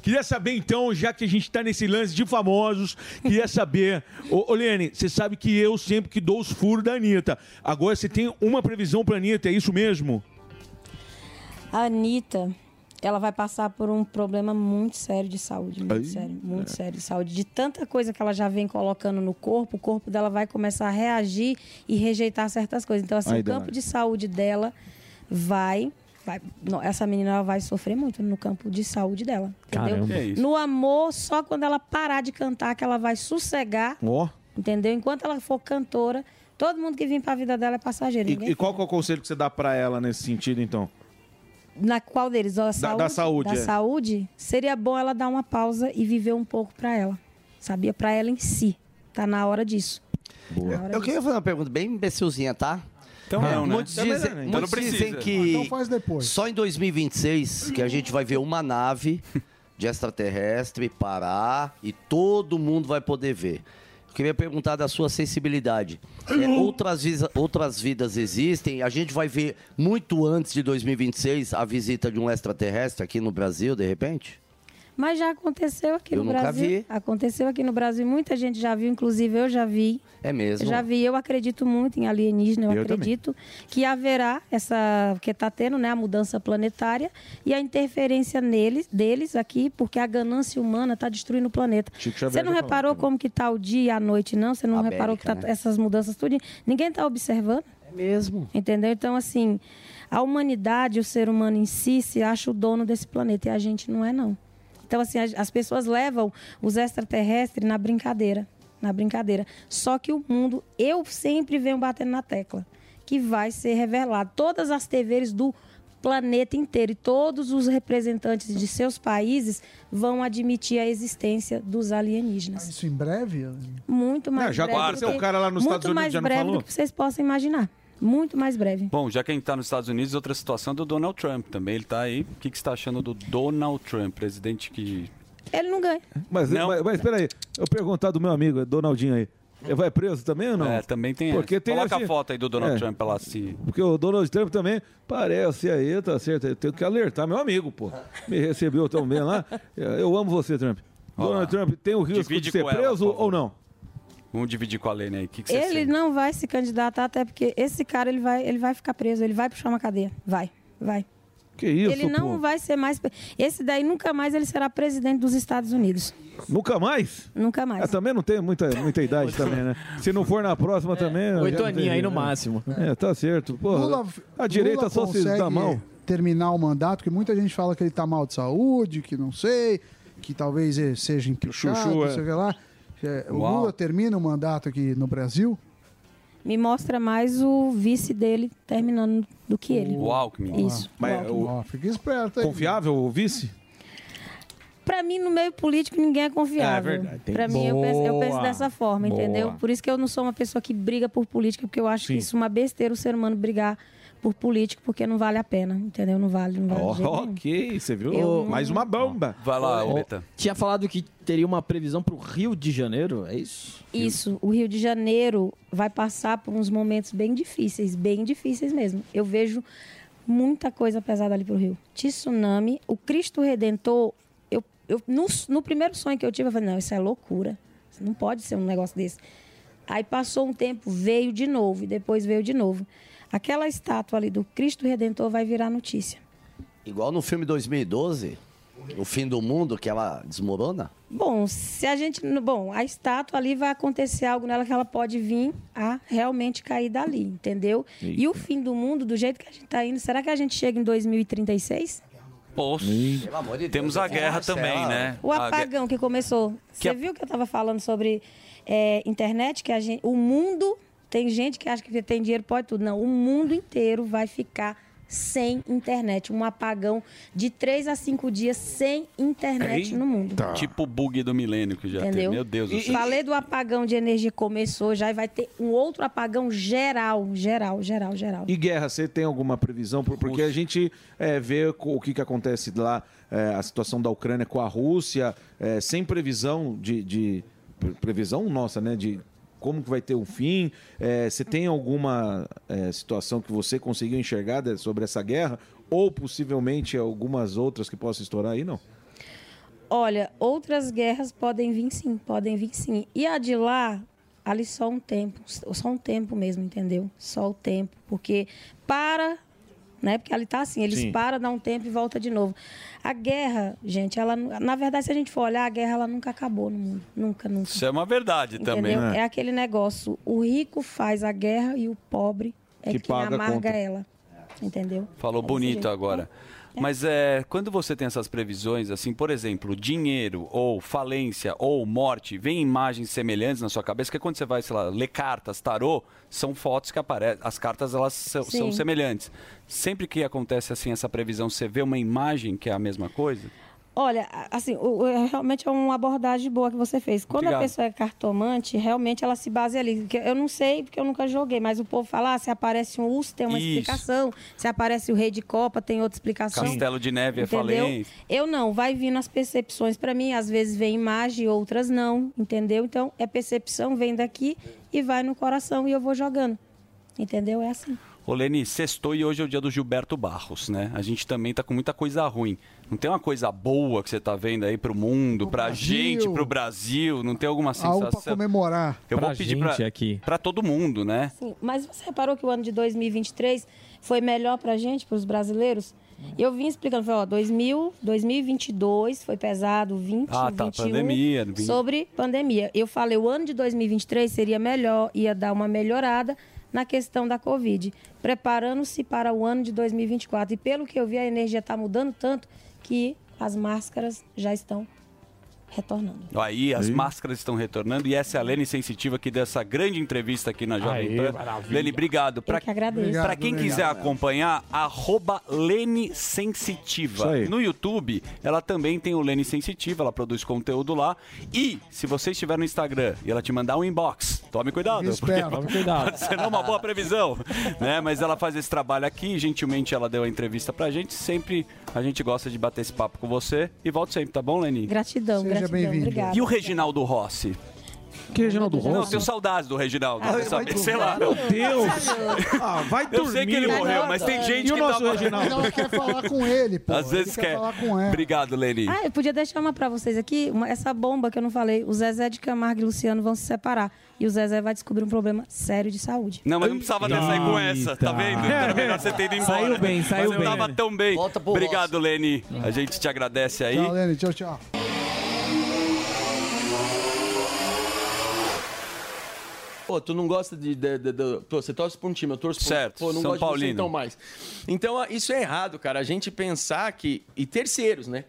Speaker 8: Queria saber então, já que a gente tá nesse lance de famosos, queria saber. Ô, ô Lene, você sabe que eu sempre que dou os furos da Anitta. Agora você tem uma previsão pra Anitta, é isso mesmo?
Speaker 19: A Anitta, ela vai passar por um problema muito sério de saúde. Muito
Speaker 22: Ai,
Speaker 19: sério, muito sério de saúde. De tanta coisa que ela já vem colocando no corpo, o corpo dela vai começar a reagir e rejeitar certas coisas. Então, assim,
Speaker 22: Ai,
Speaker 19: o campo
Speaker 22: Delari.
Speaker 19: de saúde dela vai. vai- não, essa menina ela vai sofrer muito no campo de saúde dela. Entendeu?
Speaker 22: Caramba. Que é isso.
Speaker 19: No amor, só quando ela parar de cantar que ela vai sossegar.
Speaker 10: Ó.
Speaker 19: Entendeu? Enquanto ela for cantora, todo mundo que vir pra vida dela é passageiro.
Speaker 10: E,
Speaker 19: ninguém
Speaker 10: e qual que é o conselho que você dá pra ela nesse sentido, então?
Speaker 19: Na qual deles? Ó, A saúde,
Speaker 10: da saúde,
Speaker 19: Da
Speaker 10: é.
Speaker 19: saúde? Seria bom ela dar uma pausa e viver um pouco pra ela. Sabia? Pra ela em si. Tá na hora disso. Na hora
Speaker 12: Eu queria fazer uma pergunta bem imbecilzinha, tá?
Speaker 5: Então
Speaker 6: não, né?
Speaker 12: Muitos
Speaker 6: Então não,
Speaker 12: dizem,
Speaker 6: né?
Speaker 12: muitos
Speaker 6: Então não precisa.
Speaker 12: dizem que
Speaker 6: Então faz depois.
Speaker 12: só em 2026 que a gente vai ver uma nave de extraterrestre parar e todo mundo vai poder ver. Eu queria perguntar da sua sensibilidade. É,
Speaker 6: Uhum.
Speaker 12: outras, visa- outras vidas existem? A gente vai ver muito antes de 2026 a visita de um extraterrestre aqui no Brasil, de repente?
Speaker 19: Mas já aconteceu aqui
Speaker 12: Eu
Speaker 19: no
Speaker 12: nunca
Speaker 19: Brasil.
Speaker 12: vi.
Speaker 19: Aconteceu aqui no Brasil. Muita gente já viu, inclusive eu já vi.
Speaker 12: É mesmo?
Speaker 19: Eu já vi, eu acredito muito em alienígena, eu,
Speaker 12: Eu também.
Speaker 19: acredito que haverá essa. que está tendo, né? A mudança planetária e a interferência neles, deles aqui, porque a ganância humana está destruindo o planeta.
Speaker 22: Chico Xavier
Speaker 19: Você não
Speaker 22: já falou
Speaker 19: reparou como que tá o dia e a noite, não? Você não
Speaker 22: A
Speaker 19: reparou que tá
Speaker 22: bélica, né?
Speaker 19: essas mudanças tudo? Ninguém está observando. É
Speaker 12: mesmo.
Speaker 19: Entendeu? Então, assim, a humanidade, o ser humano em si, se acha o dono desse planeta e a gente não é, não. Então, assim, as- as pessoas levam os extraterrestres na brincadeira. na brincadeira. Só que o mundo, eu sempre venho batendo na tecla, que vai ser revelado. Todas as TVs do planeta inteiro e todos os representantes de seus países vão admitir a existência dos alienígenas.
Speaker 6: Ah, Isso em breve?
Speaker 19: Muito mais
Speaker 6: Não, já
Speaker 19: breve.
Speaker 6: aconteceu,
Speaker 19: do que-
Speaker 6: o cara lá nos
Speaker 19: muito
Speaker 6: Estados Unidos
Speaker 19: mais
Speaker 6: já não
Speaker 19: breve
Speaker 6: falou?
Speaker 19: do que vocês possam imaginar. Muito mais breve.
Speaker 5: Bom, já que a gente tá nos Estados Unidos, outra situação é do Donald Trump também. Ele tá aí. O que, que você tá achando do Donald Trump, presidente que.
Speaker 19: Ele não ganha.
Speaker 21: Mas, mas, mas peraí, eu perguntar do meu amigo, Donaldinho aí. Ele vai preso também ou não?
Speaker 5: É, também tem.
Speaker 21: Porque tem
Speaker 5: Coloca
Speaker 21: assim-
Speaker 5: a foto aí do Donald
Speaker 21: É.
Speaker 5: Trump pra lá se.
Speaker 21: Porque o Donald Trump também parece aí, tá certo? Eu tenho que alertar meu amigo, pô. Me recebeu tão bem lá. Eu amo você, Trump. Donald Trump tem o risco
Speaker 5: Divide
Speaker 21: de ser
Speaker 5: com ela,
Speaker 21: preso ou não?
Speaker 5: Vamos dividir com a Lene aí. O que, que você
Speaker 19: Ele
Speaker 5: sente?
Speaker 19: não vai se candidatar, até porque esse cara ele vai, ele vai ficar preso, ele vai puxar uma cadeia. Vai, vai.
Speaker 21: Que isso,
Speaker 19: ele não
Speaker 21: pô?
Speaker 19: vai ser mais. pre- Esse daí nunca mais ele será presidente dos Estados Unidos.
Speaker 21: Nunca mais?
Speaker 19: Nunca mais.
Speaker 21: Ah, também não tem muita, muita idade também, né? Se não for na
Speaker 19: É.
Speaker 21: próxima também...
Speaker 6: oito
Speaker 21: já não
Speaker 6: aninhos aí
Speaker 21: tem
Speaker 6: no
Speaker 21: jeito, né?
Speaker 6: máximo.
Speaker 21: É, tá certo. Pô,
Speaker 6: Lula-
Speaker 21: a direita
Speaker 6: Lula
Speaker 21: só se
Speaker 6: consegue
Speaker 21: dá mal.
Speaker 6: terminar o mandato, que muita gente fala que ele tá mal de saúde, que não sei, que talvez ele seja empichado,
Speaker 21: chuchu,
Speaker 6: não
Speaker 21: é.
Speaker 6: sei o que lá. É, O
Speaker 21: Uau.
Speaker 6: Lula termina o mandato aqui no Brasil.
Speaker 19: Me mostra mais o vice dele terminando do que ele. Isso.
Speaker 6: Mas,
Speaker 21: o-
Speaker 6: Fica esperto aí.
Speaker 21: Confiável o vice?
Speaker 19: Pra mim, no meio político, ninguém é confiável.
Speaker 21: É verdade, tem-
Speaker 19: Pra mim, eu penso, eu penso
Speaker 21: Boa.
Speaker 19: dessa forma,
Speaker 21: Boa.
Speaker 19: entendeu? Por isso que eu não sou uma pessoa que briga por política, porque eu acho
Speaker 21: Sim.
Speaker 19: que isso é uma besteira o ser humano brigar por político, porque não vale a pena, entendeu? Não vale, não vale. de jeito nenhum.
Speaker 21: ok, você viu?
Speaker 19: Eu-
Speaker 21: Mais uma bomba.
Speaker 5: Vai lá,
Speaker 20: Ó,
Speaker 5: Oleta.
Speaker 20: Tinha falado que teria uma previsão pro Rio de Janeiro, é isso?
Speaker 19: Isso, o Rio de Janeiro vai passar por uns momentos bem difíceis, bem difíceis mesmo. Eu vejo muita coisa pesada ali pro Rio. Tsunami, o Cristo Redentor, eu, eu no, no primeiro sonho que eu tive, eu falei, não, isso é loucura. Isso não pode ser um negócio desse. Aí passou um tempo, veio de novo, e depois veio de novo. Aquela estátua ali do Cristo Redentor vai virar notícia.
Speaker 12: Igual no filme 2012, O Fim do Mundo, que ela desmorona.
Speaker 19: Bom, se a gente. Bom, a estátua ali vai acontecer algo nela que ela pode vir a realmente cair dali, entendeu? E o fim do mundo, do jeito que a gente tá indo, será que a gente chega em 2036?
Speaker 5: Poxa. Temos a guerra também, né?
Speaker 19: é O
Speaker 5: A gue-
Speaker 19: apagão que começou. Você
Speaker 5: a-
Speaker 19: viu que eu tava falando sobre é, internet? Que a gente, o mundo. Tem gente que acha que tem dinheiro, pode tudo. Não, o mundo inteiro vai ficar sem internet. Um apagão de três a cinco dias sem internet no mundo.
Speaker 5: Tipo o bug do milênio que já
Speaker 19: Entendeu?
Speaker 5: teve. Meu Deus do céu.
Speaker 19: Falei do apagão de energia que começou já e vai ter um outro apagão geral, geral, geral, geral.
Speaker 10: E guerra, você tem alguma previsão? Por- Porque a gente é, vê co- o que, que acontece lá, é, a situação da Ucrânia com a Rússia, é, sem previsão de, de- pre- Previsão nossa, né? De como que vai ter um fim. É, você tem alguma é, situação que você conseguiu enxergar de- sobre essa guerra? Ou possivelmente algumas outras que possam estourar aí, não?
Speaker 19: Olha, outras guerras podem vir sim, podem vir sim. E a de lá, ali só um tempo, só um tempo mesmo, entendeu? Só o tempo, porque para, né? Porque ali tá assim, eles
Speaker 1: Sim.
Speaker 19: param, dá um tempo e volta de novo. A guerra, gente, ela nu- na verdade se a gente for olhar, a guerra ela nunca acabou no mundo, nunca, nunca.
Speaker 5: Isso é uma verdade também. né?
Speaker 19: Entendeu? É aquele negócio, o rico faz a guerra e o pobre é
Speaker 5: Que
Speaker 19: quem
Speaker 5: paga a
Speaker 19: amarga
Speaker 5: conta.
Speaker 19: ela. Entendeu?
Speaker 5: Falou
Speaker 19: É desse
Speaker 5: bonito
Speaker 19: jeito.
Speaker 5: agora. Mas é, quando você tem essas previsões, assim, por exemplo, dinheiro ou falência ou morte, vem imagens semelhantes na sua cabeça, que é quando você vai, sei lá, ler cartas, tarô, são fotos que aparecem, as cartas elas são,
Speaker 19: Sim.
Speaker 5: são semelhantes. Sempre que acontece assim essa previsão, você vê uma imagem que é a mesma coisa?
Speaker 19: Olha, a- assim, o- o- realmente é uma abordagem boa que você fez. Quando
Speaker 5: Obrigado.
Speaker 19: a pessoa é cartomante, realmente ela se baseia ali. Porque Eu não sei, porque eu nunca joguei, mas o povo fala, ah, se aparece um urso, tem uma
Speaker 5: Isso.
Speaker 19: explicação. Se aparece o rei de copa, tem outra explicação.
Speaker 5: Castelo de neve é
Speaker 19: Entendeu?
Speaker 5: falência.
Speaker 19: Eu não, vai vindo as percepções para mim, às vezes vem imagem, outras não, entendeu? Então, é percepção, vem daqui e vai no coração e eu vou jogando. Entendeu? É assim.
Speaker 5: Ô Leni, sextou e hoje é o dia do Gilberto Barros, né? A gente também tá com muita coisa ruim. Não tem uma coisa boa que você tá vendo aí pro mundo, pra gente, pro Brasil? Não tem alguma
Speaker 6: Algo pra
Speaker 5: sensação?
Speaker 6: comemorar.
Speaker 5: Eu vou pedir pra, pra todo mundo, né?
Speaker 19: Sim, mas você reparou que o ano de 2023 foi melhor pra gente, pros brasileiros? E eu vim explicando, falei, ó, 2000, 2022 foi pesado, 20,
Speaker 5: Ah, tá,
Speaker 19: 21,
Speaker 5: pandemia, vinte.
Speaker 19: sobre pandemia. Eu falei, o ano de 2023 seria melhor, ia dar uma melhorada na questão da Covid, preparando-se para o ano de 2024. E tá pelo que eu vi, a energia está mudando tanto que as máscaras já estão retornando.
Speaker 5: Aí as máscaras estão retornando e essa é a Lene Sensitiva que deu essa grande entrevista aqui na Jovem
Speaker 19: Aê,
Speaker 5: Pan.
Speaker 19: maravilha.
Speaker 5: Lene, obrigado. Pra,
Speaker 19: que agradeço.
Speaker 5: pra quem
Speaker 19: Obrigado,
Speaker 5: quiser
Speaker 19: obrigado.
Speaker 5: acompanhar, arroba Lene Sensitiva.
Speaker 21: Isso aí.
Speaker 5: No YouTube, ela também tem o Lene Sensitiva, ela produz conteúdo lá. E se você estiver no Instagram e ela te mandar um inbox, tome cuidado.
Speaker 21: Espera,
Speaker 5: porque-
Speaker 21: tome cuidado.
Speaker 5: Senão é uma boa previsão. né? Mas ela faz esse trabalho aqui, gentilmente ela deu a entrevista pra gente. Sempre a gente gosta de bater esse papo com você. E volto sempre, tá bom, Leni?
Speaker 19: Gratidão, gratidão. Obrigada.
Speaker 5: E o Reginaldo Rossi?
Speaker 21: Que Reginaldo
Speaker 5: Não, eu tenho saudades do Reginaldo.
Speaker 21: Ah,
Speaker 5: quer
Speaker 21: vai
Speaker 5: saber?
Speaker 21: dormir.
Speaker 5: Sei lá.
Speaker 21: Meu Deus.
Speaker 11: Tá
Speaker 5: Ah, vai Eu sei que
Speaker 21: dormir.
Speaker 5: ele morreu,
Speaker 21: Vai
Speaker 5: mas
Speaker 21: nada.
Speaker 5: tem gente
Speaker 21: E o
Speaker 5: que
Speaker 21: nosso
Speaker 5: tava...
Speaker 21: Reginaldo?
Speaker 6: Ela quer falar com ele, pô.
Speaker 5: Às vezes
Speaker 6: ele quer,
Speaker 5: quer.
Speaker 6: falar com ela.
Speaker 5: Obrigado, Leni.
Speaker 19: Ah, eu podia deixar uma pra vocês aqui, uma- essa bomba que eu não falei. O Zezé de Camargo e o Luciano vão se separar. E o Zezé vai descobrir um problema sério de saúde.
Speaker 5: Não, mas não precisava ter saído com essa, tá vendo? Era melhor você ter ido embora.
Speaker 9: Saiu bem, saiu
Speaker 5: mas
Speaker 9: bem.
Speaker 5: Não tava tão bem. Obrigado, Leni. A gente te agradece aí.
Speaker 6: Tchau, Lene. Tchau, tchau.
Speaker 1: Pô, tu não gosta de. de- de- de- pô, você torce por um time, eu torço por
Speaker 5: Certo,
Speaker 1: Pô, não
Speaker 5: São
Speaker 1: gosto de você
Speaker 5: Paulino.
Speaker 1: então mais. Então, ah, isso é errado, cara. A gente pensar que. E terceiros, né?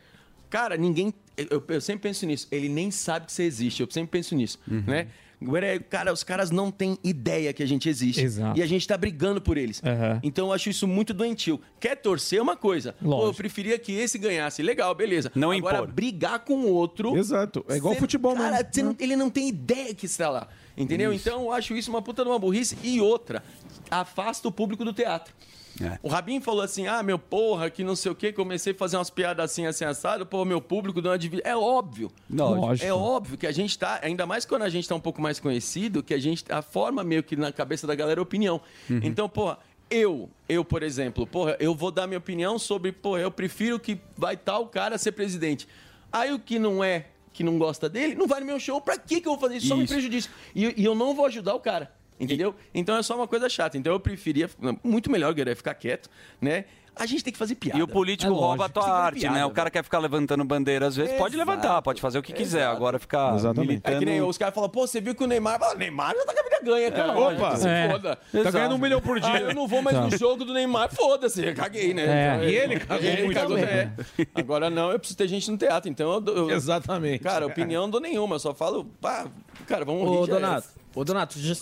Speaker 1: Cara, ninguém. Eu, eu sempre penso nisso. Ele nem sabe que você existe. Eu sempre penso nisso,
Speaker 5: Uhum.
Speaker 1: né? Agora, Cara, os caras não têm ideia que a gente existe.
Speaker 9: Exato. É.
Speaker 1: E a gente tá brigando por eles. Então eu acho isso muito doentio. Quer torcer é uma coisa. Pô, eu preferia que esse ganhasse. Legal, beleza. Não Agora,
Speaker 10: impor.
Speaker 1: brigar com o outro.
Speaker 10: Exato. É igual
Speaker 1: Cê-
Speaker 10: futebol
Speaker 1: cara,
Speaker 10: mesmo, né?
Speaker 1: cê não- ele não tem ideia que está lá. Entendeu?
Speaker 10: Isso.
Speaker 1: Então eu acho isso uma puta de uma burrice. E outra, afasta o público do teatro.
Speaker 10: né?
Speaker 1: O Rabin falou assim: ah, meu porra, que não sei o quê, comecei a fazer umas piadas assim, assim, assado, pô, meu público não adivinha. É óbvio.
Speaker 9: Lógico. Lógico.
Speaker 1: É óbvio que a gente tá, ainda mais quando a gente tá um pouco mais conhecido, que a gente, a forma meio que na cabeça da galera é opinião. Então, porra, eu, eu, por exemplo, porra, eu vou dar minha opinião sobre, porra, eu prefiro que vai tal cara ser presidente. Aí o que não é, que não gosta dele, não vai no meu show, pra que que eu vou fazer isso? Só me
Speaker 5: Isso.
Speaker 1: prejudica. E, e eu não vou ajudar o cara, entendeu? Então é só uma coisa chata. Então eu preferia, muito melhor, Guilherme, ficar quieto, né? A gente tem que fazer piada.
Speaker 5: E o político
Speaker 21: É
Speaker 5: rouba a tua arte, né? O cara quer ficar levantando bandeira às vezes. Pode
Speaker 1: Exato.
Speaker 5: levantar, pode fazer o que quiser. Agora ficar
Speaker 1: É que nem
Speaker 5: militando...
Speaker 1: os caras falam, pô, você viu que o Neymar. Ah, o Neymar já tá com a vida ganha, cara.
Speaker 5: É, opa.
Speaker 1: se
Speaker 5: É.
Speaker 1: foda.
Speaker 5: Tá ganhando um milhão
Speaker 10: por
Speaker 1: Ah,
Speaker 10: dia.
Speaker 1: eu não vou mais
Speaker 10: Tá.
Speaker 1: no jogo do Neymar, foda-se, eu caguei, né?
Speaker 10: É.
Speaker 1: Então,
Speaker 10: E ele cagou muito também.
Speaker 1: é. Agora não, eu preciso ter gente no teatro, então eu. dou- eu-
Speaker 10: Exatamente.
Speaker 1: Cara, opinião não dou nenhuma, eu só falo, pá, cara, vamos
Speaker 11: Ô,
Speaker 1: rir, já
Speaker 11: Donato, ô, Donato, já-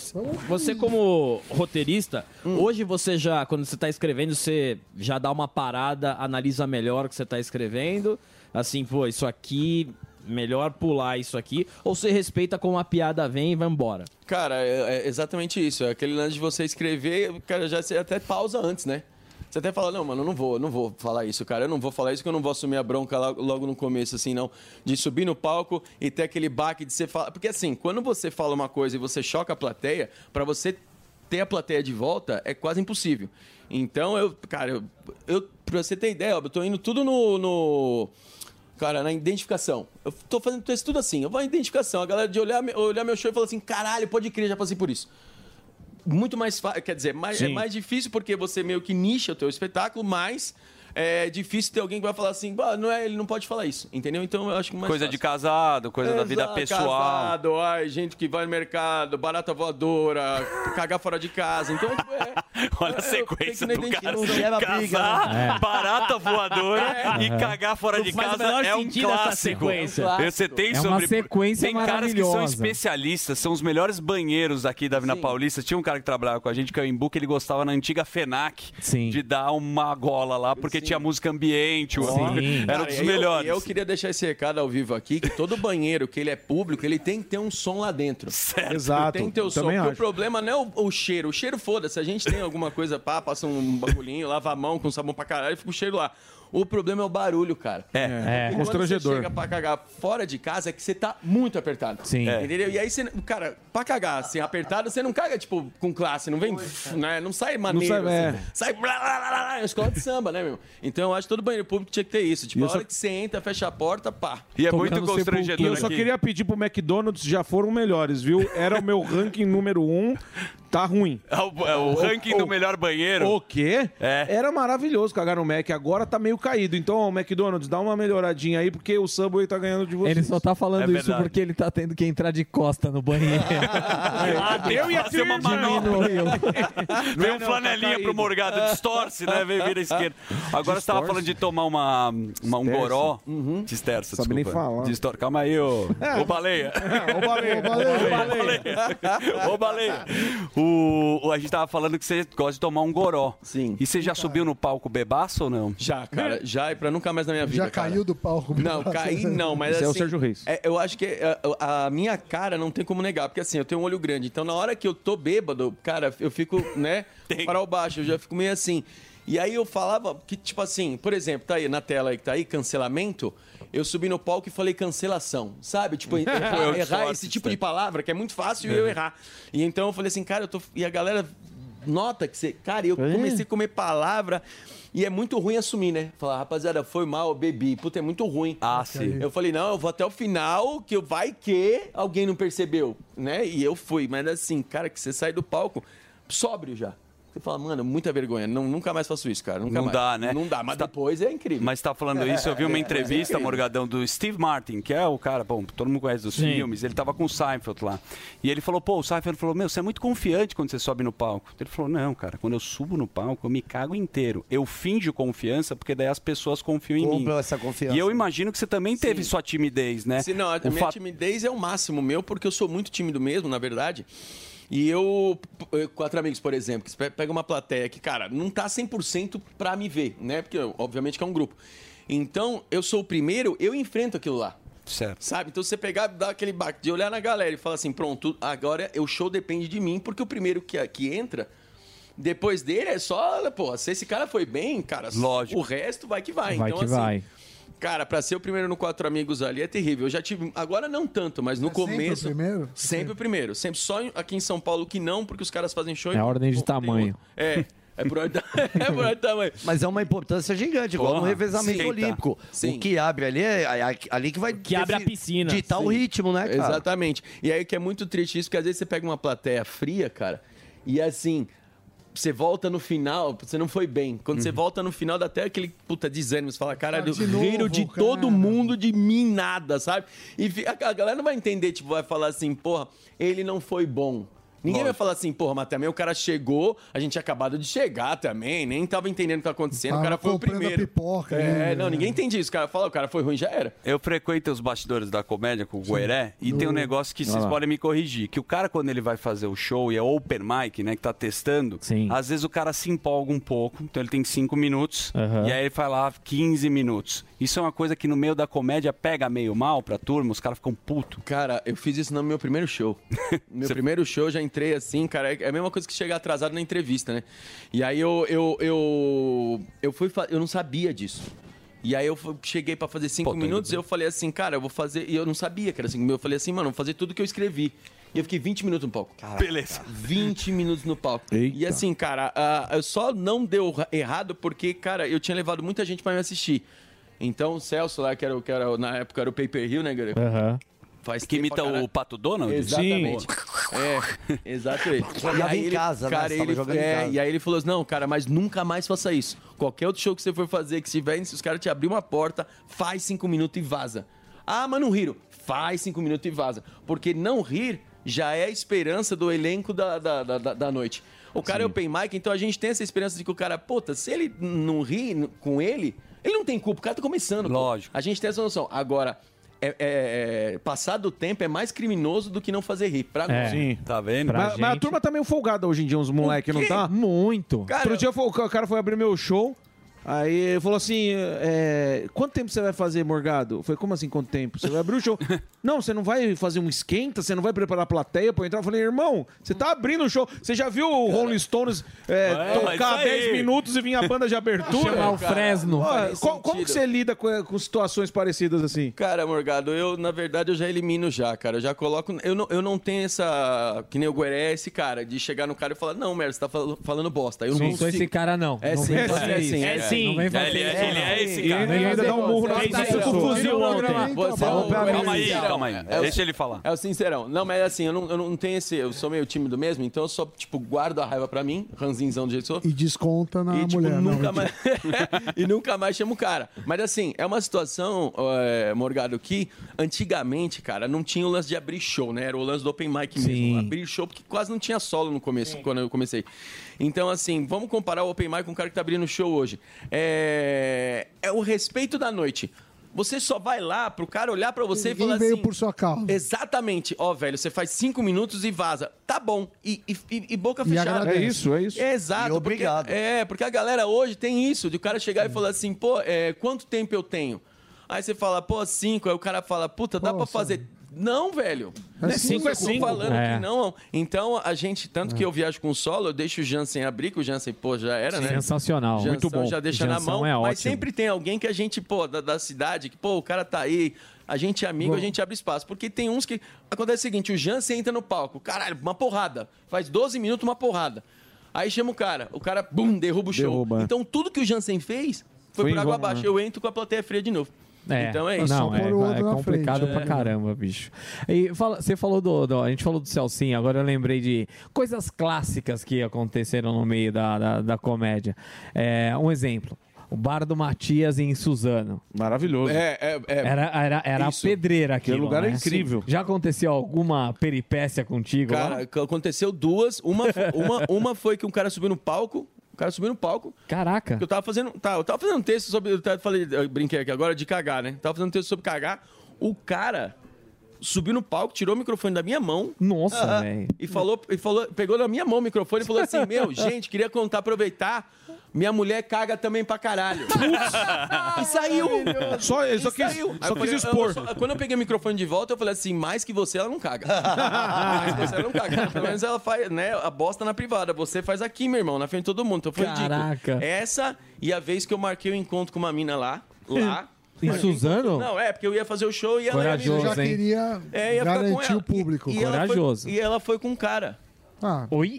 Speaker 11: você como roteirista,
Speaker 5: Hum.
Speaker 11: hoje você já, quando você tá escrevendo, você já dá uma parada, analisa melhor o que você tá escrevendo, assim, pô, isso aqui, melhor pular isso aqui, ou você respeita como a piada vem e vai embora?
Speaker 1: Cara, é, é exatamente isso. É aquele lance de você escrever, cara, já você até pausa antes, né? Você até fala, não, mano, eu não vou, eu não vou falar isso, cara. Eu não vou falar isso que eu não vou assumir a bronca lá- logo no começo, assim, não. De subir no palco e ter aquele baque de você falar. Porque assim, quando você fala uma coisa e você choca a plateia, pra você ter a plateia de volta é quase impossível. Então, eu, cara, eu, eu pra você ter ideia, ó, eu tô indo tudo no- no Cara, na identificação. Eu tô fazendo isso tudo assim. Eu vou à identificação. A galera de olhar, me- olhar meu show e falar assim: caralho, pode crer, já passei por isso. Muito mais fácil. Quer dizer, mais, é
Speaker 10: Sim.
Speaker 1: mais difícil porque você meio que nicha o teu espetáculo, mas é difícil ter alguém que vai falar assim: "Bah, não é, ele não pode falar isso. Entendeu? Então eu acho que mais
Speaker 5: Coisa
Speaker 1: fácil.
Speaker 5: de casado, coisa da vida
Speaker 1: Exato,
Speaker 5: pessoal.
Speaker 1: Casado, ai, gente que vai no mercado, barata voadora, cagar fora de casa. Então, tipo, é.
Speaker 5: Olha a
Speaker 1: sequência
Speaker 5: do cara. Casar,
Speaker 1: né?
Speaker 5: barata voadora
Speaker 1: É.
Speaker 5: e
Speaker 1: É.
Speaker 5: cagar fora
Speaker 1: Não
Speaker 5: de
Speaker 1: faz o
Speaker 5: casa
Speaker 1: menor
Speaker 5: é um
Speaker 1: sentido essa
Speaker 5: clássico.
Speaker 1: sequência. É um clássico.
Speaker 5: Você tem
Speaker 1: É uma
Speaker 5: sobre
Speaker 1: sequência
Speaker 5: Tem caras que são
Speaker 1: maravilhosa.
Speaker 5: especialistas, são os melhores banheiros aqui da Vina Paulista. Tinha um cara que trabalhava com a gente que é o Embu, que ele gostava na antiga Fenac de dar uma gola lá porque tinha música ambiente. o- Era um
Speaker 1: Cara,
Speaker 5: dos
Speaker 1: Ah, eu-
Speaker 5: melhores.
Speaker 1: Eu, queria deixar esse recado ao vivo aqui, que todo banheiro que ele é público, ele tem que ter um som lá dentro. Certo.
Speaker 10: Exato,
Speaker 1: Tem que ter o som,
Speaker 10: também
Speaker 1: porque o
Speaker 10: acho.
Speaker 1: problema não é o, o cheiro. O cheiro, foda-se. A gente tem alguma coisa, pá, passa um bagulhinho, lava a mão com sabão pra caralho e fica o cheiro lá. O problema é o barulho, cara.
Speaker 10: É,
Speaker 1: E quando
Speaker 10: constrangedor.
Speaker 1: Você chega pra cagar fora de casa é que você tá muito apertado.
Speaker 10: Sim. É.
Speaker 1: Entendeu? E aí você, cara, pra cagar assim, apertado, você não caga, tipo, com classe, não vem, né? Não sai maneiro.
Speaker 10: sai-
Speaker 1: assim.
Speaker 10: é.
Speaker 1: Sai blá, blá, blá, blá, blá, é escola de samba, né, meu? Então eu acho que todo banheiro público tinha que ter isso. Tipo,
Speaker 10: Isso-
Speaker 1: a hora que você entra, fecha a porta, pá.
Speaker 10: é E Eu só queria pedir pro McDonald's, já foram melhores, viu? Era o meu ranking número um. Tá ruim.
Speaker 5: É o,
Speaker 1: Ah,
Speaker 5: é o ranking do melhor banheiro.
Speaker 10: O quê? Era maravilhoso cagar no Mac, agora tá meio caído. Então, ó, McDonald's, dá uma melhoradinha aí, porque o Subway tá ganhando de vocês.
Speaker 9: Ele só tá
Speaker 5: É
Speaker 9: falando isso porque ele tá tendo que entrar de costa no banheiro.
Speaker 1: Ah,
Speaker 5: eu ia É, fazer uma manobra. Vem um flanelinha pro Morgado, distorce, né? Vem vira a esquerda. Agora você tava falando de tomar uma, uma- um goró.
Speaker 1: Uhum.
Speaker 5: Cisterça,
Speaker 10: Sabe nem
Speaker 5: desculpa.
Speaker 10: falar.
Speaker 5: Distor... Calma aí, ô. Ô baleia.
Speaker 10: Ô, baleia.
Speaker 5: Ô, baleia. O, o- a gente tava falando que você gosta de tomar um goró. Sim. E você já subiu no palco bebaço ou não?
Speaker 1: Já, cara. Já e pra nunca mais na minha vida. é
Speaker 6: Já caiu do palco.
Speaker 1: Não, caí não, mas
Speaker 6: Esse
Speaker 1: assim...
Speaker 6: é o Sérgio
Speaker 10: Reis.
Speaker 1: é, eu acho que é, a, a minha cara não tem como negar, porque assim, eu tenho um olho grande. Então, na hora que eu tô bêbado, cara, eu fico, né, para o baixo, eu já fico meio assim. E aí eu falava que, tipo assim, por exemplo, tá aí na tela aí que tá aí, cancelamento, eu subi no palco e falei cancelação, sabe?
Speaker 5: Pô,
Speaker 1: Tipo,
Speaker 5: eu
Speaker 1: errar, errar
Speaker 5: sorte,
Speaker 1: esse tipo de palavra, que é muito fácil e
Speaker 5: É.
Speaker 1: eu errar. E então eu falei assim, cara, eu tô... E a galera nota que você... Cara, eu comecei a comer palavra... E é muito ruim assumir, né? Falar, rapaziada, foi mal, eu bebi. Puta, é muito ruim.
Speaker 5: Ah, sim.
Speaker 1: Eu falei, não, eu vou até o final, que eu- vai que alguém não percebeu, né? E eu fui. Mas assim, cara, que você sai do palco sóbrio já. Você fala, mano, muita vergonha. Não, nunca mais faço isso, cara. Nunca
Speaker 5: Não
Speaker 1: mais.
Speaker 5: dá, né?
Speaker 1: Não dá, mas depois é incrível. É,
Speaker 5: Mas tá falando isso, eu vi
Speaker 6: É,
Speaker 5: uma entrevista, Morgadão, do Steve Martin, que é o cara, bom, todo mundo conhece dos
Speaker 1: Sim.
Speaker 5: filmes, ele tava com o Seinfeld lá. E ele falou, pô, o Seinfeld falou, meu, você é muito confiante quando você sobe no palco. Ele falou, não, cara, quando eu subo no palco, eu me cago inteiro. Eu finjo confiança, porque daí as pessoas confiam em mim.
Speaker 12: Compram essa confiança.
Speaker 5: E eu imagino que você também teve sua timidez, né?
Speaker 1: Se não, a
Speaker 5: O
Speaker 1: minha
Speaker 5: fato-
Speaker 1: timidez é o máximo meu, porque eu sou muito tímido mesmo, na verdade. E eu, p- eh, quatro amigos, por exemplo, que pe- pega uma plateia que, cara, não tá 100% pra me ver, né? Porque, obviamente, que é um grupo. Então, eu sou o primeiro, eu enfrento aquilo lá.
Speaker 5: Certo.
Speaker 1: Sabe? Então, você pegar, dar aquele baque de olhar na galera e falar assim, pronto, agora o show depende de mim, porque o primeiro que, que entra, depois dele, é só, pô, se esse cara foi bem, cara, Lógico. o resto vai que vai.
Speaker 9: Vai
Speaker 1: então,
Speaker 9: que
Speaker 1: assim,
Speaker 9: vai.
Speaker 1: Cara, pra ser o primeiro no Quatro Amigos ali é terrível. Eu já tive. Agora não tanto, mas no começo.
Speaker 6: É Sempre o primeiro?
Speaker 1: Sempre o primeiro. Sempre só em- aqui em São Paulo que não, porque os caras fazem show. e-
Speaker 9: É a ordem de tamanho.
Speaker 1: É. É por ordem, é por ordem de tamanho.
Speaker 12: Mas é uma importância gigante, igual
Speaker 1: Porra,
Speaker 12: no revezamento
Speaker 1: sim.
Speaker 12: olímpico.
Speaker 1: Sim.
Speaker 12: O que abre ali é é ali que vai tá. que
Speaker 1: abre a piscina.
Speaker 12: ditar o
Speaker 1: Sim.
Speaker 12: ritmo, né, cara?
Speaker 1: Exatamente. E aí o que é muito triste isso, porque às vezes você pega uma plateia fria, cara, e assim, você volta no final, você não foi bem. Quando você volta no final, dá até aquele puta desânimo. Você fala, caralho,
Speaker 6: Uhum. de novo,
Speaker 1: riram de
Speaker 6: cara."
Speaker 1: todo mundo, de mim nada, sabe? E fi- a, a galera não vai entender, tipo, vai falar assim, porra, ele não foi bom. Ninguém vai falar assim, porra, mas também o cara chegou, a gente tinha acabado de chegar também, nem tava entendendo o que tá acontecendo, o
Speaker 6: Tava
Speaker 1: cara foi o
Speaker 6: comprando a
Speaker 1: primeiro.
Speaker 6: pipoca,
Speaker 1: é,
Speaker 6: né?
Speaker 1: não, ninguém entende isso. O cara fala, o cara foi ruim, já era.
Speaker 5: Eu frequento os bastidores da comédia com o Gueré e tem um negócio que vocês
Speaker 1: lá.
Speaker 5: podem me corrigir. Que o cara, quando ele vai fazer o show e é open mic, né? Que tá testando, às vezes o cara se empolga um pouco, então ele tem cinco minutos,
Speaker 7: Aham.
Speaker 5: e aí ele fala ah, 15 minutos. Isso é uma coisa que no meio da comédia pega meio mal pra turma, os caras ficam puto.
Speaker 1: Cara, eu fiz isso no meu primeiro show. Meu primeiro show, eu já entrei assim, cara. É a mesma coisa que chegar atrasado na entrevista, né? E aí eu. Eu, eu, eu fui. fa- Eu não sabia disso. E aí eu fu- cheguei pra fazer cinco minutos e eu falei assim, cara, eu vou fazer. E eu não sabia que era cinco minutos. Eu falei assim, mano, eu vou fazer tudo que eu escrevi. E eu fiquei 20 minutos no palco.
Speaker 5: Beleza.
Speaker 1: 20 minutos no palco. E assim, cara, a- a- só não deu ra- errado porque, cara, eu tinha levado muita gente pra me assistir. Então o Celso lá, que era, o- que era o- na época era o Pay Per View, né, galera?
Speaker 7: Aham.
Speaker 1: Faz
Speaker 5: Que imita o Pato Donald?
Speaker 1: Exatamente. É, exato. aí.
Speaker 5: Jogava
Speaker 1: E aí
Speaker 5: em
Speaker 1: ele-
Speaker 5: casa, né?
Speaker 1: cara,
Speaker 5: Você tava
Speaker 1: ele,
Speaker 5: jogando em
Speaker 1: é,
Speaker 5: casa.
Speaker 1: E aí ele falou assim, não, cara, mas nunca mais faça isso. Qualquer outro show que você for fazer, que tiver, se os caras te abrir uma porta, faz cinco minutos e vaza. Ah, mas não riram. Faz cinco minutos e vaza. Porque não rir já é a esperança do elenco da, da, da, da- da noite. O cara é open mic, então a gente tem essa esperança de que o cara, puta, se ele não ri n- com ele, ele não tem culpa, o cara tá começando. pô. A gente tem essa noção. Agora, é, é- é- passar do tempo é mais criminoso do que não fazer rir. Pra
Speaker 10: É.
Speaker 1: nós.
Speaker 10: Sim.
Speaker 5: Tá vendo?
Speaker 10: Mas, mas a turma tá meio folgada hoje em dia, uns moleque, não
Speaker 1: quê?
Speaker 10: tá?
Speaker 9: Muito.
Speaker 1: Cara,
Speaker 10: Outro dia foi- o cara foi abrir meu show, aí ele falou assim: é, quanto tempo você vai fazer, Morgado? Foi como assim, quanto tempo? Você vai abrir o show? não, você não vai fazer um esquenta, você não vai preparar a plateia pra eu entrar? Eu falei, irmão, você tá abrindo o show. Você já viu o Rolling Stones é,
Speaker 5: É,
Speaker 10: tocar
Speaker 5: mas isso aí.
Speaker 10: 10 minutos e vir a banda de abertura?
Speaker 1: Chamar o Fresno.
Speaker 10: Ó,
Speaker 1: Faz
Speaker 10: co- como
Speaker 1: sentido.
Speaker 10: que você lida com, com situações parecidas assim?
Speaker 1: Cara, Morgado, eu, na verdade, eu já elimino já, cara. Eu já coloco. Eu não, eu não tenho essa. Que nem o Gueré, esse cara, de chegar no cara e falar, não, Mero, você tá fal- falando bosta. Eu não
Speaker 9: Não sou
Speaker 1: consigo.
Speaker 9: esse cara, não.
Speaker 1: É
Speaker 9: Não
Speaker 1: sim,
Speaker 9: vem
Speaker 1: é sim,
Speaker 9: fazer
Speaker 1: é
Speaker 9: isso.
Speaker 1: sim. É
Speaker 11: Sim.
Speaker 5: Não vem fazer Ele é- isso, ele não. é esse cara.
Speaker 1: Ele
Speaker 5: Vem
Speaker 1: ainda
Speaker 5: fazer
Speaker 1: dá um
Speaker 5: você.
Speaker 1: murro na
Speaker 5: Fez
Speaker 1: outra
Speaker 5: isso com
Speaker 1: pessoa.
Speaker 5: fuzil
Speaker 1: Vira o
Speaker 5: ontem.
Speaker 1: programa.
Speaker 5: Você-
Speaker 1: Falou pra
Speaker 5: calma
Speaker 1: mim.
Speaker 5: aí, calma aí.
Speaker 1: um É o-
Speaker 5: Deixa ele falar.
Speaker 1: É o sincerão. Não, mas assim, eu não, eu não tenho esse... Eu sou meio tímido mesmo, então eu só, tipo, guardo a raiva pra mim, ranzinzão do jeito que sou.
Speaker 6: E desconta na mulher. não,
Speaker 1: tipo, nunca mais- e nunca mais chama o cara. Mas assim, é uma situação, é, Morgado, que antigamente, cara, não tinha o lance de abrir show, né? Era o lance do open mic mesmo. Abrir show, porque quase não tinha solo no começo, quando eu comecei. Então, assim, vamos comparar o open mic com o cara que tá abrindo show hoje. É, é o respeito da noite. Você só vai lá pro cara olhar pra você e
Speaker 6: Ninguém
Speaker 1: falar
Speaker 6: veio
Speaker 1: assim...
Speaker 6: por sua causa.
Speaker 1: Exatamente. Ó, velho, você faz cinco minutos e vaza. Tá bom. E, e- e- e boca
Speaker 6: E
Speaker 1: fechada.
Speaker 6: agradece. É isso, é isso.
Speaker 1: exato.
Speaker 6: E obrigado.
Speaker 1: porque- é, porque a galera hoje tem isso, de o cara chegar e falar assim, pô, é, quanto tempo eu tenho? Aí você fala, pô, cinco. Aí o cara fala, puta, dá pra fazer... Não, velho.
Speaker 11: É
Speaker 1: Não
Speaker 11: cinco,
Speaker 1: que
Speaker 11: é
Speaker 1: eu tô
Speaker 11: cinco.
Speaker 1: falando
Speaker 11: É.
Speaker 1: que não. Então, a gente, tanto que eu viajo com o solo, eu deixo o Jansen abrir, que o Jansen, pô, já era, né?
Speaker 9: Sensacional.
Speaker 1: Jansão
Speaker 9: Muito bom.
Speaker 1: Já deixa na
Speaker 9: Jansão
Speaker 1: mão.
Speaker 9: é ótimo.
Speaker 1: mas sempre tem alguém que a gente, pô, da, da cidade, que, pô, o cara tá aí, a gente é amigo,
Speaker 9: Bom.
Speaker 1: a gente abre espaço. Porque tem uns que. Acontece o seguinte: o Jansen entra no palco, caralho, uma porrada. Faz 12 minutos, uma porrada. Aí chama o cara, o cara, bum, derruba o show.
Speaker 21: Derruba.
Speaker 1: Então tudo que o Jansen fez
Speaker 21: Foi
Speaker 1: foi, por
Speaker 21: em
Speaker 1: água
Speaker 21: vão,
Speaker 1: abaixo.
Speaker 21: né?
Speaker 1: Eu entro com a plateia fria de novo. Então é isso.
Speaker 9: Não, é, é complicado pra caramba, bicho. E fala- você falou do, do- A gente falou do Celcinho, agora eu lembrei de coisas clássicas que aconteceram no meio da, da, da comédia. É, um exemplo. O bar do Matias em Suzano.
Speaker 10: Maravilhoso.
Speaker 9: É, é, é. Era, era, era a
Speaker 1: Isso.
Speaker 9: pedreira aqui.
Speaker 1: Aquele lugar é incrível.
Speaker 9: Já aconteceu alguma peripécia contigo? lá?
Speaker 1: Cara, aconteceu duas. Uma, fo- uma, uma foi que um cara subiu no palco. O cara subiu no palco.
Speaker 9: Caraca.
Speaker 1: Eu tava fazendo. Tá, eu tava fazendo um texto sobre. Eu, tava- falei, eu brinquei aqui agora de cagar, né? Tava fazendo um texto sobre cagar. O cara subiu no palco, tirou o microfone da minha mão.
Speaker 9: Nossa,
Speaker 1: Ah,
Speaker 9: velho.
Speaker 1: E falou, e falou, pegou na minha mão o microfone e falou assim: Meu, gente, queria contar, aproveitar. Minha mulher caga também pra caralho. e saiu.
Speaker 10: Só- ele só
Speaker 1: E
Speaker 10: quis-
Speaker 1: saiu.
Speaker 10: só
Speaker 1: Aí eu
Speaker 10: quis
Speaker 1: falei- eu-
Speaker 10: expor.
Speaker 1: eu só- quando eu peguei o microfone de volta, eu falei assim: mais que você, ela não caga. mais que você, ela não caga. Pelo menos ela faz, né? A bosta na privada. Você faz aqui, meu irmão, na frente de todo mundo. Então foi ridículo.
Speaker 9: Caraca.
Speaker 1: Essa e a vez que eu marquei o encontro com uma mina lá. Lá.
Speaker 9: Em Suzano?
Speaker 1: Não, é, porque eu ia fazer o show e ela
Speaker 9: Corajoso,
Speaker 1: ia me-
Speaker 9: hein?
Speaker 6: Queria
Speaker 1: É, ia ficar com
Speaker 6: garantir
Speaker 1: ela.
Speaker 6: o público.
Speaker 1: E ela foi- e ela foi com um cara.
Speaker 5: Ah.
Speaker 9: Oi?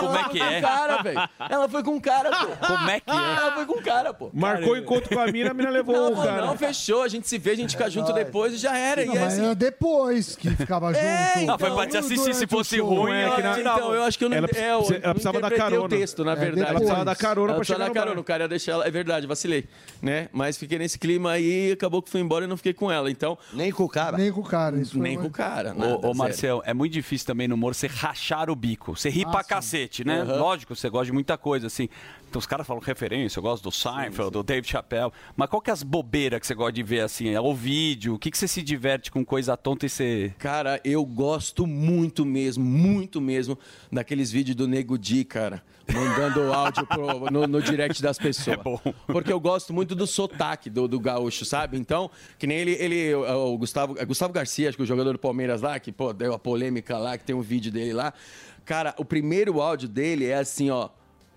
Speaker 1: Como é que é? Cara, velho. Ela foi com um cara, pô. Como é que é? Ela foi com um cara, pô.
Speaker 10: Marcou encontro com a mina, a mina levou o
Speaker 1: Ela falou,
Speaker 10: cara. é
Speaker 1: Não, fechou, a gente se vê, a gente fica junto depois e já era.
Speaker 6: Não,
Speaker 1: e aí,
Speaker 6: mas
Speaker 1: assim,
Speaker 6: era depois que ficava junto.
Speaker 1: então, Ah, foi pra te assistir, se fosse ruim, ela
Speaker 6: né?
Speaker 1: tirava. Então, eu acho que eu não-
Speaker 10: ela,
Speaker 1: é, eu
Speaker 10: precis- ela
Speaker 1: não
Speaker 10: precisava da
Speaker 1: interpretei
Speaker 10: carona.
Speaker 1: o texto, na
Speaker 10: É,
Speaker 1: verdade.
Speaker 10: Ela precisava da carona
Speaker 1: Ela
Speaker 10: pra chegar
Speaker 1: precisava
Speaker 10: no
Speaker 1: da carona, o
Speaker 10: bar.
Speaker 1: cara ia deixar ela. É verdade, vacilei, né? Mas fiquei nesse clima aí, acabou que fui embora e não fiquei com ela, então...
Speaker 12: Nem com o cara.
Speaker 6: Nem com o cara. Isso é.
Speaker 1: Nem com o cara, nada,
Speaker 5: Ô, ô
Speaker 1: zero.
Speaker 5: Marcel, é muito difícil também no humor você rachar o bico. Você ri
Speaker 1: Ah,
Speaker 5: pra
Speaker 1: sim.
Speaker 5: cacete, né?
Speaker 1: Aham.
Speaker 5: Lógico, você gosta de muita coisa, assim. Então os caras falam referência, eu gosto do Seinfeld, do David Chappelle. Mas qual que é as bobeiras que você gosta de ver, assim? É o vídeo? O que, que você se diverte com coisa tonta e você...
Speaker 1: Cara, eu gosto muito mesmo, muito mesmo, daqueles vídeos do Nego Di, cara, mandando áudio pro- no, no direct das pessoas. É bom. Porque eu gosto muito do sotaque do, do gaúcho, sabe? Então, que nem ele, ele o, o Gustavo, é Gustavo Garcia, acho que o jogador do Palmeiras lá, que, pô, deu a polêmica lá, que tem um vídeo dele lá. Cara, o primeiro áudio dele é assim, ó,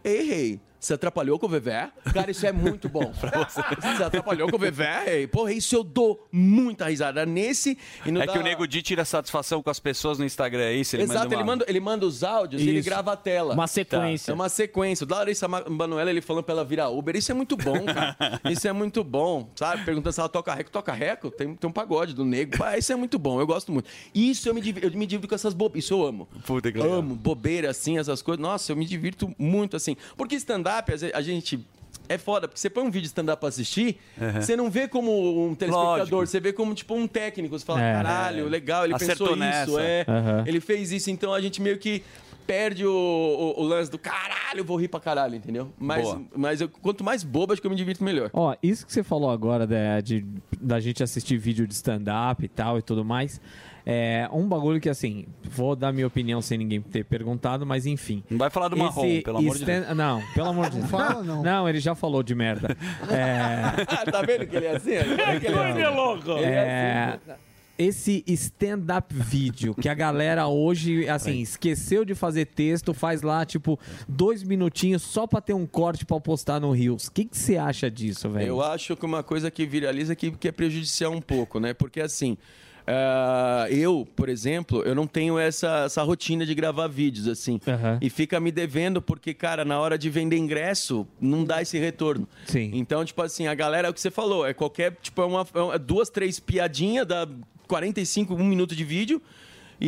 Speaker 1: ei, rei, você atrapalhou com o Vevé? Cara, isso é muito bom. Você atrapalhou com o Vevé? Ei, Porra, isso eu dou muita risada nesse e no
Speaker 5: É que
Speaker 1: da-
Speaker 5: o Nego Di tira satisfação com as pessoas no Instagram, é isso? Ele
Speaker 1: Exato,
Speaker 5: manda uma...
Speaker 1: ele, manda, ele manda os áudios e ele
Speaker 5: Isso.
Speaker 1: grava a tela.
Speaker 5: Uma sequência.
Speaker 1: Tá. É uma sequência. O da Larissa Ma- Manoela, ele falando pra ela virar Uber. Isso é muito bom, cara. isso é muito bom, sabe? Perguntando se ela toca reco. Toca reco? Tem, tem um pagode do nego. Pá, isso é muito bom, eu gosto muito. Isso eu me, div- eu me divido com essas bobeiras. Isso eu amo.
Speaker 5: Puta que legal.
Speaker 1: Amo bobeira, assim, essas coisas. Nossa, eu me divirto muito, assim. Porque stand-up, às vezes, a gente... É foda, porque você põe um vídeo de stand-up pra assistir,
Speaker 5: Uhum.
Speaker 1: você não vê como um telespectador,
Speaker 5: Lógico.
Speaker 1: você vê como, tipo, um técnico. Você fala,
Speaker 5: É.
Speaker 1: caralho, legal, ele
Speaker 5: Acertou
Speaker 1: pensou isso,
Speaker 5: nessa.
Speaker 1: é.
Speaker 5: Aham.
Speaker 1: Ele fez isso, então a gente meio que perde o, o- o lance do caralho, eu vou rir pra caralho, entendeu? Mas,
Speaker 9: Boa.
Speaker 1: mas eu- quanto mais bobo, acho que eu me divirto melhor.
Speaker 9: Ó, isso que você falou agora da, de- da gente assistir vídeo de stand-up e tal e tudo mais. É um bagulho que, assim, vou dar minha opinião sem ninguém ter perguntado, mas enfim. Não
Speaker 5: vai falar do marrom, pelo amor de Deus.
Speaker 9: Não, pelo amor de Deus.
Speaker 5: fala, não.
Speaker 9: Não, ele já falou de merda. É.
Speaker 1: tá vendo que ele é assim? Olha que ele é assim. Ele é
Speaker 9: É, esse stand-up vídeo que a galera hoje, assim, esqueceu de fazer texto, faz lá, tipo, dois minutinhos só pra ter um corte pra postar no Rios. O que que você acha disso, velho?
Speaker 1: é Eu acho que uma coisa que viraliza que, que é prejudicial um pouco, né? Porque assim, Ah, eu, por exemplo, eu não tenho essa, essa rotina de gravar vídeos, assim. E fica me devendo, porque, cara, na hora de vender ingresso, não dá esse retorno. Sim. Então, tipo assim, a galera, é o que você falou, é qualquer, tipo, é uma, é uma- duas, três piadinhas, dá 45, um minuto de vídeo.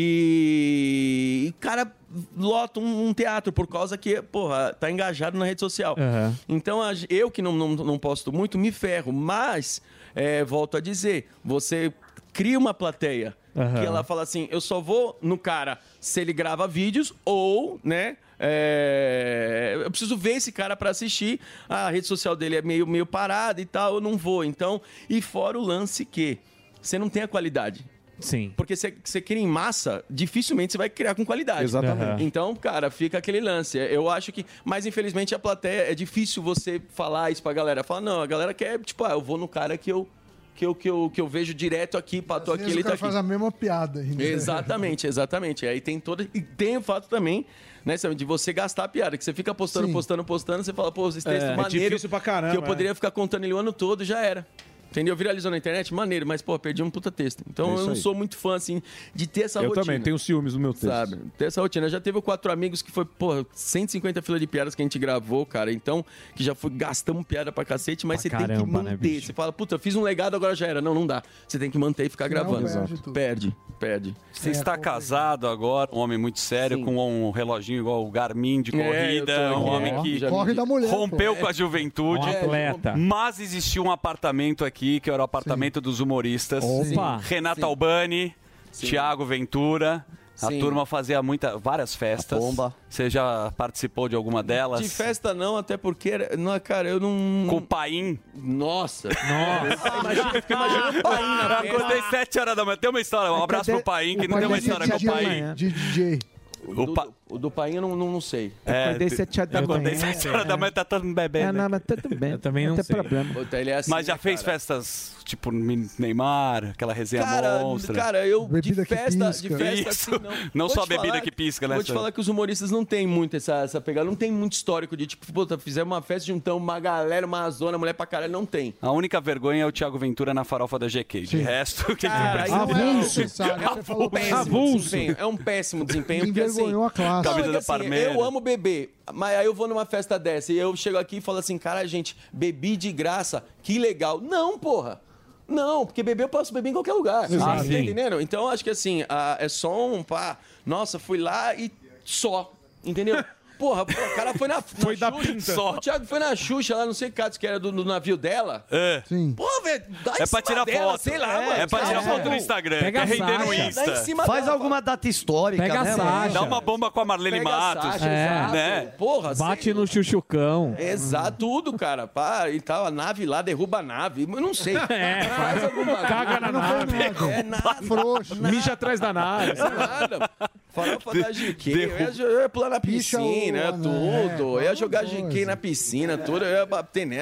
Speaker 1: E, e, cara, lota um, um teatro por causa que, porra, tá engajado na rede social.
Speaker 2: Aham.
Speaker 7: É.
Speaker 1: Então, a ge- eu que não, não, não posto muito, me ferro. Mas, é, volto a dizer, você cria uma plateia.
Speaker 2: Aham.
Speaker 1: Que ela fala assim, eu só vou no cara se ele grava vídeos ou, né... é, eu preciso ver esse cara pra assistir. A rede social dele é meio, meio parada e tal, eu não vou. Então, e fora o lance que você não tem a qualidade.
Speaker 9: Sim.
Speaker 1: Porque você você cria em massa, dificilmente você vai criar com qualidade.
Speaker 10: Exatamente. Uhum.
Speaker 1: Então, cara, fica aquele lance. Eu acho que. Mas infelizmente a plateia. É difícil você falar isso pra galera. Fala, não, a galera quer, tipo, ah, eu vou no cara que eu. Que eu, que, eu, que eu vejo direto aqui, pato
Speaker 4: Às
Speaker 1: aqui,
Speaker 4: vezes
Speaker 1: ele
Speaker 4: o
Speaker 1: tá
Speaker 4: cara
Speaker 1: aqui.
Speaker 4: faz a mesma piada. ainda.
Speaker 1: Exatamente, exatamente. Aí tem todo. E tem o fato também, né, Sam, de você gastar a piada, que você fica postando,
Speaker 10: Sim.
Speaker 1: postando, postando, você fala, pô, esse texto
Speaker 10: É, é
Speaker 1: maneiro.
Speaker 10: difícil pra caramba,
Speaker 1: Que eu
Speaker 10: é.
Speaker 1: poderia ficar contando ele o ano todo e já era. Entendeu? Viralizou na internet, maneiro, mas, pô, perdi um puta texto.
Speaker 10: É
Speaker 1: Então
Speaker 10: isso
Speaker 1: eu não
Speaker 10: aí.
Speaker 1: sou muito fã, assim, de ter essa
Speaker 10: Eu
Speaker 1: rotina.
Speaker 10: também tenho ciúmes do meu texto.
Speaker 1: Sabe? Ter essa rotina. Já teve o quatro amigos que foi, pô, 150 fila de piadas que a gente gravou, cara. Então, que já foi, gastamos piada pra cacete, mas você tem que
Speaker 9: caramba, né,
Speaker 1: manter. você fala, puta, fiz um legado, agora já era. Não, não dá. Você tem que manter e ficar gravando.
Speaker 5: perde
Speaker 1: Exato. perde, perde.
Speaker 5: Você
Speaker 1: é
Speaker 5: está casado agora, um homem muito sério, com um reloginho igual o Garmin de
Speaker 1: É,
Speaker 5: corrida,
Speaker 1: eu tô
Speaker 5: um
Speaker 1: aqui,
Speaker 5: homem
Speaker 1: ó.
Speaker 5: que
Speaker 1: É, Corre da mulher,
Speaker 5: rompeu
Speaker 1: pô.
Speaker 5: com a juventude.
Speaker 1: Um atleta.
Speaker 5: Mas existia um apartamento aqui, que era o apartamento dos humoristas.
Speaker 9: Opa.
Speaker 5: Renata Albani, Tiago Ventura. A
Speaker 1: Sim.
Speaker 5: turma fazia muita, várias festas. Bomba. Você já participou de alguma delas?
Speaker 1: De festa não, até porque, era- não, cara, eu não... Com o
Speaker 5: Paim?
Speaker 1: Nossa.
Speaker 5: Nossa.
Speaker 1: Imagina, eu fico imaginando o Paim na
Speaker 5: Eu acordei
Speaker 1: festa.
Speaker 5: sete horas da manhã. Tem uma história, um abraço pro Paim, que não
Speaker 1: é
Speaker 5: tem uma história com o Paim.
Speaker 4: De DJ.
Speaker 1: O, do, o do Paim eu não, não, não sei.
Speaker 5: É, Acordei tu- sete horas da eu acordei manhã.
Speaker 1: sete
Speaker 5: sete horas da manhã, tá todo mundo bebendo. É,
Speaker 1: né?
Speaker 5: não,
Speaker 20: mas
Speaker 10: tá
Speaker 20: tudo bem.
Speaker 9: Eu também não,
Speaker 5: tem
Speaker 9: sei.
Speaker 5: problema.
Speaker 1: Puta, ele é assim,
Speaker 5: Mas já fez festas tipo Neymar, aquela resenha
Speaker 1: Cara,
Speaker 5: monstra.
Speaker 1: cara, eu de festa, de
Speaker 5: pisca.
Speaker 1: festa
Speaker 5: Isso.
Speaker 1: assim, não.
Speaker 5: Não
Speaker 1: Vou
Speaker 5: só
Speaker 1: te
Speaker 5: a bebida que pisca, né,
Speaker 1: Vou te
Speaker 5: senhor?
Speaker 1: falar que os humoristas não têm muito essa, essa pegada, não tem muito histórico de tipo, puta, fizemos uma festa, juntamos uma galera, uma zona, mulher pra caralho, não tem.
Speaker 5: A única vergonha é o Thiago Ventura na farofa da GK. De resto, o que
Speaker 1: Cara,
Speaker 5: que
Speaker 1: isso não é
Speaker 5: precisa?
Speaker 1: necessário. Você falou um péssimo desempenho. É um péssimo desempenho. Porque, assim,
Speaker 5: Envergonhou a classe.
Speaker 1: Não, é que,
Speaker 5: Camisa da
Speaker 1: assim,
Speaker 5: Parmeira.
Speaker 1: eu amo beber, mas aí eu vou numa festa dessa e eu chego aqui e falo assim, cara, gente, bebi de graça, que legal. Não, porra. Não, porque beber eu posso beber em qualquer lugar.
Speaker 5: Exato.
Speaker 1: Ah, Vocês
Speaker 5: Ah, Sim.
Speaker 1: entenderam? Então, acho que assim, ah, é só um pá. Nossa, fui lá e só. Entendeu? Porra, o cara foi na, na Foi da pinta.
Speaker 5: Só.
Speaker 1: O Thiago foi na Xuxa lá, não sei que caso que era do, do navio dela.
Speaker 5: É.
Speaker 1: Pô, velho, dá
Speaker 5: É
Speaker 1: em
Speaker 5: pra
Speaker 1: cima
Speaker 5: tirar
Speaker 1: dela,
Speaker 5: foto.
Speaker 1: sei lá,
Speaker 5: É,
Speaker 1: mano.
Speaker 5: é pra
Speaker 1: Dá
Speaker 5: tirar
Speaker 1: em
Speaker 5: foto
Speaker 1: cima-
Speaker 5: no Instagram, É Pega quer a render no Sasha. Insta.
Speaker 1: Dá Tá em cima
Speaker 12: Faz
Speaker 1: dela,
Speaker 12: alguma data histórica,
Speaker 9: Pega a
Speaker 12: né?
Speaker 9: Sasha.
Speaker 5: Dá uma bomba com a Marlene
Speaker 1: Pega a
Speaker 5: Matos.
Speaker 1: Sasha, exato.
Speaker 5: né?
Speaker 1: Porra,
Speaker 9: É.
Speaker 1: assim,
Speaker 9: Bate no chuchucão.
Speaker 1: Exato, É tudo, cara. Pá, e tal, a nave lá derruba a nave. Eu não sei. É, faz alguma Caga na nave. É nada. Frouxo.
Speaker 10: Mija atrás da nave.
Speaker 1: Nada. Farofa da GQ. Eu ia,
Speaker 10: Derruba.
Speaker 1: jo- eu ia pular na
Speaker 10: Picha o-
Speaker 1: piscina,
Speaker 10: né?
Speaker 1: é tudo. Eu ia jogar GQ na piscina, tudo. Eu ia bater, né?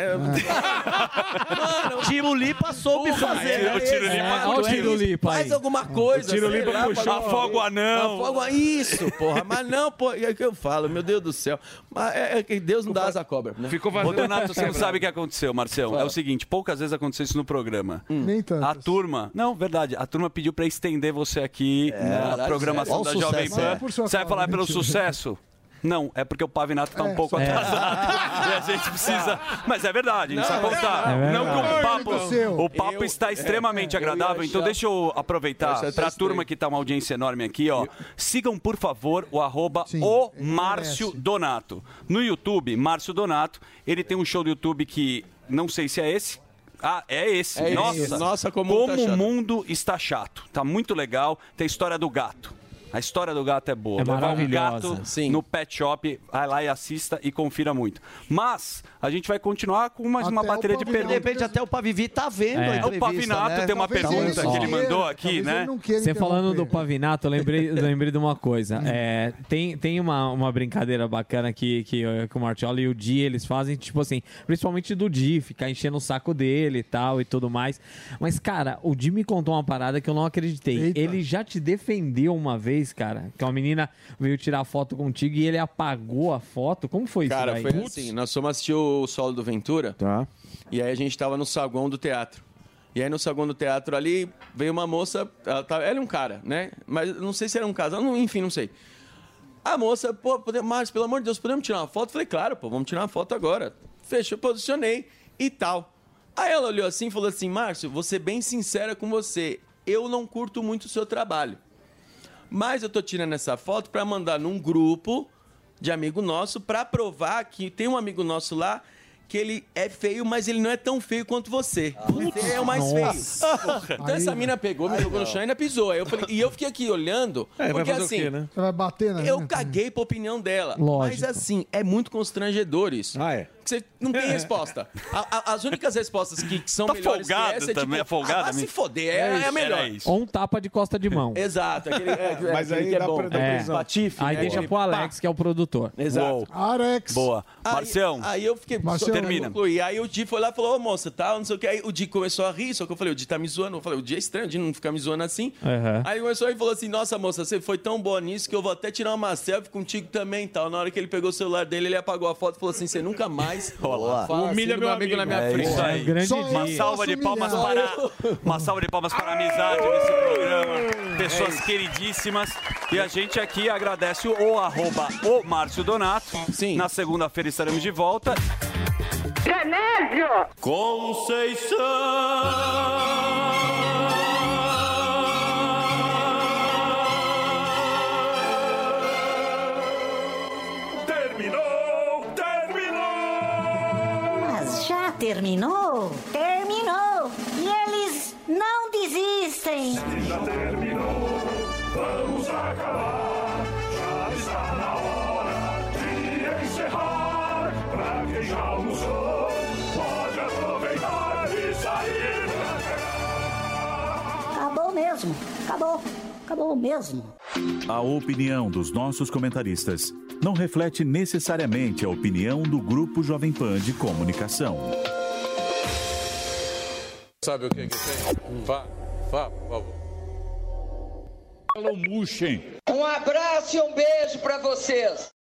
Speaker 12: Tirolipa soube fazer.
Speaker 1: é
Speaker 12: O Tirolipa-
Speaker 1: esse,
Speaker 12: olha o
Speaker 1: é isso.
Speaker 12: Tirolipa aí.
Speaker 1: Faz alguma coisa.
Speaker 12: O Tirolipa
Speaker 1: sei lá,
Speaker 12: puxou.
Speaker 1: faz alguma
Speaker 12: Afoga o
Speaker 1: coisa.
Speaker 12: anão.
Speaker 1: Afoga isso, porra. Mas não, pô. E é que eu falo, meu Deus do céu. Mas é, é que Deus não dá asa à cobra. Né?
Speaker 5: Ficou Ô, Donato, você não sabe o que aconteceu, Marcião. É o seguinte, poucas vezes aconteceu isso no programa.
Speaker 4: Nem tanto.
Speaker 5: A turma... Não, verdade. A turma pediu pra estender você aqui
Speaker 4: É,
Speaker 5: na
Speaker 4: caralho,
Speaker 5: programação
Speaker 4: sério.
Speaker 5: da
Speaker 4: Olha o
Speaker 5: Jovem
Speaker 4: sucesso,
Speaker 5: Pan.
Speaker 4: é. Por sua
Speaker 5: Você vai
Speaker 4: causa,
Speaker 5: falar pelo
Speaker 4: mentira.
Speaker 5: sucesso? Não, é porque o Pavinato tá um pouco
Speaker 4: É.
Speaker 5: atrasado. e a gente precisa... Mas é verdade, a gente
Speaker 4: Não,
Speaker 5: precisa contar.
Speaker 4: é
Speaker 5: não que o
Speaker 4: verdade.
Speaker 5: papo,
Speaker 4: Olha, meu
Speaker 5: o papo
Speaker 4: Eu-
Speaker 5: está
Speaker 4: é,
Speaker 5: extremamente
Speaker 4: é, eu ia
Speaker 5: agradável. Então
Speaker 4: achar-
Speaker 5: deixa eu
Speaker 4: Eu ia
Speaker 5: aproveitar
Speaker 4: achar até
Speaker 5: pra
Speaker 4: estranho.
Speaker 5: turma que tá uma audiência enorme aqui, ó. Sigam, por favor, o arroba o Márcio Donato. No YouTube, Márcio Donato, ele tem um show do YouTube que não sei se é esse. Ah, é esse.
Speaker 1: É esse.
Speaker 5: Nossa,
Speaker 1: Nossa, como tá chato.
Speaker 5: o mundo está chato. Tá muito legal. Tem a história do gato. A história do gato é boa.
Speaker 9: É
Speaker 5: Levar um
Speaker 9: maravilhosa.
Speaker 5: gato no pet shop, vai lá e assista e confira muito. Mas a gente vai continuar com mais uma bateria de
Speaker 12: De
Speaker 5: perguntas.
Speaker 12: repente até o Pavivi tá vendo
Speaker 5: É.
Speaker 12: a
Speaker 5: O
Speaker 12: entrevista,
Speaker 5: Pavinato
Speaker 12: né?
Speaker 5: tem uma
Speaker 12: Talvez
Speaker 5: pergunta
Speaker 12: ele
Speaker 5: que um ele
Speaker 12: só.
Speaker 5: mandou aqui, né?
Speaker 9: Você falando do Pavinato, eu lembrei, eu lembrei de uma coisa. É, tem tem uma, uma brincadeira bacana que, que, eu- que o Martiola e o Di eles fazem, tipo assim, principalmente do Di, ficar enchendo o saco dele e tal e tudo mais. Mas, cara, o Di me contou uma parada que eu não acreditei. Ele já te defendeu uma vez, cara, que uma menina veio tirar foto contigo e ele apagou a foto. Como foi isso?
Speaker 1: Cara,
Speaker 9: né? Tá.
Speaker 1: foi
Speaker 9: daí?
Speaker 1: assim. Nós fomos assistir o solo do Ventura. E aí a gente tava no saguão do teatro. E aí no segundo teatro ali, veio uma moça, ela, tava, ela é um cara, né? Mas não sei se era um casal, não- enfim, não sei. A moça, pô, pode- Márcio, pelo amor de Deus, podemos tirar uma foto? Falei, claro, pô, vamos tirar uma foto agora. Fechou, posicionei e tal. Aí ela olhou assim e falou assim, Márcio, vou ser bem sincera com você, eu não curto muito o seu trabalho. Mas eu tô tirando essa foto pra mandar num grupo de amigo nosso pra provar que tem um amigo nosso lá que ele é feio, mas ele não é tão feio quanto você. você é o mais
Speaker 3: nossa.
Speaker 1: feio. então essa mina pegou, me jogou no chão e ainda pisou. Aí eu falei- e eu fiquei aqui olhando,
Speaker 6: É, vai
Speaker 1: porque
Speaker 6: fazer o
Speaker 1: assim,
Speaker 6: quê, né? Você vai bater na
Speaker 1: eu caguei pra opinião dela.
Speaker 6: Lógico.
Speaker 1: Mas assim, é muito constrangedor isso. Ah, é? Você não tem resposta. A- a- as únicas respostas que, que são
Speaker 5: Tá
Speaker 1: melhores que
Speaker 5: folgado
Speaker 1: essa é
Speaker 5: também,
Speaker 1: tipo,
Speaker 5: é folgado,
Speaker 1: ah, vai se
Speaker 5: amigo.
Speaker 1: foder, é,
Speaker 5: É
Speaker 1: é
Speaker 5: isso,
Speaker 1: a melhor.
Speaker 5: era isso.
Speaker 9: Ou um tapa de costa de mão.
Speaker 1: Exato, aquele, é, é,
Speaker 9: Mas
Speaker 1: aquele
Speaker 9: aí
Speaker 1: que é
Speaker 9: dá
Speaker 1: bom.
Speaker 9: pra- dá prisão.
Speaker 1: Patife,
Speaker 9: Aí
Speaker 1: né?
Speaker 9: deixa
Speaker 1: Aquele
Speaker 9: pro
Speaker 1: pá.
Speaker 9: Alex, que é o produtor.
Speaker 1: Exato.
Speaker 5: Alex. Boa.
Speaker 1: Aí-
Speaker 5: Marcião.
Speaker 1: Aí, eu fiquei.
Speaker 5: Marcião.
Speaker 1: só pra
Speaker 5: Termina.
Speaker 1: concluir. Aí o Di foi lá e falou, ô moça, tal, não sei o que. Aí o Di começou a rir, só que eu falei, o Di tá me zoando. Eu falei, o Di é estranho, o Di não fica me zoando assim.
Speaker 9: Aham.
Speaker 1: Aí começou e falou assim: Nossa, moça, você foi tão boa nisso que eu vou até tirar uma selfie contigo também e tal. Na hora que ele pegou o celular dele, ele apagou a foto e falou assim: Você nunca mais fala assim do na minha frente.
Speaker 5: É
Speaker 1: É um
Speaker 5: Isso aí. uma salva de palmas para uma salva de palmas para a amizade nesse programa.
Speaker 12: É
Speaker 5: Pessoas queridíssimas e a gente aqui agradece o arroba o Márcio Donato. Sim. Na segunda-feira estaremos de volta.
Speaker 3: Genésio!
Speaker 5: Conceição!
Speaker 3: Terminou! Terminou!
Speaker 4: Mas já terminou? Terminou! E eles não desistem!
Speaker 3: Já terminou, vamos acabar. Já está na hora de encerrar. Pra quem já almoçou, pode aproveitar e sair pra
Speaker 4: Acabou mesmo! Acabou! Acabou mesmo!
Speaker 22: A opinião dos nossos comentaristas não reflete necessariamente a opinião do Grupo Jovem Pan de Comunicação.
Speaker 23: Sabe o que que tem? Um Vá, vá, por favor.
Speaker 22: Murchem.
Speaker 24: Um abraço e um beijo pra vocês.